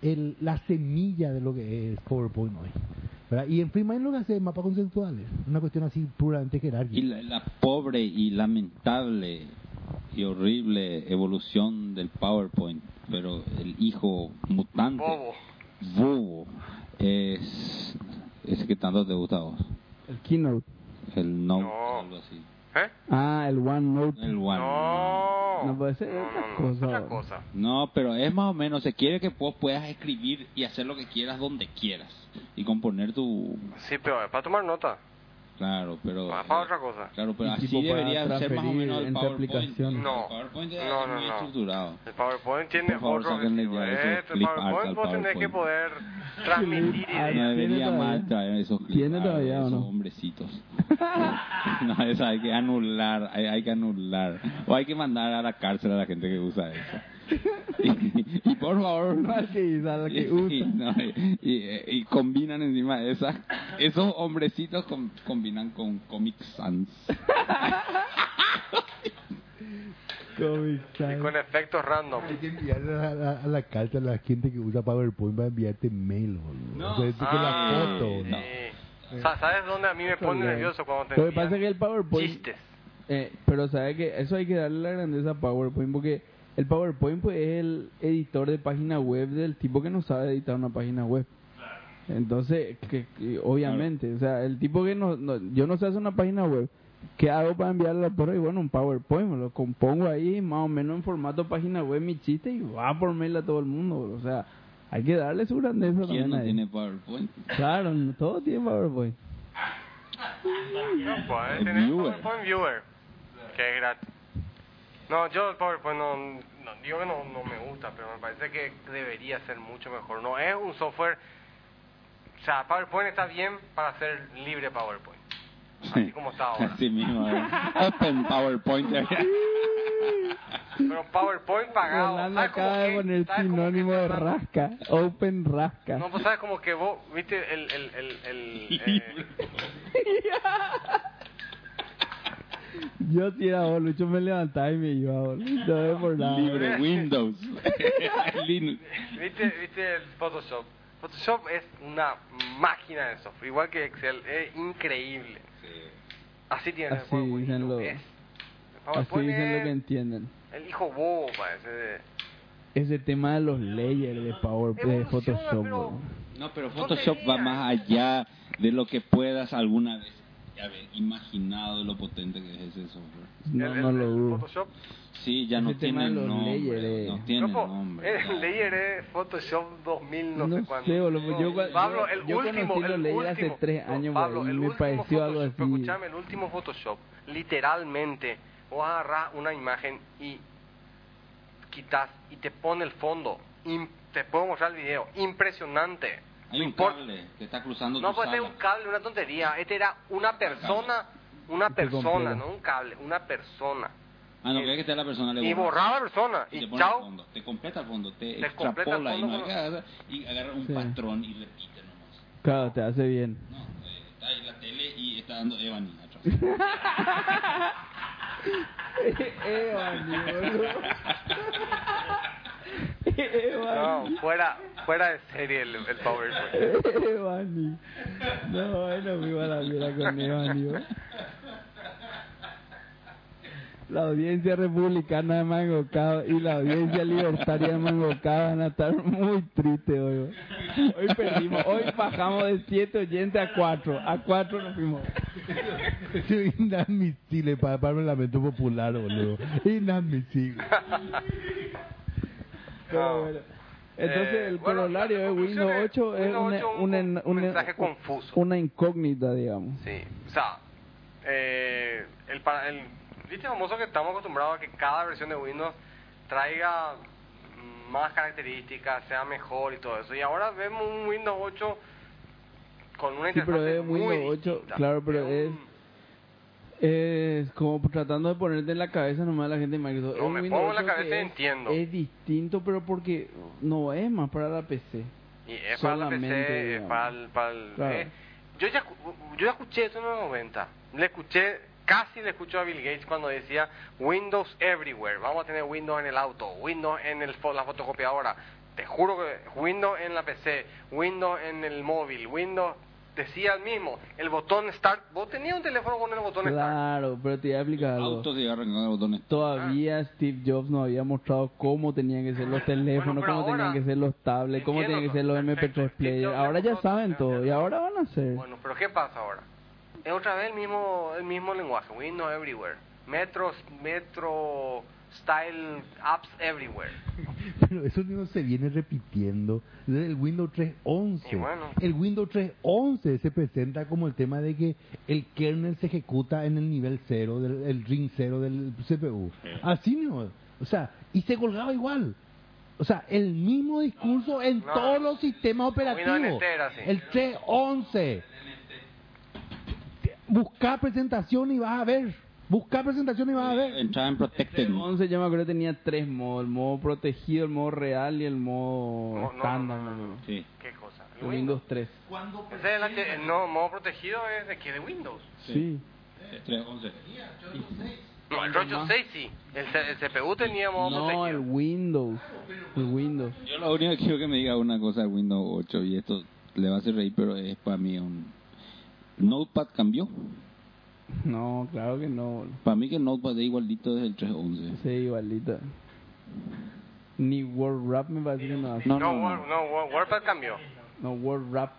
Speaker 4: el, la semilla de lo que es PowerPoint hoy. ¿verdad? Y en FreeMind lo que hace es mapas conceptuales, una cuestión así puramente jerárquica.
Speaker 6: Y la, la pobre y lamentable y horrible evolución del PowerPoint, pero el hijo mutante,
Speaker 7: Bobo.
Speaker 6: bobo, es ese que tanto te gusta a vos,
Speaker 13: El Keynote.
Speaker 6: el no,
Speaker 7: No.
Speaker 6: algo así,
Speaker 7: ¿Eh?
Speaker 13: Ah, el OneNote.
Speaker 6: el one.
Speaker 7: No.
Speaker 13: No puede ser otra cosa.
Speaker 7: Otra cosa.
Speaker 6: No, pero es más o menos, se quiere que vos puedas escribir y hacer lo que quieras donde quieras y componer tu...
Speaker 7: Sí, pero es para tomar nota.
Speaker 6: Claro, pero...
Speaker 7: Para, para Ah, otra cosa.
Speaker 6: Claro, pero
Speaker 13: Y
Speaker 6: así
Speaker 13: tipo para
Speaker 6: debería ser más o
Speaker 13: transferir
Speaker 6: menos el
Speaker 13: entre
Speaker 6: PowerPoint.
Speaker 13: aplicaciones.
Speaker 6: El
Speaker 7: No,
Speaker 6: PowerPoint es
Speaker 7: no, no,
Speaker 6: muy
Speaker 7: no.
Speaker 6: estructurado.
Speaker 7: El PowerPoint tiene
Speaker 6: Por favor,
Speaker 7: otro
Speaker 6: sáquenle
Speaker 7: objetivo.
Speaker 6: ya ese
Speaker 7: Este
Speaker 6: clip art al
Speaker 7: PowerPoint vos tenés que poder transmitir
Speaker 13: Ah,
Speaker 6: No
Speaker 7: ideas.
Speaker 6: debería
Speaker 13: todavía?
Speaker 6: más traer esos clips,
Speaker 13: ¿Tiene
Speaker 6: ah,
Speaker 13: todavía o
Speaker 6: esos
Speaker 13: no?
Speaker 6: hombrecitos. no, eso hay que anular, hay, hay que anular. O hay que mandar a la cárcel a la gente que usa eso. Y, y por favor,
Speaker 13: No al que hizo, al que
Speaker 6: y,
Speaker 13: usa.
Speaker 6: no, y- y- y combinan encima esas, esos hombrecitos com- combinan con Comic Sans.
Speaker 13: Comic
Speaker 7: Y con efectos random.
Speaker 4: Hay que enviar a la, a la carta a la gente que usa PowerPoint para enviarte mail, boludo.
Speaker 6: No.
Speaker 4: O sea, decir que
Speaker 7: Ah,
Speaker 4: la foto.
Speaker 7: sí.
Speaker 6: no.
Speaker 7: O sea, ¿sabes dónde a mí me pone
Speaker 13: También.
Speaker 7: nervioso cuando te
Speaker 13: Lo que
Speaker 7: envían
Speaker 13: pasa es que el PowerPoint.
Speaker 7: chistes?
Speaker 13: eh, pero sabe que eso hay que darle la grandeza a PowerPoint porque el PowerPoint pues, es el editor de página web del tipo que no sabe editar una página web. Entonces, que, que obviamente, o sea, el tipo que no, no- yo no sé hacer una página web, ¿qué hago para enviarla por ahí? Bueno, un PowerPoint, me lo compongo ahí, más o menos en formato página web, mi chiste, y va por mail a todo el mundo, bro. o sea, hay que darle su grandeza
Speaker 6: ¿Quién
Speaker 13: también
Speaker 6: no
Speaker 13: a
Speaker 6: tiene PowerPoint?
Speaker 13: Claro, no, todo tiene PowerPoint.
Speaker 7: No, pues, eh, tenés
Speaker 6: Viewer.
Speaker 7: PowerPoint Viewer, que es gratis. No, yo el PowerPoint no, no- digo que no, no me gusta, pero me parece que debería ser mucho mejor. No es un software, o sea, PowerPoint está bien para ser libre PowerPoint, así como está ahora.
Speaker 6: Así mismo, eh. Open PowerPoint.
Speaker 7: Pero PowerPoint pagado,
Speaker 13: Fernando
Speaker 7: ¿sabes como
Speaker 13: acaba de
Speaker 7: que- sabes
Speaker 13: poner
Speaker 7: como que
Speaker 13: sinónimo de
Speaker 7: Fernando-
Speaker 13: rasca. Open rasca.
Speaker 7: No, pues sabes como que vos, viste, el, el, el, el, eh,
Speaker 13: Yo tiraba, boludo. Lucho me levantaba y me iba, boludo. No es por nada.
Speaker 6: Libre Windows. Linux.
Speaker 7: ¿Viste, ¿Viste el Photoshop? Photoshop es una máquina de software, igual que Excel, es increíble. Así tiene
Speaker 13: Así
Speaker 7: el PowerPoint.
Speaker 13: dicen lo-
Speaker 7: es. El
Speaker 13: Así
Speaker 7: PowerPoint
Speaker 13: dicen lo
Speaker 7: es
Speaker 13: que entienden.
Speaker 7: el hijo bobo parece. de-
Speaker 13: Ese tema de los layers de PowerPoint, de
Speaker 7: Evoluciona,
Speaker 13: Photoshop,
Speaker 7: pero-
Speaker 13: boludo.
Speaker 6: No, pero Photoshop va más allá de lo que puedas alguna vez haber imaginado lo potente que es ese software.
Speaker 13: No,
Speaker 7: el-
Speaker 13: no
Speaker 7: el-
Speaker 13: lo
Speaker 7: el
Speaker 13: dudo.
Speaker 7: Photoshop.
Speaker 6: Sí, ya no
Speaker 13: Ese tema
Speaker 6: tiene
Speaker 13: de los
Speaker 6: nombre.
Speaker 13: layers,
Speaker 6: No
Speaker 13: eh.
Speaker 6: tiene
Speaker 7: Loco,
Speaker 6: nombre.
Speaker 7: el layer es Photoshop 2000 no, sé
Speaker 13: No
Speaker 7: cuándo.
Speaker 13: sé, boludo. Yo, cua-
Speaker 7: Pablo,
Speaker 13: yo-
Speaker 7: el
Speaker 13: yo
Speaker 7: último,
Speaker 13: conocí los
Speaker 7: el
Speaker 13: layers hace
Speaker 7: último.
Speaker 13: tres
Speaker 7: No,
Speaker 13: años,
Speaker 7: Pablo,
Speaker 13: boludo, y
Speaker 7: el
Speaker 13: me
Speaker 7: último
Speaker 13: pareció
Speaker 7: Photoshop,
Speaker 13: algo así.
Speaker 7: pero Escuchame, el último Photoshop, literalmente, vos agarrás una imagen y quitas y te pone el fondo. Im- te puedo mostrar el video. Impresionante.
Speaker 6: Hay un
Speaker 7: Import-
Speaker 6: cable que está cruzando
Speaker 7: No
Speaker 6: tu
Speaker 7: puede ser
Speaker 6: sala.
Speaker 7: un cable, una tontería. Este era una persona, una
Speaker 13: Este
Speaker 7: persona,
Speaker 13: completo.
Speaker 7: no un cable, una persona.
Speaker 6: Ah, no, creo que está la persona le
Speaker 7: Y
Speaker 6: borra.
Speaker 7: borraba la persona.
Speaker 6: Y te
Speaker 7: Y
Speaker 6: pone al
Speaker 7: chao.
Speaker 6: fondo, te completa el fondo, te,
Speaker 7: Te completa el
Speaker 6: extrapola y,
Speaker 7: fondo
Speaker 6: no
Speaker 7: con-
Speaker 6: agarra- y agarra un
Speaker 13: Sí.
Speaker 6: patrón y repite nomás.
Speaker 13: Claro, te hace bien.
Speaker 6: No, eh, está ahí la tele y está dando Ebony atrás.
Speaker 13: eh, Bani, boludo. Eh,
Speaker 7: No,
Speaker 13: Bani.
Speaker 7: fuera, fuera de serie el, el PowerPoint.
Speaker 13: Eh, Bani. No, ay, no me iba a la mierda con Evani. ¿no? La audiencia republicana de Mangocao y la audiencia libertaria de Mangocao van a estar muy tristes hoy. ¿no? Hoy perdimos, hoy bajamos de 7 oyentes a 4. A 4 nos fuimos.
Speaker 4: Eso es inadmisible para, para el Parlamento Popular, boludo. Inadmisible.
Speaker 7: No.
Speaker 13: Pero bueno. Entonces
Speaker 7: Eh,
Speaker 13: el
Speaker 7: bueno,
Speaker 13: corolario
Speaker 7: la
Speaker 13: de
Speaker 7: conclusión
Speaker 13: Windows
Speaker 7: es
Speaker 13: 8 es
Speaker 7: Windows
Speaker 13: una,
Speaker 7: 8 un-
Speaker 13: una-
Speaker 7: un
Speaker 13: una-
Speaker 7: mensaje confuso.
Speaker 13: una incógnita, digamos.
Speaker 7: Sí, o sea, eh, el, para- el, ¿viste famoso que estamos acostumbrados a que cada versión de Windows traiga más características, sea mejor y todo eso? Y ahora vemos un Windows 8 con una
Speaker 13: Sí, pero
Speaker 7: interfaz
Speaker 13: es Windows 8, claro, pero es- Es Eh, como tratando de ponerte en la cabeza nomás a la gente de Microsoft.
Speaker 7: No,
Speaker 13: Es un
Speaker 7: me
Speaker 13: Windows
Speaker 7: pongo en la
Speaker 13: 8 que
Speaker 7: cabeza y
Speaker 13: es-
Speaker 7: entiendo.
Speaker 13: Es distinto, pero porque no es más para la PC.
Speaker 7: Y es para la
Speaker 13: solamente,
Speaker 7: PC, es
Speaker 13: digamos.
Speaker 7: para el... Para el
Speaker 13: Claro.
Speaker 7: eh, yo, ya, escu- yo ya escuché eso en los 90. Le escuché, casi le escucho a Bill Gates cuando decía Windows everywhere. Vamos a tener Windows en el auto, Windows en el, fo- la fotocopiadora. Te juro que Windows en la PC, Windows en el móvil, Windows... Decía el mismo, el botón Start. Vos tenías un teléfono con el botón Start.
Speaker 13: Claro, pero te voy a explicar algo.
Speaker 6: Autos y agarran con el botón
Speaker 13: Todavía Steve Jobs nos había mostrado cómo tenían que ser los teléfonos,
Speaker 7: Ah. Bueno, pero
Speaker 13: cómo tenían
Speaker 7: ahora-
Speaker 13: que ser los tablets, cómo
Speaker 7: Entiendo,
Speaker 13: tenían que ser los
Speaker 7: perfecto.
Speaker 13: MP3
Speaker 7: Steve
Speaker 13: players.
Speaker 7: Jobs
Speaker 13: Ahora ya
Speaker 7: mostró-
Speaker 13: saben todo y ahora van a ser.
Speaker 7: Bueno, pero ¿qué pasa ahora? Es otra vez el mismo, el mismo lenguaje, Windows Everywhere, Metro, Metro Style Apps Everywhere.
Speaker 4: Pero eso no se viene repitiendo desde el Windows 3.11.
Speaker 7: Y bueno.
Speaker 4: El Windows 3.11 se presenta como el tema de que el kernel se ejecuta en el nivel 0, del, el ring 0 del CPU. Así mismo. O sea, y se colgaba igual. O sea, el mismo discurso en
Speaker 7: No.
Speaker 4: todos los sistemas operativos.
Speaker 7: Windows NT era así.
Speaker 4: El 3.11. Busca presentación y vas a ver. Busca presentación y
Speaker 6: Ah,
Speaker 4: vas a ver.
Speaker 6: Entraba en Protected.
Speaker 13: El 11 yo me acuerdo tenía tres modos, el modo protegido, el modo real y el modo
Speaker 7: No, no,
Speaker 13: estándar.
Speaker 7: no, no,
Speaker 13: ¿no?
Speaker 6: Sí.
Speaker 7: ¿Qué cosa?
Speaker 13: El Windows 3.
Speaker 7: Ese es el H- no, modo protegido es de que de Windows.
Speaker 13: Sí.
Speaker 6: 311.
Speaker 7: No, el 86 sí. El, C- el CPU tenía modo
Speaker 13: No, el
Speaker 7: protegido.
Speaker 13: Windows. El Windows.
Speaker 6: Yo lo único que quiero que me diga una cosa de Windows 8 y esto le va a hacer reír, pero es para mí un... Notepad cambió.
Speaker 13: No, claro que no. boludo.
Speaker 6: Para mí que el Notepad es igualito desde el 311.
Speaker 13: Sí, igualita. Ni World Rap me parece que no hace.
Speaker 6: No,
Speaker 7: No,
Speaker 6: no,
Speaker 7: Word- no, Word- WordPad cambió.
Speaker 13: No, World Rap.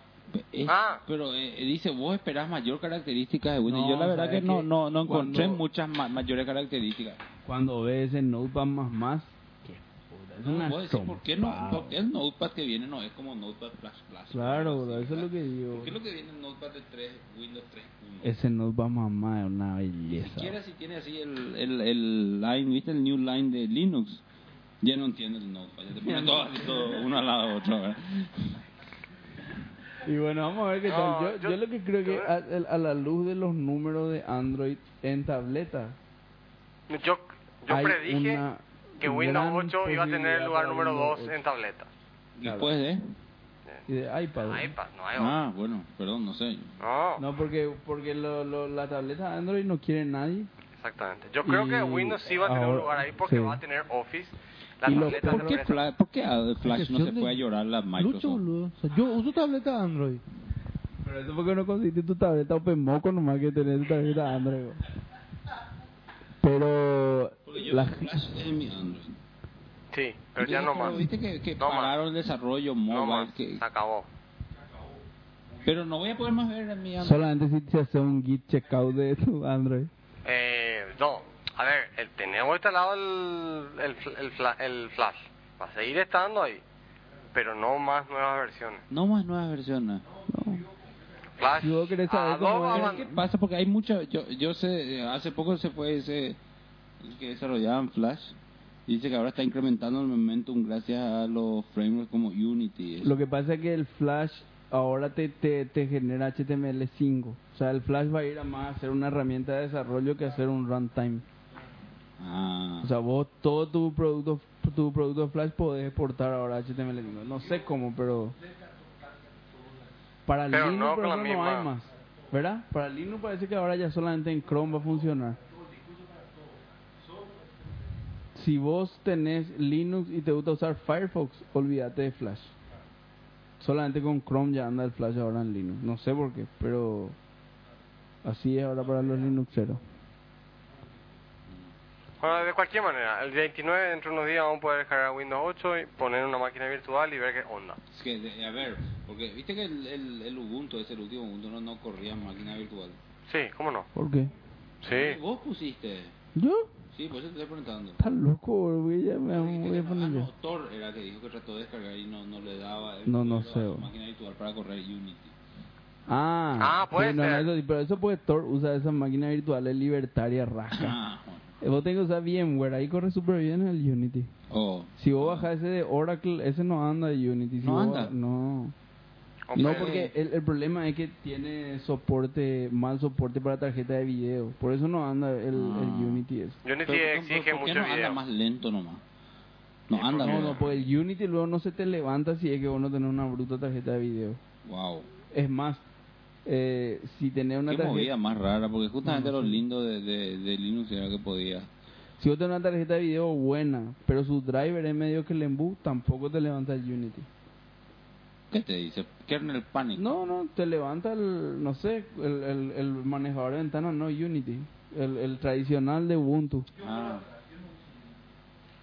Speaker 6: Es-
Speaker 7: Ah.
Speaker 6: Pero eh, dice, vos esperás mayor características de Windows.
Speaker 13: No,
Speaker 6: Yo la verdad que,
Speaker 13: ¿sabes
Speaker 6: no,
Speaker 13: qué?
Speaker 6: no, no encontré
Speaker 13: Cuando-
Speaker 6: muchas ma- mayores características.
Speaker 13: Cuando ves el Notepad más más. qué puta, Es una
Speaker 6: Vos decís, ¿por qué no?
Speaker 13: trompada.
Speaker 6: ¿Por qué el Notepad que viene no es como Notepad Plus Plus?
Speaker 13: Claro, bro, eso es lo que digo.
Speaker 6: ¿Por qué lo que viene en Notepad de 3, Windows 3.1?
Speaker 13: Ese Notepad más más es una
Speaker 6: Ni
Speaker 13: belleza.
Speaker 6: siquiera si tiene así el, el, el line, ¿viste? El new line de Linux. Ya no entiendo el Notepad. Ya te pone todo así, todo uno al lado de otro. ¿verdad?
Speaker 13: Y bueno, vamos a ver qué
Speaker 7: No,
Speaker 13: tal. Yo,
Speaker 7: yo-
Speaker 13: yo, lo que creo que
Speaker 7: yo-
Speaker 13: a, el- a la luz de los números de Android en tableta,
Speaker 7: Yo, yo
Speaker 13: hay
Speaker 7: predije
Speaker 13: una
Speaker 7: que Windows
Speaker 13: gran
Speaker 7: 8 iba a tener el lugar
Speaker 13: posibilidad
Speaker 7: número 2
Speaker 13: para Windows
Speaker 7: en tableta.
Speaker 6: Después de...
Speaker 13: Y de iPad. ¿no?
Speaker 7: iPad, no hay
Speaker 6: Ah, bueno, perdón, no sé.
Speaker 7: No,
Speaker 13: No, porque, porque lo, lo- la tableta de Android no quiere nadie.
Speaker 7: exactamente. Yo creo que
Speaker 13: Y
Speaker 7: Windows sí va a tener un
Speaker 13: ahora-
Speaker 7: lugar ahí porque
Speaker 13: sí.
Speaker 7: va a tener Office. La
Speaker 13: Y lo-
Speaker 7: tableta
Speaker 6: ¿Por
Speaker 7: no
Speaker 6: qué,
Speaker 7: regresa.
Speaker 6: Fla- ¿Por qué a Flash no se
Speaker 4: Excepción de-
Speaker 6: puede llorar la
Speaker 4: Lucho,
Speaker 6: Microsoft?
Speaker 4: boludo. O sea, yo uso tableta Android.
Speaker 13: Pero eso porque no conseguiste tu tableta Open Moco nomás que tener tu tableta Android. güey. Pero
Speaker 6: Porque yo
Speaker 13: la,
Speaker 6: Flash es mi Android.
Speaker 7: Sí, pero ya no más.
Speaker 6: Viste que, que
Speaker 7: No más.
Speaker 6: pararon el desarrollo
Speaker 7: No
Speaker 6: mobile.
Speaker 7: más.
Speaker 6: que-
Speaker 7: Se acabó.
Speaker 6: pero no voy a poder más ver en mi Android.
Speaker 13: solamente si te hace un git checkout de tu Android.
Speaker 7: Eh, no, a ver, el, tenemos instalado el, el, fl- el, fla- el Flash. Va a seguir estando ahí, pero no más nuevas versiones.
Speaker 6: No más nuevas versiones.
Speaker 7: Flash,
Speaker 13: Si vos querés saber
Speaker 7: Adobe
Speaker 13: cómo es-
Speaker 7: aban-
Speaker 6: ¿Qué pasa? Porque hay mucha. Yo, yo sé, eh, hace poco se fue ese. el que desarrollaban Flash. Dice que ahora está incrementando el momentum gracias a los frameworks como Unity.
Speaker 13: Lo que pasa es que el Flash ahora te, te, te genera HTML5. O sea, el Flash va a ir a más a ser una herramienta de desarrollo que a ser un runtime.
Speaker 6: Ah.
Speaker 13: O sea, vos todo tu producto tu producto Flash podés exportar ahora a HTML5. No sé cómo, pero para
Speaker 7: Pero
Speaker 13: Linux
Speaker 7: no
Speaker 13: por
Speaker 7: con la
Speaker 13: ejemplo, no hay
Speaker 7: misma-
Speaker 13: más, ¿verdad? Para Linux parece que ahora ya solamente en Chrome va a funcionar. Si vos tenés Linux y te gusta usar Firefox, olvídate de Flash. Solamente con Chrome ya anda el Flash ahora en Linux. No sé por qué, pero así es ahora para los Linuxeros.
Speaker 7: Bueno, de cualquier manera, el 29 dentro de unos días vamos a poder descargar Windows 8 y poner una máquina virtual y ver qué onda.
Speaker 6: Es que, de- a ver, porque viste que el, el, el Ubuntu, ese el último Ubuntu, no, no corría en máquina virtual.
Speaker 7: Sí, ¿cómo no?
Speaker 13: ¿Por qué?
Speaker 7: Sí.
Speaker 6: Vos pusiste.
Speaker 13: ¿Yo?
Speaker 6: Sí, por eso te estoy preguntando.
Speaker 13: Está loco, boludo, güey, ya me Ah, voy a poner yo.
Speaker 6: Ah, no, Thor era que dijo que trató de descargar y no, no le daba. el-
Speaker 13: No, no
Speaker 6: a su
Speaker 13: sé, bro.
Speaker 6: máquina virtual para correr Unity.
Speaker 13: Ah,
Speaker 7: Ah, puede
Speaker 13: sí, no, no,
Speaker 7: ser.
Speaker 13: eso sí, pero eso puede Thor usa esa máquina virtual es libertaria rasca.
Speaker 6: Ah, bueno.
Speaker 13: Eh, Vos tenés que usar VMware, ahí corre súper bien el Unity.
Speaker 6: Oh.
Speaker 13: Si vos bajas ese de Oracle, ese no anda de Unity. Si
Speaker 6: No
Speaker 13: vos-
Speaker 6: anda.
Speaker 13: No.
Speaker 7: Ok.
Speaker 13: No, porque el, el problema es que tiene soporte, mal soporte para tarjeta de video. Por eso no anda el, el
Speaker 6: Ah.
Speaker 13: Unity ese.
Speaker 7: Unity
Speaker 6: Pero, ¿por qué-
Speaker 7: exige
Speaker 6: por qué
Speaker 7: mucho
Speaker 6: no anda
Speaker 7: video.
Speaker 6: más lento nomás? No anda
Speaker 13: No,
Speaker 6: más.
Speaker 13: no, pues el Unity luego no se te levanta si es que vos no tenés una bruta tarjeta de video.
Speaker 6: Wow.
Speaker 13: Es más, eh, si tenés una
Speaker 6: Qué
Speaker 13: tarjeta...
Speaker 6: movida más rara, porque justamente
Speaker 13: No, no
Speaker 6: lo
Speaker 13: sé.
Speaker 6: lindo de, de, de Linux era que podía.
Speaker 13: Si vos tenés una tarjeta de video buena, pero su driver es medio que el embu, tampoco te levanta el Unity.
Speaker 6: ¿Qué te dice? Kernel Panic.
Speaker 13: No, no, te levanta el, no sé, el, el, el manejador de ventana, no Unity. El, el tradicional de Ubuntu.
Speaker 6: Ah.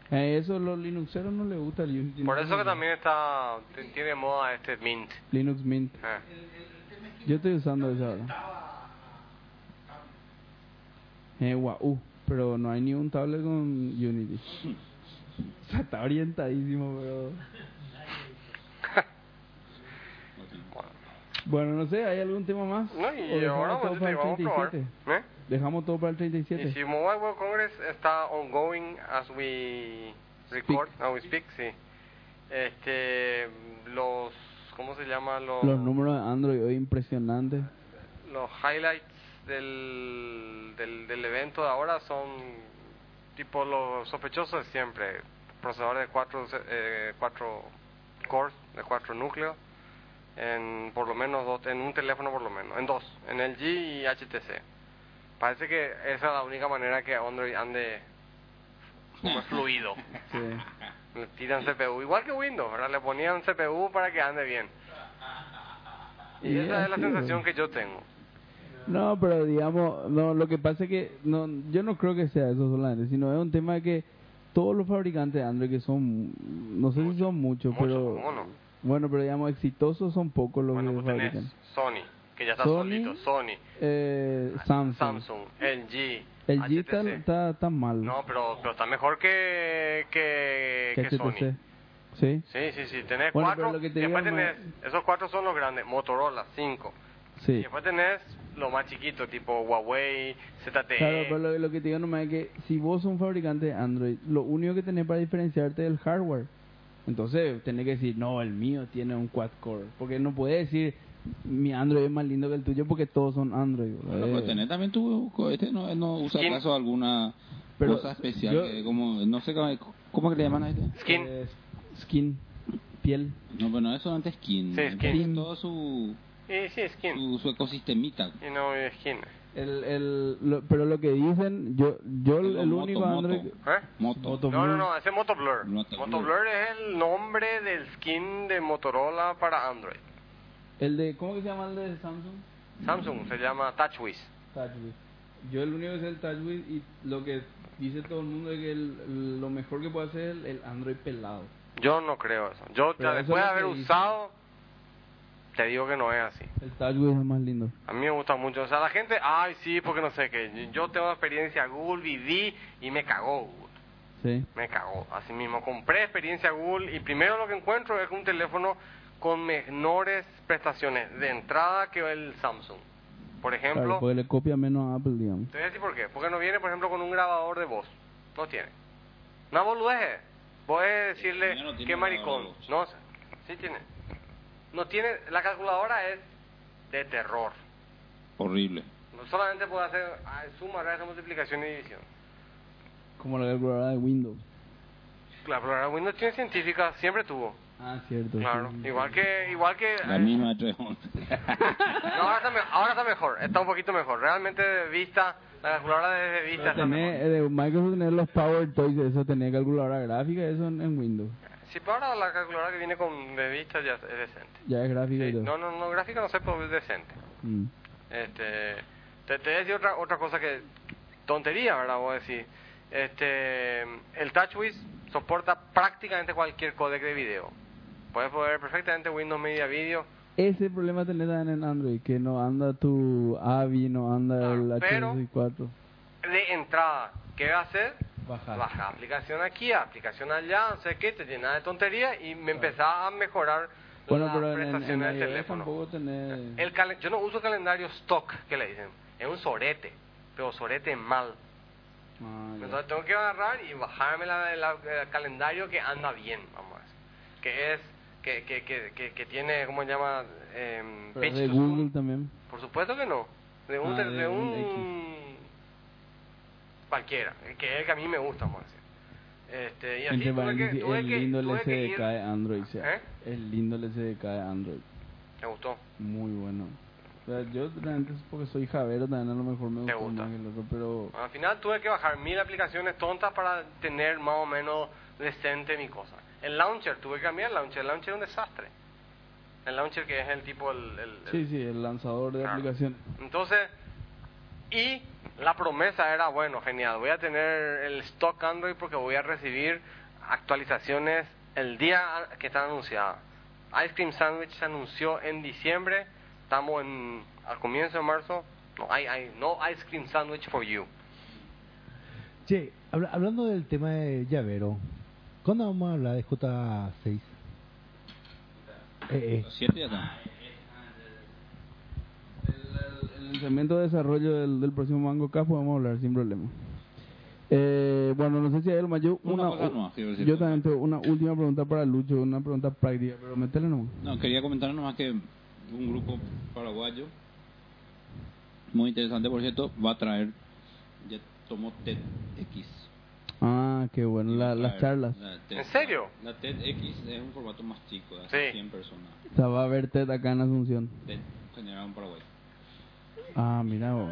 Speaker 13: A eso los linuxeros no les gusta el Unity.
Speaker 7: Por
Speaker 13: no
Speaker 7: eso que
Speaker 13: les-
Speaker 7: también está t- tiene moda este Mint.
Speaker 13: Linux Mint.
Speaker 7: Ah.
Speaker 13: Yo estoy usando eso ahora. Eh, guau, uh, pero no hay ni un tablet con Unity. O sea, está orientadísimo, pero... Bueno, no sé, ¿hay algún tema más?
Speaker 7: No, y
Speaker 13: ¿O dejamos
Speaker 7: ahora
Speaker 13: todo
Speaker 7: vamos,
Speaker 13: para el
Speaker 7: vamos a probar.
Speaker 13: 37?
Speaker 7: ¿Eh?
Speaker 13: Dejamos todo para el
Speaker 7: Y
Speaker 13: 37.
Speaker 7: si Mobile World Congress está ongoing as we record, now we speak, sí. Este, los, ¿cómo se llama? Los,
Speaker 13: Los números de Android hoy impresionantes.
Speaker 7: los highlights del, del, del evento de ahora son tipo los sospechosos de siempre. Procesador de cuatro, eh, cuatro cores, de cuatro núcleos, en por lo menos dos, en un teléfono por lo menos, en dos, en LG y HTC. Parece que esa es la única manera que Android ande como fluido. Le tiran CPU, igual que Windows, ¿verdad? Le ponían CPU para que ande bien. Y
Speaker 13: Y
Speaker 7: esa es la
Speaker 13: así,
Speaker 7: sensación
Speaker 13: güey.
Speaker 7: que yo tengo.
Speaker 13: No, pero digamos, no, lo que pasa es que no, yo no creo que sea eso solamente, sino es un tema de que todos los fabricantes de Android que son, no sé si son muchos, pero
Speaker 7: ¿Cómo no?
Speaker 13: bueno, pero digamos exitosos son pocos los
Speaker 7: Bueno,
Speaker 13: que
Speaker 7: vos tenés
Speaker 13: fabrican.
Speaker 7: Sony, que ya está
Speaker 13: Sony,
Speaker 7: solito. Sony, Ah,
Speaker 13: Eh, Samsung,
Speaker 7: Samsung, LG,
Speaker 13: el G está,
Speaker 7: HTC.
Speaker 13: está, está mal,
Speaker 7: No, pero, pero está mejor que, que,
Speaker 13: que
Speaker 7: que Sony.
Speaker 13: HTC. sí,
Speaker 7: Sí, sí, sí. Tenés
Speaker 13: Bueno, pero
Speaker 7: cuatro.
Speaker 13: lo que te
Speaker 7: después
Speaker 13: digo,
Speaker 7: tenés. Esos cuatro son los grandes. Motorola, cinco. Y
Speaker 13: sí.
Speaker 7: después tenés los más chiquitos, tipo Huawei, E, ZTE.
Speaker 13: Claro, pero lo, lo que te digo nomás es que si vos sos un fabricante de Android, lo único que tenés para diferenciarte del hardware, entonces tenés que decir, no, el mío tiene un quad-core. Porque no puedes decir, mi Android es más lindo que el tuyo porque todos son Android. boludo.
Speaker 6: Bueno, pues
Speaker 13: Eh,
Speaker 6: tenés también tu este no, no usa
Speaker 7: ¿Quién?
Speaker 6: acaso alguna
Speaker 13: Pero
Speaker 6: cosa especial
Speaker 13: yo-
Speaker 6: que como no sé cómo, cómo que le llaman a este.
Speaker 7: Skin.
Speaker 13: eh, skin, piel.
Speaker 6: No, bueno, eso antes skin.
Speaker 7: Sí,
Speaker 6: Le
Speaker 7: skin.
Speaker 6: ponen Todo su,
Speaker 7: Y sí, skin.
Speaker 6: su, su ecosistemita.
Speaker 7: Y no y skin.
Speaker 13: El, el, lo- pero lo que dicen, yo, yo el,
Speaker 6: Los
Speaker 13: el
Speaker 6: moto,
Speaker 13: único
Speaker 6: moto.
Speaker 13: Android...
Speaker 7: ¿Eh?
Speaker 6: Moto.
Speaker 7: No, no, no, ese es Motoblur.
Speaker 6: Motoblur.
Speaker 7: Motoblur es el nombre del skin de Motorola para Android.
Speaker 13: El de, ¿Cómo que se llama el de Samsung?
Speaker 7: Samsung se llama TouchWiz.
Speaker 13: TouchWiz. Yo el único que sé el TouchWiz y lo que dice todo el mundo es que el- lo mejor que puede hacer es el, el Android pelado.
Speaker 7: Yo no creo eso. Yo
Speaker 13: Pero
Speaker 7: te-
Speaker 13: eso
Speaker 7: después
Speaker 13: es
Speaker 7: de
Speaker 13: lo
Speaker 7: haber
Speaker 13: que dicen.
Speaker 7: usado, te digo que no es así.
Speaker 13: El TouchWiz es más lindo.
Speaker 7: A mí me gusta mucho. O sea, la gente, ay, sí, porque no sé qué. Yo tengo experiencia Google, viví y me cagó. Google.
Speaker 13: Sí.
Speaker 7: Me cagó. Así mismo, compré experiencia Google y primero lo que encuentro es un teléfono con menores prestaciones de entrada que el Samsung. Por ejemplo,
Speaker 13: Claro, porque le copia menos a Apple, digamos.
Speaker 7: Te voy a decir por qué. Porque no viene, por ejemplo, con un grabador de voz. No tiene. No boludez. Voy a decirle
Speaker 6: primero tiene
Speaker 7: qué
Speaker 6: grabador de
Speaker 7: maricón.
Speaker 6: voz.
Speaker 7: No, sí tiene. No tiene. La calculadora es de terror.
Speaker 6: Horrible.
Speaker 7: No solamente puede hacer ah, suma, resta, multiplicación y división.
Speaker 13: Como la calculadora de Windows.
Speaker 7: La calculadora de Windows tiene científica, siempre tuvo.
Speaker 13: Ah, cierto.
Speaker 7: Claro.
Speaker 13: sí.
Speaker 7: Igual que. Igual que
Speaker 6: Pues La
Speaker 7: eh,
Speaker 6: misma de 311.
Speaker 7: no, ahora, está me- ahora está mejor. Está un poquito mejor. Realmente de vista. La calculadora desde vista está mejor.
Speaker 13: Tener, eh, de Microsoft tener los Power Toys, eso tener calculadora gráfica, eso en, en Windows.
Speaker 7: Si para ahora la calculadora que viene con de vista ya es decente.
Speaker 13: Ya es gráfica
Speaker 7: Sí,
Speaker 13: y todo.
Speaker 7: no, no, no, gráfica no sé, pero es decente.
Speaker 13: Mm.
Speaker 7: Este, te, te voy a decir otra, otra cosa que. Tontería, ¿verdad? Voy a decir. Este, el TouchWiz soporta prácticamente cualquier codec de video. Puedes poder perfectamente Windows Media Video,
Speaker 13: Ese problema tenés también en Android, que no anda tu AVI, no anda el
Speaker 7: Claro, pero-
Speaker 13: H64.
Speaker 7: de entrada. ¿Qué va a hacer?
Speaker 13: Bajar.
Speaker 7: Baja aplicación aquí, aplicación allá, no sé qué, te llena de tontería y me empezaba a mejorar
Speaker 13: Bueno,
Speaker 7: las
Speaker 13: pero en- en, en
Speaker 7: prestaciones Pues del
Speaker 13: iOS
Speaker 7: teléfono.
Speaker 13: tampoco tenés...
Speaker 7: El calen- yo no uso calendario stock, que le dicen. Es un sorete, pero sorete mal.
Speaker 13: Ah, ya.
Speaker 7: Entonces tengo que agarrar y bajarme la, la- el calendario que anda bien, vamos. a decir. Que es, que, que, que, que, que tiene, ¿cómo se llama? Em,
Speaker 13: Pero
Speaker 7: page
Speaker 13: de
Speaker 7: to
Speaker 13: Google
Speaker 7: zoom.
Speaker 13: también.
Speaker 7: Por supuesto que no. De un,
Speaker 13: Ah,
Speaker 7: tel-
Speaker 13: de
Speaker 7: de,
Speaker 13: un
Speaker 7: un, cualquiera, el que es el que a mí me gusta, vamos. a decir. Este, y así
Speaker 13: Entre
Speaker 7: tuve que,
Speaker 13: paréntesis,
Speaker 7: tuve
Speaker 13: el
Speaker 7: que-
Speaker 13: lindo el
Speaker 7: tuve que ir-
Speaker 13: SDK de E Android. o sea,
Speaker 7: ¿Eh?
Speaker 13: El lindo el SDK de Android.
Speaker 7: Me gustó.
Speaker 13: Muy bueno. O sea, yo realmente es porque soy javero, también a lo mejor me
Speaker 7: Te gusta.
Speaker 13: gusta,
Speaker 7: Ah,
Speaker 13: más que el otro, pero...
Speaker 7: Al final tuve que bajar mil aplicaciones tontas para tener más o menos decente mi cosa. El launcher, tuve que cambiar el launcher. El launcher es un desastre. El launcher que es el tipo, el... el- el-
Speaker 13: Sí, sí, el lanzador de
Speaker 7: Claro.
Speaker 13: aplicaciones.
Speaker 7: Entonces, y la promesa era, bueno, genial, voy a tener el stock Android porque voy a recibir actualizaciones el día que están anunciadas. Ice Cream Sandwich se anunció en diciembre, estamos en, al comienzo de marzo. No, hay, hay, no Ice Cream Sandwich for you.
Speaker 4: Che, habla- hablando del tema de llavero,
Speaker 1: ¿Cuándo vamos a hablar de J6? Eh, eh.
Speaker 14: Los siete ya está.
Speaker 15: En el segmento de desarrollo del, del próximo Mango K
Speaker 13: pues
Speaker 15: podemos hablar sin problema. Eh, bueno, no sé si hay algo más. Yo,
Speaker 14: Una
Speaker 15: una,
Speaker 14: cosa nomás, quiero decir.
Speaker 15: yo también tengo una última pregunta para Lucho, una pregunta práctica, pero métele nomás.
Speaker 14: No, quería comentar nomás que un grupo paraguayo, muy interesante por cierto, va a traer, ya tomó TEDx.
Speaker 15: Ah, qué bueno, la- las charlas.
Speaker 14: La TED-
Speaker 7: ¿En serio?
Speaker 14: La TEDx es un formato más chico, de hasta
Speaker 7: Sí.
Speaker 14: 100 personas.
Speaker 15: O sea, va a haber TED acá en Asunción.
Speaker 14: TED generado en Paraguay.
Speaker 15: Ah, mira vos.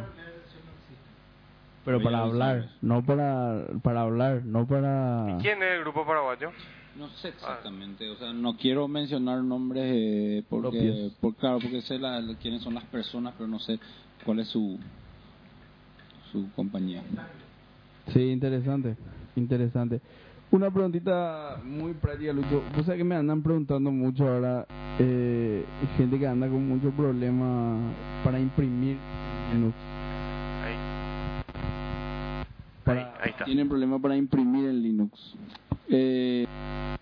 Speaker 15: Pero
Speaker 14: Voy
Speaker 15: para
Speaker 14: a
Speaker 15: hablar,
Speaker 14: avisarles.
Speaker 15: no para, para hablar, no
Speaker 13: Ah.
Speaker 15: para...
Speaker 7: ¿Quién es el grupo paraguayo?
Speaker 14: No sé
Speaker 7: Ah.
Speaker 14: exactamente, o sea, no quiero mencionar nombres eh, porque,
Speaker 15: Propios.
Speaker 14: por, claro, porque sé la, quiénes son las personas, pero no sé cuál es su su compañía.
Speaker 15: Sí, interesante, interesante. Una preguntita muy práctica, Lucho. Vos sabés que me andan preguntando mucho ahora eh, gente que anda con mucho problema para imprimir Linux.
Speaker 7: Ahí,
Speaker 15: Para,
Speaker 7: ahí
Speaker 15: tiene-
Speaker 7: está.
Speaker 13: Tienen problemas para imprimir en Linux. Eh,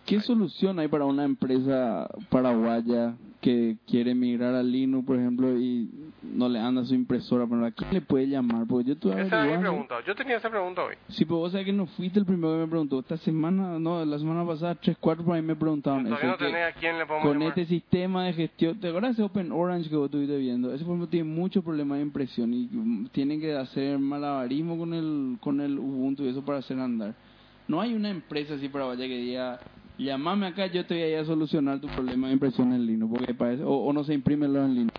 Speaker 13: ¿Qué solución hay para una empresa paraguaya que quiere migrar a Linux, por ejemplo, y no le anda su impresora? Pero ¿A quién le puede llamar? Porque yo estuve
Speaker 7: Esa es mi
Speaker 13: averiguando.
Speaker 7: pregunta. Yo tenía esa pregunta hoy.
Speaker 13: Sí, pero vos sabés que no fuiste el primero que me preguntó. Esta semana, no, la semana pasada, tres, cuatro por ahí me preguntaban eso.
Speaker 7: Todavía no
Speaker 13: que
Speaker 7: tenés a quién le podemos
Speaker 13: con
Speaker 7: llamar.
Speaker 13: este sistema de gestión, ¿te acuerdas de Open Orange que vos estuviste viendo? Ese por ejemplo tiene muchos problemas de impresión y mm, tienen que hacer malabarismo con el, con el Ubuntu y eso para hacer andar. No hay una empresa así para vaya que diga, llamame acá, yo te voy a ir a solucionar tu problema de impresión en Linux, porque parece, o, o no se imprimen los en Linux.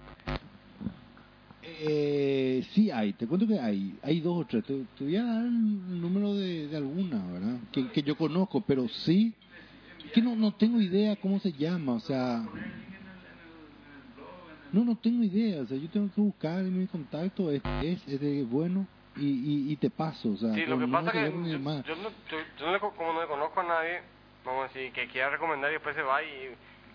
Speaker 6: Eh, sí hay, te cuento que hay, hay dos o tres. Te, te voy a dar el número de, de alguna, ¿verdad? Que, que yo conozco, pero sí, que no, no tengo idea cómo se llama, o sea... No, no tengo idea, o sea, yo tengo que buscar en mi contacto, es, es, es de bueno y, y, y te paso, o sea...
Speaker 7: Sí, lo
Speaker 6: pero
Speaker 7: que
Speaker 6: no
Speaker 7: pasa
Speaker 6: te
Speaker 7: que
Speaker 6: llamo ni
Speaker 7: yo,
Speaker 6: llamada.
Speaker 7: yo no, yo- yo no le co- como no le conozco a nadie, vamos a decir, que quiera recomendar y después se va y...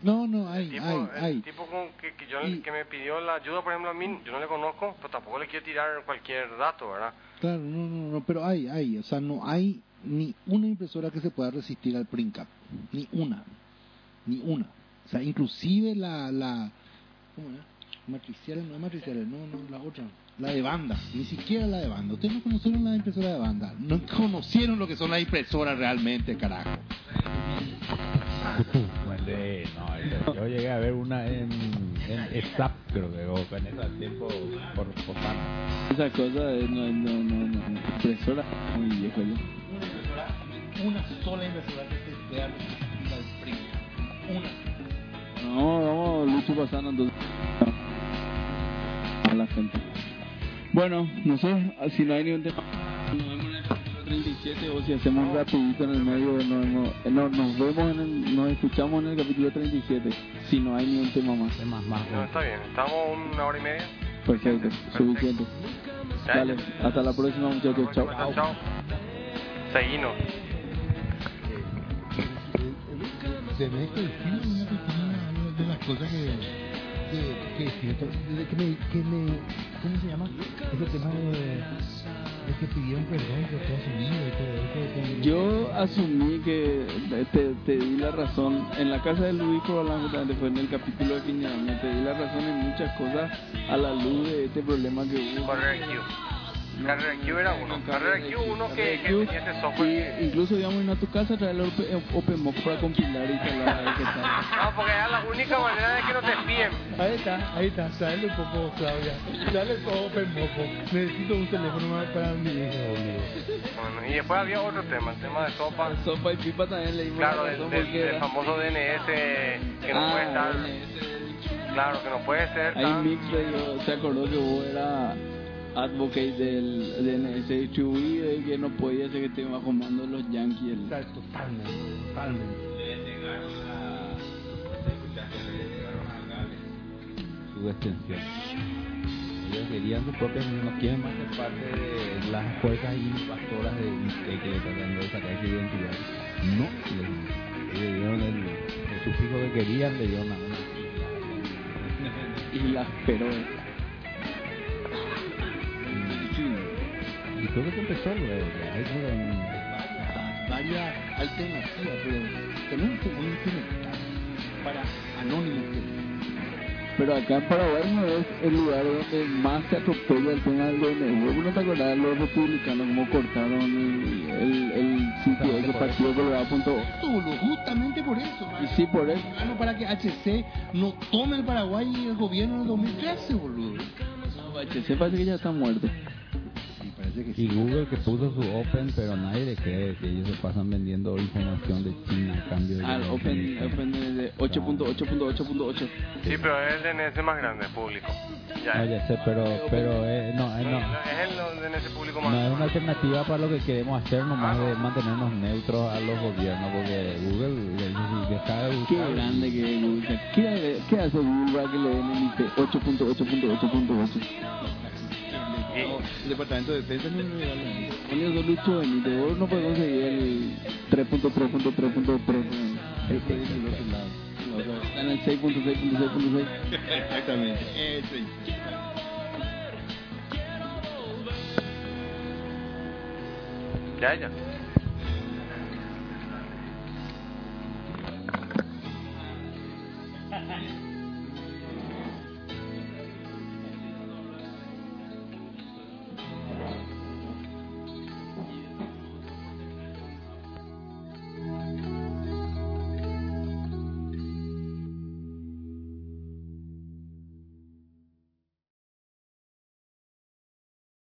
Speaker 6: No, no, hay,
Speaker 7: tipo,
Speaker 6: hay,
Speaker 7: el
Speaker 6: hay.
Speaker 7: tipo con que, que yo-
Speaker 6: Y-
Speaker 7: que me pidió la ayuda, por ejemplo, a mí, yo no le conozco, pero tampoco le quiero tirar cualquier dato, ¿verdad?
Speaker 6: Claro, no, no, no, pero hay, hay, o sea, no hay ni una impresora que se pueda resistir al print cap, ni una, ni una. O sea, inclusive la, la, ¿cómo era? Matriciales, no es matriciales, no, no, la otra, la de banda, ni siquiera la de banda. Ustedes no conocieron la impresora de banda, no conocieron lo que son las impresoras realmente, carajo.
Speaker 4: Mm.
Speaker 1: Sí, no, yo, yo llegué a ver una en, en SAP, creo que, o en ese tiempo, por Fofana.
Speaker 13: Esa cosa de, no, no, no, no, no, impresora, muy viejo ya.
Speaker 6: Una impresora, una sola impresora que se pueda resistir al print cap, una.
Speaker 13: No, vamos, Lucho pasando entonces. A la gente. Bueno, no sé, si no hay ningún tema. Nos vemos en el capítulo 37 o si hacemos rapidito en el medio, nos vemos, eh, no, nos vemos, en el- nos escuchamos en el capítulo 37. Si no hay ningún tema más.
Speaker 1: Más, más.
Speaker 7: No, está bien, estamos una hora y media.
Speaker 13: Perfecto, Pues suficiente.
Speaker 7: Ya,
Speaker 13: Dale,
Speaker 7: ya.
Speaker 13: hasta la próxima muchachos, chao.
Speaker 7: Chao. Chao. Seguinos.
Speaker 4: se ve que el filo es una pequeña, una de las cosas que, que, que siento, de que me, que me, ¿cómo se llama? Ese tema de, de que pidieron perdón por todo su vida y todo eso.
Speaker 13: Yo asumí que te, te di la razón. En la casa de Luis Corbalán, justamente fue en el capítulo de fin de año, te di la razón en muchas cosas a la luz de este problema que hubo.
Speaker 7: Carrera Q. Carrera Q era uno. Carrera Q uno que, que
Speaker 13: Q,
Speaker 7: tenía ese software.
Speaker 13: y eh, incluso íbamos a ir a tu casa a traer el eh, Open- OpenMock para compilar y instalar a ver qué tal.
Speaker 7: No, porque era la única manera de que no te espíen.
Speaker 4: Ahí está, ahí está, dale un poco, Claudia, dale todo permoco. Necesito un teléfono más para mi hijo.
Speaker 7: Bueno, y después había otro tema, el tema de sopa.
Speaker 13: Sopa y pipa también le dimos
Speaker 7: Claro,
Speaker 13: la
Speaker 7: del,
Speaker 13: razón
Speaker 7: del-
Speaker 13: porque
Speaker 7: del
Speaker 13: era-
Speaker 7: famoso DNS que no
Speaker 13: Ah,
Speaker 7: puede estar. Claro, que no puede ser
Speaker 13: Ahí
Speaker 7: tan.
Speaker 13: Mix se dio- se acordó que vos era advocate del DNS distribuido y que no podía ser que esté bajo mando de los Yankees. el-
Speaker 4: Exacto, palmen, palmen.
Speaker 1: Su extensión. Ellos querían su propia, no quieren más ser parte de las fuerzas invasoras de de que le tratan de sacar su identidad. No, le, le dieron el, el sufijo que querían, le dieron a una.
Speaker 13: y las perolas.
Speaker 1: Y creo que se empezó luego, que ahí como en-
Speaker 6: varias alternativas, pero tenemos que implementar para anónimos.
Speaker 13: Pero acá en Paraguay no es el lugar donde más se atropella el tema del DNU. ¿Vos ¿No te acordás de los republicanos cómo cortaron el, el, el sitio ese partido colorado.org?
Speaker 6: Esto, boludo, justamente por eso.
Speaker 13: Y sí, por eso.
Speaker 6: Mano, para que HC no tome el Paraguay y el gobierno en el 2013, boludo.
Speaker 13: HC parece que ya está muerto.
Speaker 6: Sí, parece que sí.
Speaker 1: Y Google que puso su Open, pero nadie le cree que ellos se pasan vendiendo información de China a cambio de...
Speaker 13: Ah, el Open, open de- de 8.8.8.8.
Speaker 7: Sí, pero es el DNS más grande, público. Ya
Speaker 1: No,
Speaker 7: es.
Speaker 1: Ah, ya sé, pero, pero eh, no, eh,
Speaker 7: No,
Speaker 1: no.
Speaker 7: no, es el DNS público
Speaker 1: No
Speaker 7: más
Speaker 1: es una
Speaker 7: grande.
Speaker 1: alternativa para lo que queremos hacer, nomás de mantenernos neutros a los gobiernos, porque Google le dice, si deja de
Speaker 13: Qué
Speaker 1: buscar...
Speaker 13: grande que es, Google. ¿Qué, qué hace Google para que le den el IP 8.8.8.8?
Speaker 6: Eh, El Departamento de Defensa no me da la mano.
Speaker 13: Coño, solo Lucho Benítez, vos no podés conseguir el 3.3.3.3.
Speaker 6: El precio del otro lado.
Speaker 13: Está en el 6.6.6.6.
Speaker 6: Exactamente. Ese.
Speaker 7: Ya, ya.